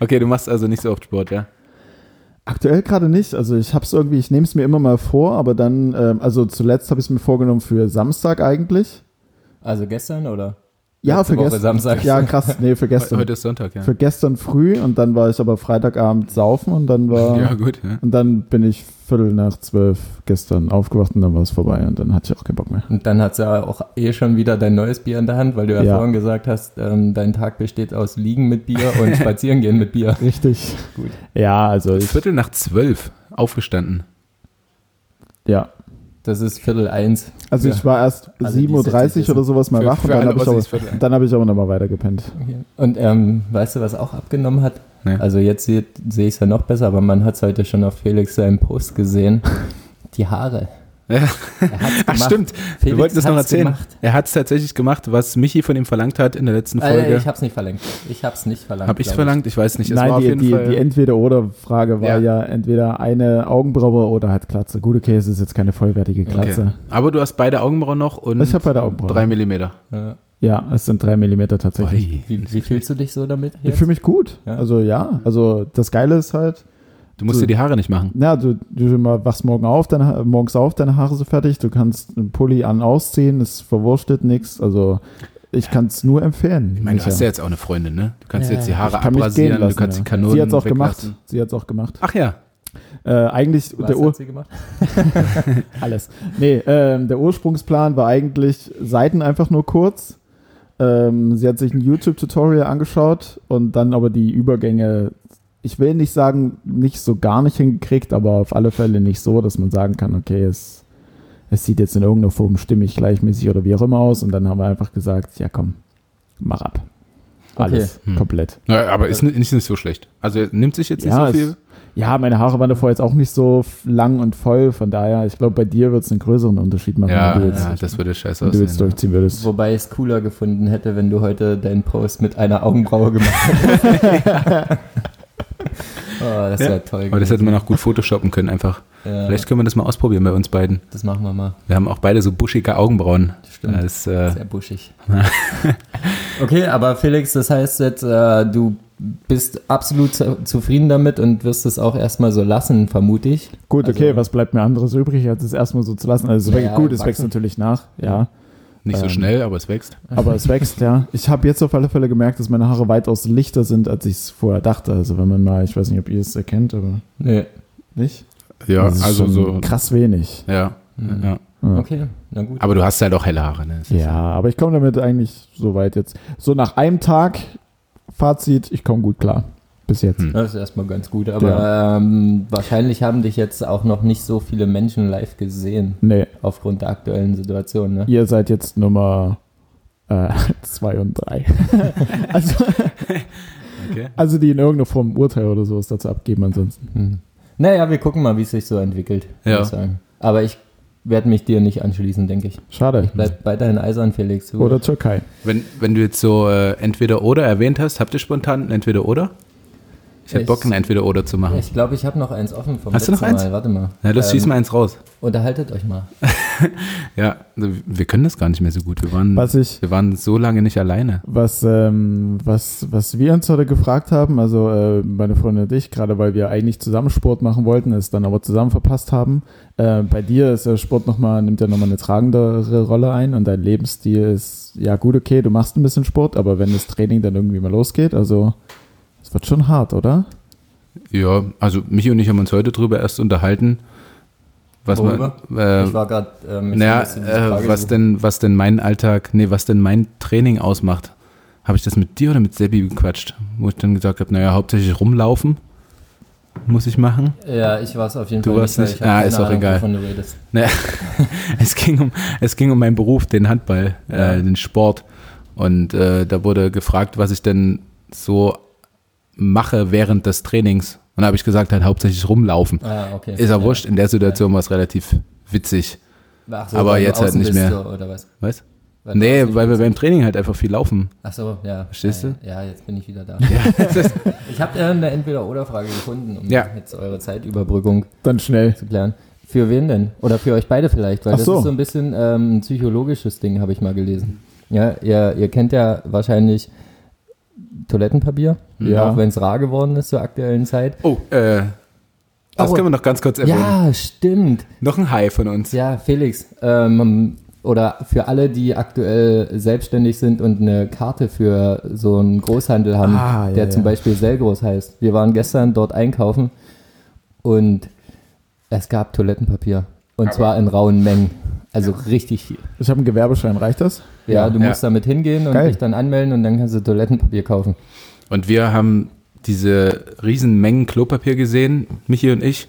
[SPEAKER 2] Okay, du machst also nicht so oft Sport, ja?
[SPEAKER 1] Aktuell gerade nicht. Also ich hab's irgendwie, ich nehme es mir immer mal vor, aber dann, ähm, also zuletzt habe ich es mir vorgenommen für Samstag eigentlich.
[SPEAKER 3] Also gestern oder?
[SPEAKER 1] Ja,
[SPEAKER 3] Letzte
[SPEAKER 1] für
[SPEAKER 3] Woche
[SPEAKER 1] gestern.
[SPEAKER 3] Samstag.
[SPEAKER 1] Ja, krass. Nee, für gestern.
[SPEAKER 2] Heute ist Sonntag, ja.
[SPEAKER 1] Für gestern früh und dann war ich aber Freitagabend saufen und dann war
[SPEAKER 2] Ja, gut, ja.
[SPEAKER 1] und dann bin ich Viertel nach zwölf gestern aufgewacht und dann war es vorbei und dann hatte ich auch keinen Bock mehr.
[SPEAKER 3] Und dann hat's ja auch eh schon wieder dein neues Bier in der Hand, weil du ja,
[SPEAKER 1] Ja.
[SPEAKER 3] vorhin gesagt hast, ähm, dein Tag besteht aus Liegen mit Bier und Spazieren gehen mit Bier.
[SPEAKER 1] Richtig.
[SPEAKER 3] Gut.
[SPEAKER 1] Ja, also ich,
[SPEAKER 2] Viertel nach zwölf aufgestanden.
[SPEAKER 1] ja.
[SPEAKER 3] Das ist Viertel eins.
[SPEAKER 1] Also
[SPEAKER 3] Ja.
[SPEAKER 1] ich war erst
[SPEAKER 3] Also die
[SPEAKER 1] 7.30
[SPEAKER 3] Statistik
[SPEAKER 1] Uhr oder sowas mal
[SPEAKER 2] Für-
[SPEAKER 1] wach
[SPEAKER 2] für
[SPEAKER 1] und dann
[SPEAKER 2] alle
[SPEAKER 1] habe ich,
[SPEAKER 2] Ossis
[SPEAKER 1] aber-
[SPEAKER 2] Viertel.
[SPEAKER 1] dann hab ich aber nochmal weitergepennt.
[SPEAKER 3] Und ähm, weißt du, was auch abgenommen hat?
[SPEAKER 2] Nee.
[SPEAKER 3] Also jetzt sehe seh ich es ja noch besser, aber man hat es heute schon auf Felix seinem Post gesehen. Die Haare.
[SPEAKER 2] Ja.
[SPEAKER 3] Er hat's
[SPEAKER 2] Ach,
[SPEAKER 3] gemacht.
[SPEAKER 2] stimmt. Wir
[SPEAKER 3] Felix
[SPEAKER 2] wollten das noch
[SPEAKER 3] hat's
[SPEAKER 2] erzählen.
[SPEAKER 3] gemacht.
[SPEAKER 2] Er hat es tatsächlich gemacht, was Michi von ihm verlangt hat in der letzten
[SPEAKER 3] Äh,
[SPEAKER 2] Folge.
[SPEAKER 3] ich hab's nicht verlangt. Ich hab's nicht verlangt.
[SPEAKER 2] Hab ich
[SPEAKER 3] glaub
[SPEAKER 2] verlangt? Ich weiß nicht. Es war
[SPEAKER 1] Nein,
[SPEAKER 2] auf
[SPEAKER 1] die,
[SPEAKER 2] jeden
[SPEAKER 1] die,
[SPEAKER 2] Fall.
[SPEAKER 1] die Entweder-Oder-Frage war
[SPEAKER 2] Ja.
[SPEAKER 1] ja. entweder eine Augenbraue oder halt Glatze. Gut, okay, es ist jetzt keine vollwertige Glatze.
[SPEAKER 2] okay. Aber du hast beide Augenbrauen noch und
[SPEAKER 1] Ich habe beide Augenbrauen.
[SPEAKER 2] drei Millimeter.
[SPEAKER 3] Ja.
[SPEAKER 1] Ja, es sind drei Millimeter tatsächlich.
[SPEAKER 3] Wie, wie fühlst du dich so damit?
[SPEAKER 1] Ich
[SPEAKER 3] Jetzt?
[SPEAKER 1] fühle mich gut.
[SPEAKER 3] Ja.
[SPEAKER 1] Also ja, also das Geile ist halt,
[SPEAKER 2] Du musst dir die Haare nicht machen.
[SPEAKER 1] na, du, du mal- wachst morgen auf, deine, Ha- morgens auf, deine Haare sind fertig, du kannst einen Pulli an ausziehen, es verwurstet nichts. Also ich kann es nur empfehlen.
[SPEAKER 2] Ich meine, du
[SPEAKER 1] Micha.
[SPEAKER 2] hast ja jetzt auch eine Freundin, ne? Du kannst
[SPEAKER 3] Ja.
[SPEAKER 2] jetzt die Haare
[SPEAKER 1] Ich kann mich gehen
[SPEAKER 2] abrasieren,
[SPEAKER 1] lassen,
[SPEAKER 2] du kannst
[SPEAKER 1] ja.
[SPEAKER 2] die Kanonen
[SPEAKER 1] Sie hat es auch
[SPEAKER 2] weglassen.
[SPEAKER 1] gemacht. Sie hat es auch gemacht.
[SPEAKER 2] Ach ja.
[SPEAKER 1] Äh, eigentlich
[SPEAKER 3] Was
[SPEAKER 1] der Ur
[SPEAKER 3] hat sie gemacht?
[SPEAKER 1] alles. Nee, ähm, der Ursprungsplan war eigentlich Seiten einfach nur kurz. Ähm, sie hat sich ein YouTube-Tutorial angeschaut und dann aber die Übergänge, ich will nicht sagen, nicht so gar nicht hingekriegt, aber auf alle Fälle nicht so, dass man sagen kann, okay, es, es sieht jetzt in irgendeiner Form stimmig, gleichmäßig oder wie auch immer aus. Und dann haben wir einfach gesagt, ja komm, mach ab. Alles,
[SPEAKER 2] Hm.
[SPEAKER 1] komplett.
[SPEAKER 2] Naja, aber ist nicht, ist nicht so schlecht. Also er nimmt sich jetzt
[SPEAKER 1] Ja,
[SPEAKER 2] nicht so
[SPEAKER 1] es-
[SPEAKER 2] viel.
[SPEAKER 1] Ja, meine Haare waren davor jetzt auch nicht so f- lang und voll, von daher, ich glaube, bei dir wird es einen größeren Unterschied machen,
[SPEAKER 2] Ja,
[SPEAKER 1] wenn du jetzt,
[SPEAKER 2] ja, das würde scheiße
[SPEAKER 1] wenn du jetzt
[SPEAKER 2] aussehen. ne?
[SPEAKER 1] durchziehen würdest.
[SPEAKER 3] Wobei ich es cooler gefunden hätte, wenn du heute deinen Post mit einer Augenbraue gemacht hättest. oh, das wäre
[SPEAKER 2] Ja.
[SPEAKER 3] toll.
[SPEAKER 2] Aber das hätte man auch gut photoshoppen können einfach.
[SPEAKER 3] ja,
[SPEAKER 2] Vielleicht können wir das mal ausprobieren bei uns beiden.
[SPEAKER 3] Das machen wir mal.
[SPEAKER 2] Wir haben auch beide so buschige Augenbrauen.
[SPEAKER 3] Stimmt.
[SPEAKER 2] Das, äh,
[SPEAKER 3] Sehr buschig. okay, aber Felix, das heißt jetzt, äh, du bist absolut zu, zufrieden damit und wirst es auch erstmal so lassen, vermute ich.
[SPEAKER 1] Gut,
[SPEAKER 3] Also-
[SPEAKER 1] okay, was bleibt mir anderes übrig, als es erstmal so zu lassen? Also, es
[SPEAKER 3] Naja,
[SPEAKER 1] wächst- gut, es wächst
[SPEAKER 3] wachsen.
[SPEAKER 1] natürlich nach, ja.
[SPEAKER 2] nicht so
[SPEAKER 1] Ähm.
[SPEAKER 2] schnell, aber es wächst.
[SPEAKER 1] Aber es wächst, ja. Ich habe jetzt auf alle Fälle gemerkt, dass meine Haare weitaus lichter sind, als ich es vorher dachte. Also, wenn man mal, ich weiß nicht, ob ihr es erkennt, aber
[SPEAKER 3] Nee.
[SPEAKER 1] nicht?
[SPEAKER 2] Ja, also
[SPEAKER 1] Das ist schon Krass wenig.
[SPEAKER 2] Ja,
[SPEAKER 3] Mhm.
[SPEAKER 2] ja.
[SPEAKER 1] Ja.
[SPEAKER 3] Okay, na gut.
[SPEAKER 2] Aber du hast halt auch helle Haare, ne? Das ist-
[SPEAKER 1] Ja, aber ich komme damit eigentlich so weit jetzt. So nach einem Tag, Fazit, ich komme gut klar. Bis jetzt.
[SPEAKER 2] Hm.
[SPEAKER 3] Das ist erstmal ganz gut, aber ähm, wahrscheinlich haben dich jetzt auch noch nicht so viele Menschen live gesehen,
[SPEAKER 1] Nee,
[SPEAKER 3] aufgrund der aktuellen Situation. Ne?
[SPEAKER 1] ihr seid jetzt Nummer äh, zwei und drei. also,
[SPEAKER 2] Okay.
[SPEAKER 1] also, die in irgendeiner Form ein Urteil oder sowas dazu abgeben, ansonsten.
[SPEAKER 3] Hm. Naja, wir gucken mal, wie es sich so entwickelt,
[SPEAKER 2] Ja.
[SPEAKER 3] würde ich sagen. Aber ich werde mich dir nicht anschließen, denke ich.
[SPEAKER 1] Schade.
[SPEAKER 2] Mhm.
[SPEAKER 3] Bleib weiterhin eisern, Felix. Du-
[SPEAKER 1] Oder Türkei.
[SPEAKER 2] Wenn, wenn du jetzt so äh, entweder oder erwähnt hast, habt ihr spontan ein entweder oder? Ich hätte Bock, ein Entweder-Oder zu machen.
[SPEAKER 3] Ich ähm, glaube, ich habe noch eins offen vom
[SPEAKER 2] Hast du
[SPEAKER 3] letzten
[SPEAKER 2] noch eins?
[SPEAKER 3] Mal. Warte mal.
[SPEAKER 2] Na, los, schieß mal eins raus.
[SPEAKER 3] Unterhaltet euch mal.
[SPEAKER 2] Ja, also, wir können das gar nicht mehr so gut. Wir waren,
[SPEAKER 1] Was ich,
[SPEAKER 2] wir waren so lange nicht alleine.
[SPEAKER 1] was, ähm, was, was wir uns heute gefragt haben, also äh, meine Freundin und ich, gerade weil wir eigentlich zusammen Sport machen wollten, es dann aber zusammen verpasst haben. Äh, bei dir ist der Sport nochmal, nimmt ja nochmal eine tragendere Rolle ein und dein Lebensstil ist, ja gut, okay, du machst ein bisschen Sport, aber wenn das Training dann irgendwie mal losgeht, also es wird schon hart, oder?
[SPEAKER 2] Ja, also Michi und ich haben uns heute drüber erst unterhalten. Was
[SPEAKER 3] Worüber?
[SPEAKER 2] Man,
[SPEAKER 3] ich
[SPEAKER 2] äh,
[SPEAKER 3] war gerade. Ähm, ich
[SPEAKER 2] naja,
[SPEAKER 3] musste diese Frage
[SPEAKER 2] äh, was,
[SPEAKER 3] suchen.
[SPEAKER 2] denn, was denn mein Alltag, nee, was denn mein Training ausmacht. Habe ich das mit dir oder mit Seppi gequatscht? Wo ich dann gesagt habe, naja, hauptsächlich rumlaufen muss ich machen.
[SPEAKER 3] Ja, ich war es auf jeden
[SPEAKER 2] Du
[SPEAKER 3] Fall.
[SPEAKER 2] warst
[SPEAKER 3] weil
[SPEAKER 2] nicht-
[SPEAKER 3] ich hab
[SPEAKER 2] Ah,
[SPEAKER 3] keine
[SPEAKER 2] ist auch
[SPEAKER 3] Ahnung,
[SPEAKER 2] egal.
[SPEAKER 3] Wovon du redest.
[SPEAKER 2] Naja, es, ging um, es ging um meinen Beruf, den Handball,
[SPEAKER 3] Ja.
[SPEAKER 2] äh, den Sport. Und äh, da wurde gefragt, was ich denn so mache während des Trainings. Und da habe ich gesagt, halt hauptsächlich rumlaufen.
[SPEAKER 3] Ah, okay.
[SPEAKER 2] Ist ja wurscht, in der Situation war es relativ witzig.
[SPEAKER 3] Ach
[SPEAKER 2] aber
[SPEAKER 3] weil du
[SPEAKER 2] jetzt halt
[SPEAKER 3] außen
[SPEAKER 2] nicht
[SPEAKER 3] bist,
[SPEAKER 2] mehr.
[SPEAKER 3] So, oder was?
[SPEAKER 2] Weißt
[SPEAKER 3] Weil du
[SPEAKER 2] Nee,
[SPEAKER 3] außen
[SPEAKER 2] weil wir
[SPEAKER 3] bist.
[SPEAKER 2] beim Training halt einfach viel laufen.
[SPEAKER 3] Ach so, ja.
[SPEAKER 2] Verstehst
[SPEAKER 3] ja,
[SPEAKER 2] du?
[SPEAKER 3] Ja, jetzt bin ich wieder da.
[SPEAKER 2] das-
[SPEAKER 3] ich habe ähm, eine Entweder-Oder-Frage gefunden, um
[SPEAKER 2] Ja.
[SPEAKER 3] jetzt eure Zeitüberbrückung
[SPEAKER 1] Dann schnell.
[SPEAKER 3] zu klären. Für wen denn? Oder für euch beide vielleicht, weil
[SPEAKER 1] Ach
[SPEAKER 3] das
[SPEAKER 1] so.
[SPEAKER 3] ist so ein bisschen ähm, ein psychologisches Ding, habe ich mal gelesen. Ja, ihr, ihr kennt ja wahrscheinlich Toilettenpapier,
[SPEAKER 1] Ja.
[SPEAKER 3] auch wenn es rar geworden ist zur aktuellen Zeit.
[SPEAKER 2] Oh, äh, das
[SPEAKER 3] Oh.
[SPEAKER 2] können wir noch ganz kurz erwähnen.
[SPEAKER 3] Ja, stimmt.
[SPEAKER 2] Noch ein High von uns.
[SPEAKER 3] Ja, Felix, ähm, oder für alle, die aktuell selbstständig sind und eine Karte für so einen Großhandel haben,
[SPEAKER 1] Ah, ja,
[SPEAKER 3] der zum
[SPEAKER 1] ja.
[SPEAKER 3] Beispiel Selgros heißt. Wir waren gestern dort einkaufen und es gab Toilettenpapier. Und zwar in rauen Mengen. Also richtig viel.
[SPEAKER 1] Ich habe einen Gewerbeschein, reicht das?
[SPEAKER 3] Ja, du
[SPEAKER 2] Ja.
[SPEAKER 3] musst damit hingehen und
[SPEAKER 1] Geil.
[SPEAKER 3] dich dann anmelden und dann kannst du Toilettenpapier kaufen.
[SPEAKER 2] Und wir haben diese riesen Mengen Klopapier gesehen, Michi und ich,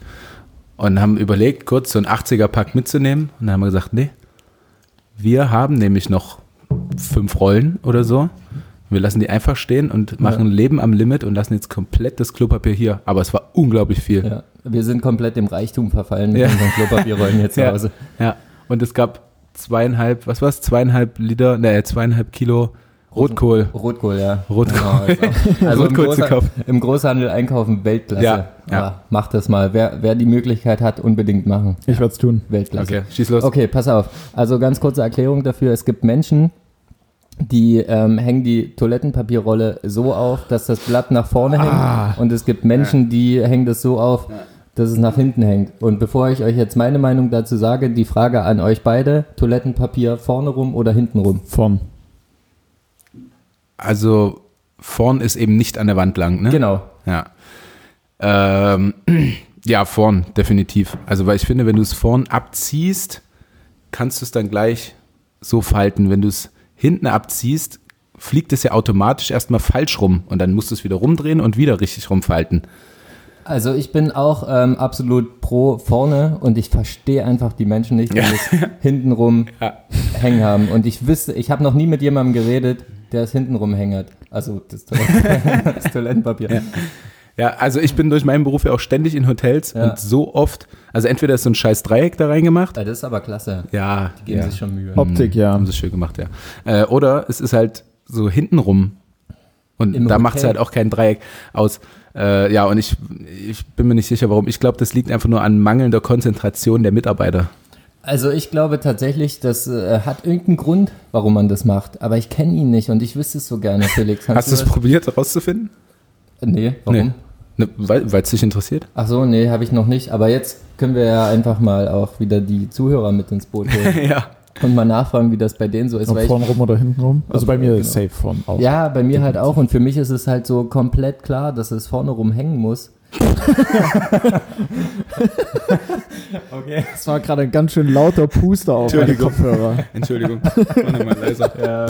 [SPEAKER 2] und haben überlegt, kurz so ein 80er-Pack mitzunehmen. Und dann haben wir gesagt, nee, wir haben nämlich noch fünf Rollen oder so. Wir lassen die einfach stehen und machen Leben am Limit und lassen jetzt komplett das Klopapier hier. Aber es war unglaublich viel.
[SPEAKER 3] Ja. Wir sind komplett dem Reichtum verfallen mit
[SPEAKER 2] Ja.
[SPEAKER 3] unseren Klopapierrollen jetzt zu
[SPEAKER 2] Ja.
[SPEAKER 3] Hause.
[SPEAKER 2] Ja, und es gab zweieinhalb, was war's? Zweieinhalb Liter, ne, zweieinhalb Kilo Rotkohl.
[SPEAKER 3] Rotkohl, ja.
[SPEAKER 2] Rotkohl.
[SPEAKER 3] Genau, also- also im,
[SPEAKER 2] Rotkohl zu
[SPEAKER 3] Großha-
[SPEAKER 2] kaufen.
[SPEAKER 3] im Großhandel einkaufen, Weltklasse.
[SPEAKER 2] Ja, ja.
[SPEAKER 3] macht das mal. Wer, wer die Möglichkeit hat, unbedingt machen.
[SPEAKER 1] Ich werde es tun.
[SPEAKER 3] Weltklasse.
[SPEAKER 2] Okay, schieß los.
[SPEAKER 3] Okay, pass auf. Also ganz kurze Erklärung dafür. Es gibt Menschen, die ähm, hängen die Toilettenpapierrolle so auf, dass das Blatt nach vorne
[SPEAKER 2] Ah.
[SPEAKER 3] hängt. Und es gibt Menschen, die hängen das so auf, dass es nach hinten hängt. Und bevor ich euch jetzt meine Meinung dazu sage, die Frage an euch beide, Toilettenpapier vorne rum oder hinten rum?
[SPEAKER 1] Vorn.
[SPEAKER 2] Also vorn ist eben nicht an der Wand lang, ne?
[SPEAKER 3] Genau.
[SPEAKER 2] Ja. Ähm, ja, vorn, definitiv. Also, weil ich finde, wenn du es vorn abziehst, kannst du es dann gleich so falten. Wenn du es hinten abziehst, fliegt es ja automatisch erstmal falsch rum und dann musst du es wieder rumdrehen und wieder richtig rumfalten.
[SPEAKER 3] Also ich bin auch ähm, absolut pro vorne und ich verstehe einfach die Menschen nicht, die es hintenrum
[SPEAKER 2] Ja.
[SPEAKER 3] hängen haben. Und ich wüsste, ich habe noch nie mit jemandem geredet, der es hintenrum hängert. Also das, Toilet- das Toilettenpapier.
[SPEAKER 2] Ja, also ich bin durch meinen Beruf ja auch ständig in Hotels
[SPEAKER 3] Ja.
[SPEAKER 2] und so oft, also entweder ist so ein scheiß Dreieck da reingemacht.
[SPEAKER 3] Ah, Das ist aber klasse.
[SPEAKER 2] Ja,
[SPEAKER 3] Geben
[SPEAKER 2] ja.
[SPEAKER 3] sich schon Mühe.
[SPEAKER 1] Optik, ja.
[SPEAKER 2] Haben sie schön gemacht, ja. Äh, oder es ist halt so hintenrum. Und
[SPEAKER 3] Im
[SPEAKER 2] da
[SPEAKER 3] Hotel.
[SPEAKER 2] macht es halt auch kein Dreieck aus. Äh, ja, und ich, ich bin mir nicht sicher, warum. Ich glaube, das liegt einfach nur an mangelnder Konzentration der Mitarbeiter.
[SPEAKER 3] Also ich glaube tatsächlich, das äh, hat irgendeinen Grund, warum man das macht. Aber ich kenne ihn nicht und ich wüsste es so gerne, Felix.
[SPEAKER 2] Hast du es probiert herauszufinden?
[SPEAKER 3] das? Nee, warum?
[SPEAKER 2] Nee. Ne, Weil es dich interessiert?
[SPEAKER 3] Ach so, nee, habe ich noch nicht. Aber jetzt können wir ja einfach mal auch wieder die Zuhörer mit ins Boot holen.
[SPEAKER 2] ja.
[SPEAKER 3] und mal nachfragen, wie das bei denen so ist.
[SPEAKER 1] Ob
[SPEAKER 3] Weil ich,
[SPEAKER 1] vorn rum oder hinten rum? Also bei mir ist safe vorn auch.
[SPEAKER 3] ja, bei mir halt auch. Und für mich ist es halt so komplett klar, dass es vorne rum hängen muss. okay.
[SPEAKER 1] Das war gerade ein ganz schön lauter Puster auf meine
[SPEAKER 2] Entschuldigung.
[SPEAKER 1] Kopfhörer.
[SPEAKER 2] Entschuldigung. mal leiser.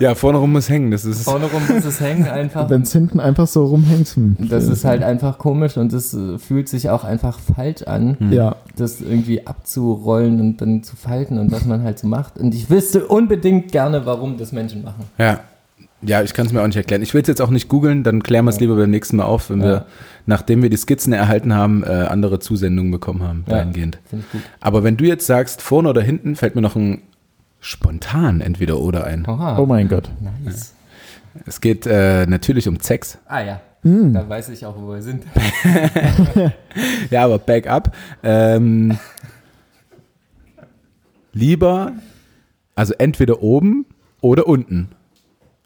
[SPEAKER 2] Ja, vorne rum muss hängen. Das ist.
[SPEAKER 3] Äh, Vorne rum muss es hängen einfach.
[SPEAKER 1] Wenn es hinten einfach so rumhängt. Hm.
[SPEAKER 3] Das ist halt einfach komisch und es äh, fühlt sich auch einfach falsch an,
[SPEAKER 1] Ja,
[SPEAKER 3] das irgendwie abzurollen und dann zu falten und was man halt so macht. Und ich wüsste unbedingt gerne, warum das Menschen machen.
[SPEAKER 2] Ja. Ja, ich kann es mir auch nicht erklären. Ich will es jetzt auch nicht googeln, dann klären wir es lieber beim nächsten Mal auf, wenn wir, nachdem wir die Skizzen erhalten haben, äh, andere Zusendungen bekommen haben,
[SPEAKER 3] Ja.
[SPEAKER 2] dahingehend.
[SPEAKER 3] Finde ich gut.
[SPEAKER 2] Aber wenn du jetzt sagst, vorne oder hinten, fällt mir noch ein spontan entweder oder ein.
[SPEAKER 3] Oha.
[SPEAKER 1] oh mein Gott.
[SPEAKER 3] Nice.
[SPEAKER 2] Es geht äh, natürlich um Sex.
[SPEAKER 3] Ah ja, da weiß ich auch, wo wir sind.
[SPEAKER 2] Ja, aber back up. Ähm, lieber, also entweder oben oder unten.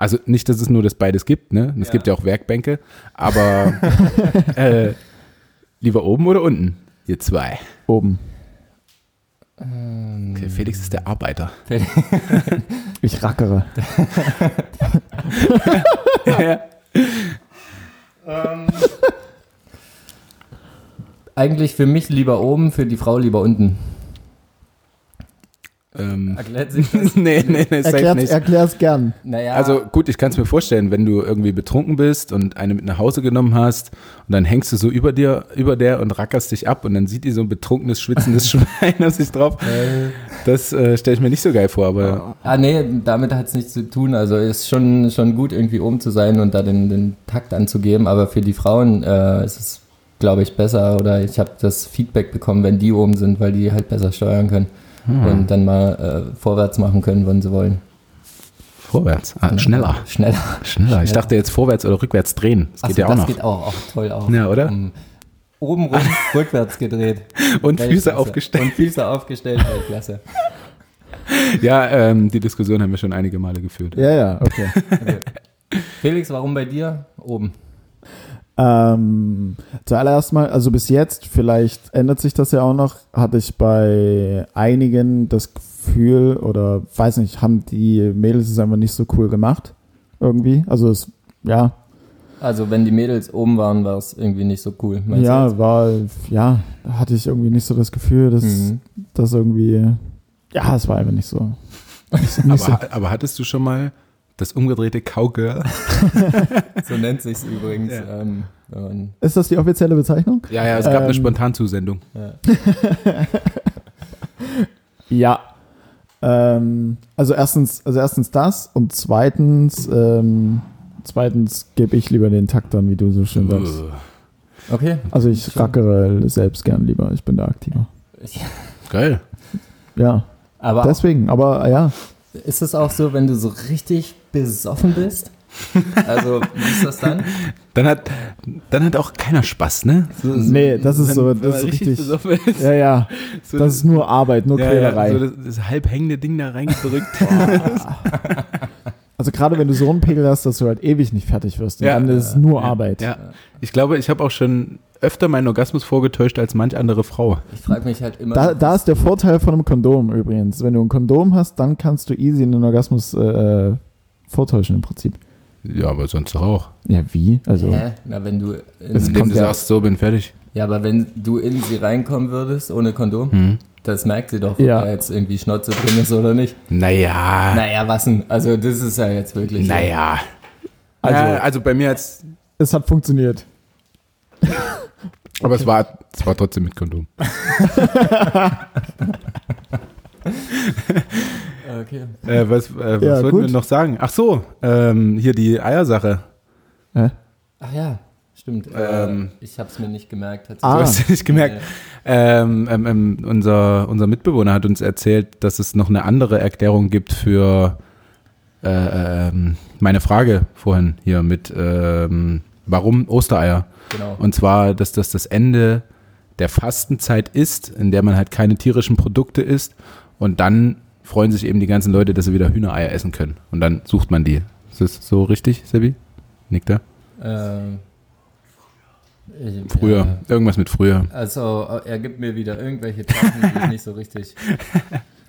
[SPEAKER 2] Also nicht, dass es nur das beides gibt, ne? Es
[SPEAKER 3] Ja.
[SPEAKER 2] gibt ja auch Werkbänke, aber äh, lieber oben oder unten? Ihr zwei.
[SPEAKER 1] Oben.
[SPEAKER 3] Ähm,
[SPEAKER 2] Okay, Felix ist der Arbeiter.
[SPEAKER 1] Ich rackere.
[SPEAKER 3] Eigentlich für mich lieber oben, für die Frau lieber unten.
[SPEAKER 2] Ähm,
[SPEAKER 3] Erklärt sich das?
[SPEAKER 2] nee, nee, nee, safe
[SPEAKER 1] Erklär's,
[SPEAKER 2] nicht.
[SPEAKER 1] erklär's gern.
[SPEAKER 3] Naja,
[SPEAKER 2] Also gut, ich kann es mir vorstellen, wenn du irgendwie betrunken bist und eine mit nach Hause genommen hast und dann hängst du so über dir, über der und rackerst dich ab und dann sieht die so ein betrunkenes, schwitzendes Schwein auf sich drauf. Das äh, stelle ich mir nicht so geil vor, aber
[SPEAKER 3] Ah, nee, damit hat es nichts zu tun. Also ist schon, schon gut, irgendwie oben zu sein und da den, den Takt anzugeben. Aber für die Frauen äh, ist es, glaube ich, besser. Oder ich habe das Feedback bekommen, wenn die oben sind, weil die halt besser steuern können
[SPEAKER 2] Hm.
[SPEAKER 3] und dann mal äh, vorwärts machen können, wenn sie wollen.
[SPEAKER 2] vorwärts, ah, schneller,
[SPEAKER 3] Schneller.
[SPEAKER 2] schneller. Ich dachte jetzt vorwärts oder rückwärts drehen. Das
[SPEAKER 3] Ach
[SPEAKER 2] geht
[SPEAKER 3] so,
[SPEAKER 2] ja auch
[SPEAKER 3] das
[SPEAKER 2] noch.
[SPEAKER 3] geht auch, auch toll auch.
[SPEAKER 2] Ja, oder?
[SPEAKER 3] Mhm. Oben rum, rückwärts gedreht.
[SPEAKER 2] Und
[SPEAKER 3] Welche
[SPEAKER 2] Füße
[SPEAKER 3] Klasse. Und
[SPEAKER 2] aufgestellt.
[SPEAKER 3] Füße aufgestellt, Welche klasse.
[SPEAKER 2] Ja, ähm, die Diskussion haben wir schon einige Male geführt.
[SPEAKER 1] Ja, ja, okay.
[SPEAKER 3] Felix, warum bei dir? Oben.
[SPEAKER 1] Ähm, zuallererst mal, also bis jetzt, vielleicht ändert sich das ja auch noch, hatte ich bei einigen das Gefühl oder weiß nicht, haben die Mädels es einfach nicht so cool gemacht. Irgendwie. Also es, ja,
[SPEAKER 3] Also wenn die Mädels oben waren, war es irgendwie nicht so cool. meinst du jetzt?
[SPEAKER 1] ja, war, ja, hatte ich irgendwie nicht so das Gefühl, dass
[SPEAKER 3] Mhm.
[SPEAKER 1] das irgendwie, ja, es war einfach nicht so. Nicht, nicht so.
[SPEAKER 2] Aber, aber hattest du schon mal das umgedrehte Cowgirl?
[SPEAKER 3] So nennt sich's übrigens.
[SPEAKER 2] Ja.
[SPEAKER 3] Ähm, wenn man,
[SPEAKER 1] Ist das die offizielle Bezeichnung?
[SPEAKER 2] Ja, ja, es gab eine
[SPEAKER 1] Ähm,
[SPEAKER 2] Spontanzusendung.
[SPEAKER 1] Ja. Ähm, also erstens, also erstens das und zweitens, ähm, zweitens gebe ich lieber den Takt an, wie du so schön sagst.
[SPEAKER 2] Äh,
[SPEAKER 3] okay.
[SPEAKER 1] Also ich rackere selbst gern lieber, ich bin der Aktiver.
[SPEAKER 3] Ich,
[SPEAKER 2] Geil.
[SPEAKER 1] Ja,
[SPEAKER 3] aber
[SPEAKER 1] deswegen, aber äh, ja,
[SPEAKER 3] ist es auch so, wenn du so richtig besoffen bist? Also, wie ist das dann?
[SPEAKER 2] Dann hat, dann hat auch keiner Spaß, ne? So,
[SPEAKER 1] nee, das ist
[SPEAKER 2] wenn-
[SPEAKER 1] so,
[SPEAKER 2] wenn man
[SPEAKER 1] das ist richtig,
[SPEAKER 2] besoffen ist.
[SPEAKER 1] ja, ja,
[SPEAKER 2] so
[SPEAKER 1] das ist nur Arbeit, nur
[SPEAKER 2] ja,
[SPEAKER 1] Quälerei.
[SPEAKER 2] ja, so das, das halb hängende Ding da reingedrückt.
[SPEAKER 1] Also gerade wenn du so einen Pegel hast, dass du halt ewig nicht fertig wirst. Und
[SPEAKER 2] Ja.
[SPEAKER 1] dann ist es nur Arbeit.
[SPEAKER 2] ja. Ich glaube, ich habe auch schon öfter meinen Orgasmus vorgetäuscht als manch andere Frau.
[SPEAKER 3] Ich frage mich halt immer.
[SPEAKER 1] Da, da ist der Vorteil von einem Kondom übrigens. Wenn du ein Kondom hast, dann kannst du easy einen Orgasmus äh, äh, vortäuschen im Prinzip.
[SPEAKER 2] Ja, aber sonst auch.
[SPEAKER 1] Ja, wie? Also,
[SPEAKER 3] Hä? Na, wenn du.
[SPEAKER 1] Das
[SPEAKER 3] In,
[SPEAKER 2] Indem
[SPEAKER 1] kommt
[SPEAKER 2] du
[SPEAKER 1] ja-
[SPEAKER 2] sagst, so bin fertig.
[SPEAKER 3] ja, aber wenn du in sie reinkommen würdest ohne Kondom, das merkt sie doch, ob
[SPEAKER 1] Mhm. Ja. Ah.
[SPEAKER 3] da jetzt irgendwie Schnauze drin ist oder nicht.
[SPEAKER 2] Naja.
[SPEAKER 3] Naja, was denn? Also, das ist ja jetzt wirklich.
[SPEAKER 2] Naja.
[SPEAKER 1] Also-
[SPEAKER 2] Also, ja, also bei mir jetzt.
[SPEAKER 1] es hat funktioniert.
[SPEAKER 2] Aber es, war, es war trotzdem mit Kondom.
[SPEAKER 3] Okay.
[SPEAKER 2] Äh, was äh, was
[SPEAKER 1] Ja,
[SPEAKER 2] wollten
[SPEAKER 1] gut.
[SPEAKER 2] wir noch sagen? Ach so, ähm, hier die Eiersache.
[SPEAKER 1] Hä?
[SPEAKER 3] Ach ja, stimmt.
[SPEAKER 2] Ähm.
[SPEAKER 3] Äh, ich hab's mir nicht gemerkt. Äh, Hat
[SPEAKER 1] Ah.
[SPEAKER 2] Du hast ja nicht gemerkt. Ähm, ähm, ähm, unser, unser Mitbewohner hat uns erzählt, dass es noch eine andere Erklärung gibt für äh, ähm, meine Frage vorhin hier mit ähm, warum Ostereier.
[SPEAKER 3] Genau.
[SPEAKER 2] Und zwar, dass das das Ende der Fastenzeit ist, in der man halt keine tierischen Produkte isst. Und dann freuen sich eben die ganzen Leute, dass sie wieder Hühnereier essen können. Und dann sucht man die. Ist das so richtig, Sebi? Nickt er?
[SPEAKER 3] Ähm, ich-
[SPEAKER 2] Früher.
[SPEAKER 3] Ja.
[SPEAKER 2] Irgendwas mit früher.
[SPEAKER 3] Also, er gibt mir wieder irgendwelche Taten, die ich nicht so richtig.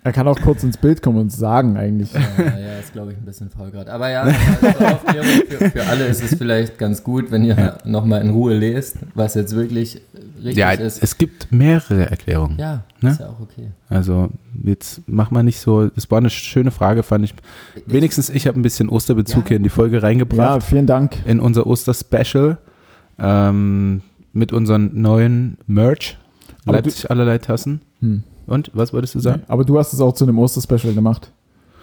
[SPEAKER 1] Er kann auch kurz ins Bild kommen und sagen eigentlich.
[SPEAKER 3] Ja, äh, ja, ist, glaube ich, ein bisschen faul gerade. Aber ja, also zur Aufklärung für, für alle ist es vielleicht ganz gut, wenn ihr nochmal in Ruhe lest, was jetzt wirklich richtig
[SPEAKER 2] Ja,
[SPEAKER 3] ist.
[SPEAKER 2] es gibt mehrere Erklärungen.
[SPEAKER 3] Ja,
[SPEAKER 2] Ne?
[SPEAKER 3] ist ja auch okay.
[SPEAKER 2] Also jetzt mach mal nicht so, das war eine schöne Frage, fand ich. Wenigstens ich habe ein bisschen Osterbezug
[SPEAKER 3] Ja.
[SPEAKER 2] hier in die Folge
[SPEAKER 1] Ja,
[SPEAKER 2] reingebracht,
[SPEAKER 1] vielen Dank.
[SPEAKER 2] in unser Osterspecial ähm, mit unseren neuen Merch,
[SPEAKER 1] Aber
[SPEAKER 2] Leipzig allerlei Tassen.
[SPEAKER 1] Hm.
[SPEAKER 2] Und, was wolltest du sagen?
[SPEAKER 1] Aber du hast es auch zu einem Osterspecial gemacht.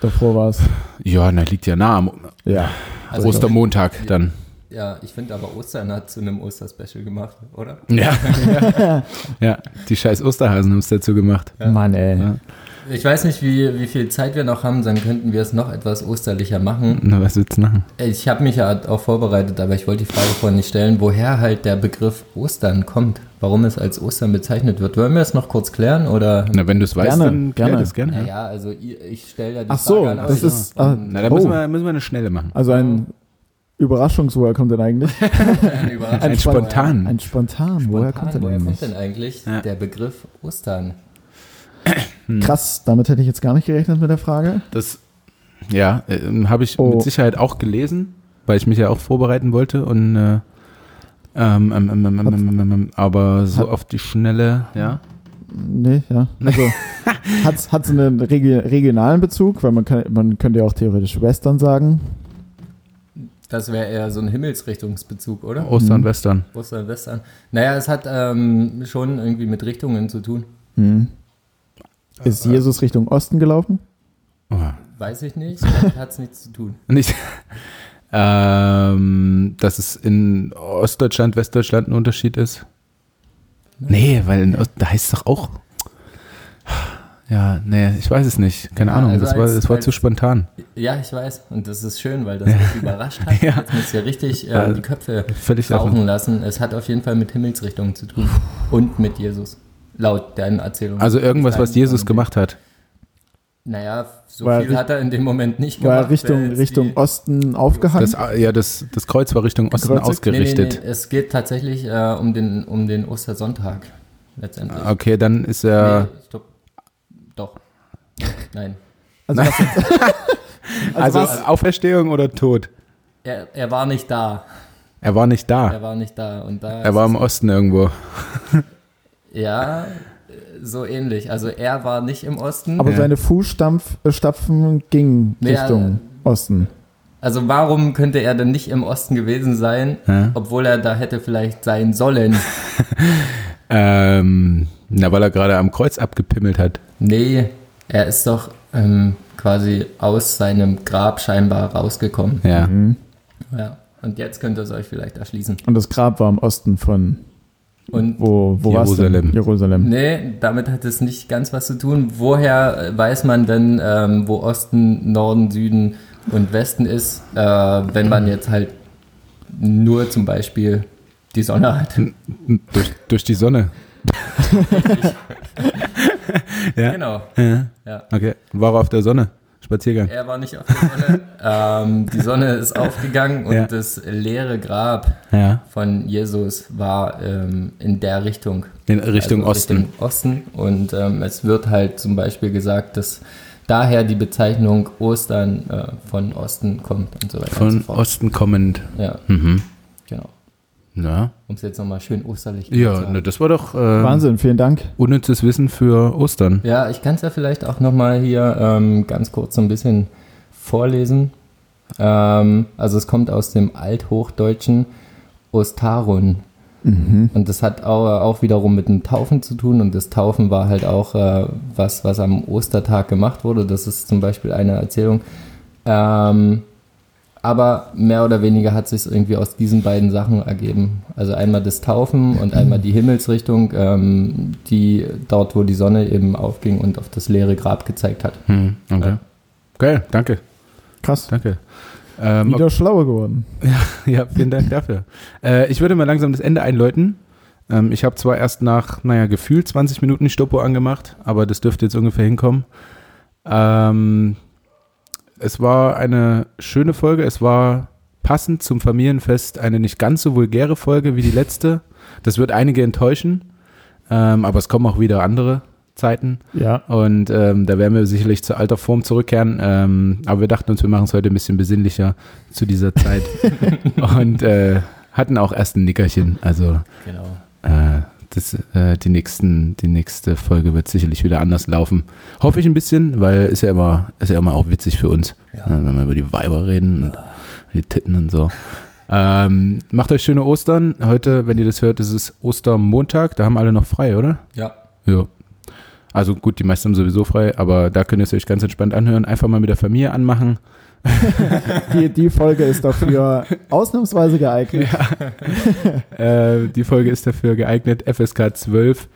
[SPEAKER 1] Davor war es.
[SPEAKER 2] Ja, na, liegt ja nah am
[SPEAKER 1] Ja.
[SPEAKER 3] Also,
[SPEAKER 2] Ostermontag dann.
[SPEAKER 3] ja, ich finde aber Ostern hat zu einem Osterspecial gemacht, oder?
[SPEAKER 2] Ja. ja, die scheiß Osterhasen haben es dazu gemacht.
[SPEAKER 1] Mann, ey.
[SPEAKER 2] Ja.
[SPEAKER 3] Ich weiß nicht, wie, wie viel Zeit wir noch haben, dann könnten wir es noch etwas osterlicher machen.
[SPEAKER 2] Na, was willst du machen?
[SPEAKER 3] Ich habe mich ja auch vorbereitet, aber ich wollte die Frage vorhin nicht stellen, woher halt der Begriff Ostern kommt, warum es als Ostern bezeichnet wird. Wollen wir das noch kurz klären oder?
[SPEAKER 2] Na, wenn du es weißt,
[SPEAKER 1] Gerne,
[SPEAKER 2] dann
[SPEAKER 1] gerne.
[SPEAKER 2] Ja, das gerne. ja.
[SPEAKER 3] Naja, also ich, ich stelle ja die
[SPEAKER 1] Ach
[SPEAKER 3] Frage
[SPEAKER 1] so,
[SPEAKER 3] an
[SPEAKER 1] das
[SPEAKER 3] euch.
[SPEAKER 1] ist. Ah,
[SPEAKER 2] Na, da müssen,
[SPEAKER 1] oh,
[SPEAKER 2] wir, müssen wir eine schnelle machen.
[SPEAKER 1] also ein überraschungs woher kommt denn eigentlich?
[SPEAKER 3] Eine Überraschung.
[SPEAKER 2] Ein spontan.
[SPEAKER 1] Ein Hm. spontan. Woher kommt denn
[SPEAKER 3] woher kommt
[SPEAKER 1] eigentlich?
[SPEAKER 3] denn eigentlich
[SPEAKER 2] Ja.
[SPEAKER 3] der Begriff Ostern?
[SPEAKER 1] Krass, damit hätte ich jetzt gar nicht gerechnet mit der Frage.
[SPEAKER 2] Das, ja, äh, habe ich
[SPEAKER 1] Oh.
[SPEAKER 2] mit Sicherheit auch gelesen, weil ich mich ja auch vorbereiten wollte und äh, ähm, ähm, ähm, ähm, ähm, ähm, ähm, aber so auf die Schnelle, ja.
[SPEAKER 1] Nee, ja. Also hat's hat's einen regi- regionalen Bezug, weil man kann man könnte ja auch theoretisch Western sagen.
[SPEAKER 3] Das wäre eher so ein Himmelsrichtungsbezug, oder?
[SPEAKER 2] Ostern, Western.
[SPEAKER 3] Oh. Ostern, Western. Naja, es hat ähm, schon irgendwie mit Richtungen zu tun.
[SPEAKER 1] Hm. Ist
[SPEAKER 2] äh,
[SPEAKER 1] Jesus Richtung Osten gelaufen?
[SPEAKER 2] Oh.
[SPEAKER 3] Weiß ich nicht, hat es nichts zu tun.
[SPEAKER 2] Nicht. Ähm, dass es in Ostdeutschland, Westdeutschland ein Unterschied ist? Nee, weil in Ost, da heißt es doch auch. Ja, nee, ich weiß es nicht. Keine
[SPEAKER 3] Ja,
[SPEAKER 2] Ahnung,
[SPEAKER 3] also
[SPEAKER 2] das war,
[SPEAKER 3] als-
[SPEAKER 2] das war
[SPEAKER 3] als-
[SPEAKER 2] zu spontan.
[SPEAKER 3] Ja, ich weiß. Und das ist schön, weil das mich überrascht hat.
[SPEAKER 2] Ja.
[SPEAKER 3] Jetzt muss ja richtig äh,
[SPEAKER 2] Also,
[SPEAKER 3] die Köpfe
[SPEAKER 2] Völlig
[SPEAKER 3] rauchen
[SPEAKER 2] offen.
[SPEAKER 3] lassen. Es hat auf jeden Fall mit Himmelsrichtungen zu tun. Und mit Jesus. Laut deinen Erzählungen.
[SPEAKER 2] Also irgendwas, was Jesus gemacht hat.
[SPEAKER 3] Naja, so
[SPEAKER 1] War
[SPEAKER 3] viel
[SPEAKER 1] richt-
[SPEAKER 3] hat er in dem Moment nicht gemacht.
[SPEAKER 1] War Richtung
[SPEAKER 3] weil es
[SPEAKER 1] Richtung
[SPEAKER 3] die-
[SPEAKER 1] Osten aufgehangen?
[SPEAKER 2] Das, äh, ja, das, das Kreuz war Richtung Osten
[SPEAKER 1] Gekreuzigt?
[SPEAKER 3] Nee, nee,
[SPEAKER 2] ausgerichtet.
[SPEAKER 3] nee, es geht tatsächlich äh, um, den, um den Ostersonntag. Letztendlich.
[SPEAKER 2] Okay, dann ist er.
[SPEAKER 3] Nee, stopp. Doch. Nein.
[SPEAKER 1] Also, was,
[SPEAKER 2] also
[SPEAKER 1] was-
[SPEAKER 2] Auferstehung oder Tod?
[SPEAKER 3] Er, er war nicht da.
[SPEAKER 2] Er war nicht da.
[SPEAKER 3] Er war nicht da. Und da
[SPEAKER 2] Er war im Osten irgendwo.
[SPEAKER 3] Ja, äh, so ähnlich. Also er war nicht im Osten.
[SPEAKER 1] aber
[SPEAKER 2] Ja.
[SPEAKER 1] seine Fußstapfen gingen
[SPEAKER 3] Ja,
[SPEAKER 1] Richtung Osten.
[SPEAKER 3] also warum könnte er denn nicht im Osten gewesen sein,
[SPEAKER 2] Ja.
[SPEAKER 3] obwohl er da hätte vielleicht sein sollen?
[SPEAKER 2] Ähm, na, weil er gerade am Kreuz abgepimmelt hat.
[SPEAKER 3] nee, er ist doch ähm, quasi aus seinem Grab scheinbar rausgekommen.
[SPEAKER 2] Ja.
[SPEAKER 3] Ja. Und jetzt könnt ihr es euch vielleicht erschließen.
[SPEAKER 1] Hm. Und das Grab war im Osten von
[SPEAKER 3] Und
[SPEAKER 1] wo wo war's
[SPEAKER 2] Jerusalem.
[SPEAKER 1] denn? Jerusalem.
[SPEAKER 3] nee, damit hat es nicht ganz was zu tun. Woher äh, weiß man denn, ähm, wo Osten, Norden, Süden und Westen ist, äh, wenn man jetzt halt nur zum Beispiel die Sonne hat?
[SPEAKER 2] Durch, durch die Sonne. ja.
[SPEAKER 3] Genau.
[SPEAKER 2] ja.
[SPEAKER 3] Ja.
[SPEAKER 2] Okay. War er auf der Sonne. Spaziergang.
[SPEAKER 3] Er war nicht auf der Sonne. ähm, die Sonne ist aufgegangen und
[SPEAKER 2] Ja.
[SPEAKER 3] das leere Grab
[SPEAKER 2] Ja.
[SPEAKER 3] von Jesus war ähm, in der Richtung.
[SPEAKER 2] In Richtung
[SPEAKER 3] Also
[SPEAKER 2] Osten.
[SPEAKER 3] Richtung Osten. Und ähm, es wird halt zum Beispiel gesagt, dass daher die Bezeichnung Ostern äh, von Osten kommt und so weiter und so
[SPEAKER 2] Von
[SPEAKER 3] fort.
[SPEAKER 2] Osten kommend.
[SPEAKER 3] Ja,
[SPEAKER 2] Mhm.
[SPEAKER 3] genau.
[SPEAKER 2] Ja.
[SPEAKER 3] Um es jetzt nochmal schön osterlich zu
[SPEAKER 2] Ja,
[SPEAKER 3] sagen.
[SPEAKER 2] na, das war doch äh,
[SPEAKER 1] Wahnsinn, vielen Dank.
[SPEAKER 2] unnützes Wissen für Ostern.
[SPEAKER 3] Ja, ich kann es ja vielleicht auch nochmal hier ähm, ganz kurz so ein bisschen vorlesen. Ähm, also es kommt aus dem Althochdeutschen Ostarun.
[SPEAKER 2] Mhm.
[SPEAKER 3] Und das hat auch, auch wiederum mit dem Taufen zu tun. Und das Taufen war halt auch äh, was, was am Ostertag gemacht wurde. Das ist zum Beispiel eine Erzählung. Ähm, aber mehr oder weniger hat sich irgendwie aus diesen beiden Sachen ergeben. Also einmal das Taufen und einmal die Himmelsrichtung, ähm, die dort, wo die Sonne eben aufging und auf das leere Grab gezeigt hat.
[SPEAKER 2] Mhm. Okay. Geil, danke,
[SPEAKER 1] Krass.
[SPEAKER 2] danke. Ähm,
[SPEAKER 1] Wieder schlauer geworden.
[SPEAKER 2] Ja, vielen Dank dafür. Äh, ich würde mal langsam das Ende einläuten. Ähm, ich habe zwar erst nach, naja, gefühlt 20 Minuten die Stoppo angemacht, aber das dürfte jetzt ungefähr hinkommen. Ähm, es war eine schöne Folge. Es war passend zum Familienfest eine nicht ganz so vulgäre Folge wie die letzte. Das wird einige enttäuschen, ähm, aber es kommen auch wieder andere Zeiten.
[SPEAKER 1] Ja.
[SPEAKER 2] Und ähm, da werden wir sicherlich zur alter Form zurückkehren. Ähm, aber wir dachten uns, wir machen es heute ein bisschen besinnlicher zu dieser Zeit. und äh, hatten auch erst ein Nickerchen. Also
[SPEAKER 3] Genau.
[SPEAKER 2] äh, das, äh, die, nächsten, die nächste Folge wird sicherlich wieder anders laufen. Hoffe ich ein bisschen, weil ist ja immer, ist ja immer auch witzig für uns, ne, wenn wir über die Weiber reden und die Titten und so. Ähm, macht euch schöne Ostern. Heute, wenn ihr das hört, ist es Ostermontag. Da haben alle noch frei, oder?
[SPEAKER 3] Ja.
[SPEAKER 2] Ja. Also gut, die meisten haben sowieso frei, aber da könnt ihr es euch ganz entspannt anhören. Einfach mal mit der Familie anmachen.
[SPEAKER 1] Die, die Folge ist dafür ausnahmsweise geeignet.
[SPEAKER 2] Äh, die Folge ist dafür geeignet, FSK 12. Äh,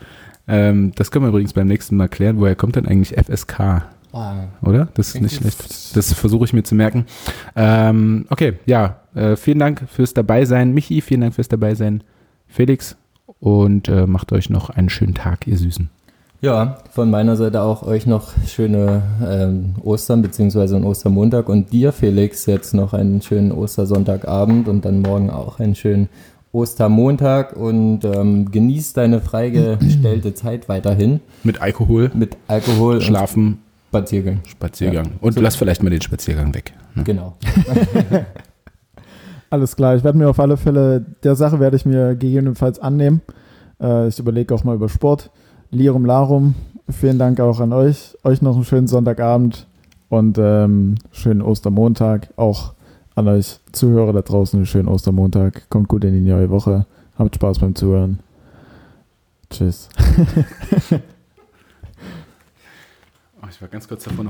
[SPEAKER 2] Ähm, das können wir übrigens beim nächsten Mal klären. Woher kommt denn eigentlich FSK?
[SPEAKER 3] Boah,
[SPEAKER 2] Oder? Das ist
[SPEAKER 3] Klingt
[SPEAKER 2] nicht
[SPEAKER 3] jetzt-
[SPEAKER 2] schlecht. Das versuche ich mir zu merken. Ähm, okay, ja. Äh, vielen Dank fürs Dabeisein. Michi, vielen Dank fürs Dabeisein. Felix. Und äh, macht euch noch einen schönen Tag, ihr Süßen.
[SPEAKER 3] Ja, von meiner Seite auch euch noch schöne ähm, Ostern beziehungsweise einen Ostermontag und dir, Felix, jetzt noch einen schönen Ostersonntagabend und dann morgen auch einen schönen Ostermontag und ähm, genieß deine freigestellte Zeit weiterhin
[SPEAKER 2] Mit Alkohol,
[SPEAKER 3] mit Alkohol und
[SPEAKER 2] Schlafen,
[SPEAKER 3] Spaziergängen.
[SPEAKER 2] Spaziergang. Und lass vielleicht mal den Spaziergang weg. Ne?
[SPEAKER 3] Genau.
[SPEAKER 1] Alles klar, ich werde mir auf alle Fälle, der Sache werde ich mir gegebenenfalls annehmen. Äh, ich überlege auch mal über Sport. Lirum Larum, vielen Dank auch an euch. Euch noch einen schönen Sonntagabend und ähm, schönen Ostermontag. Auch an euch Zuhörer da draußen einen schönen Ostermontag. Kommt gut in die neue Woche. Habt Spaß beim Zuhören. Tschüss.
[SPEAKER 2] Oh, ich war ganz kurz davor, noch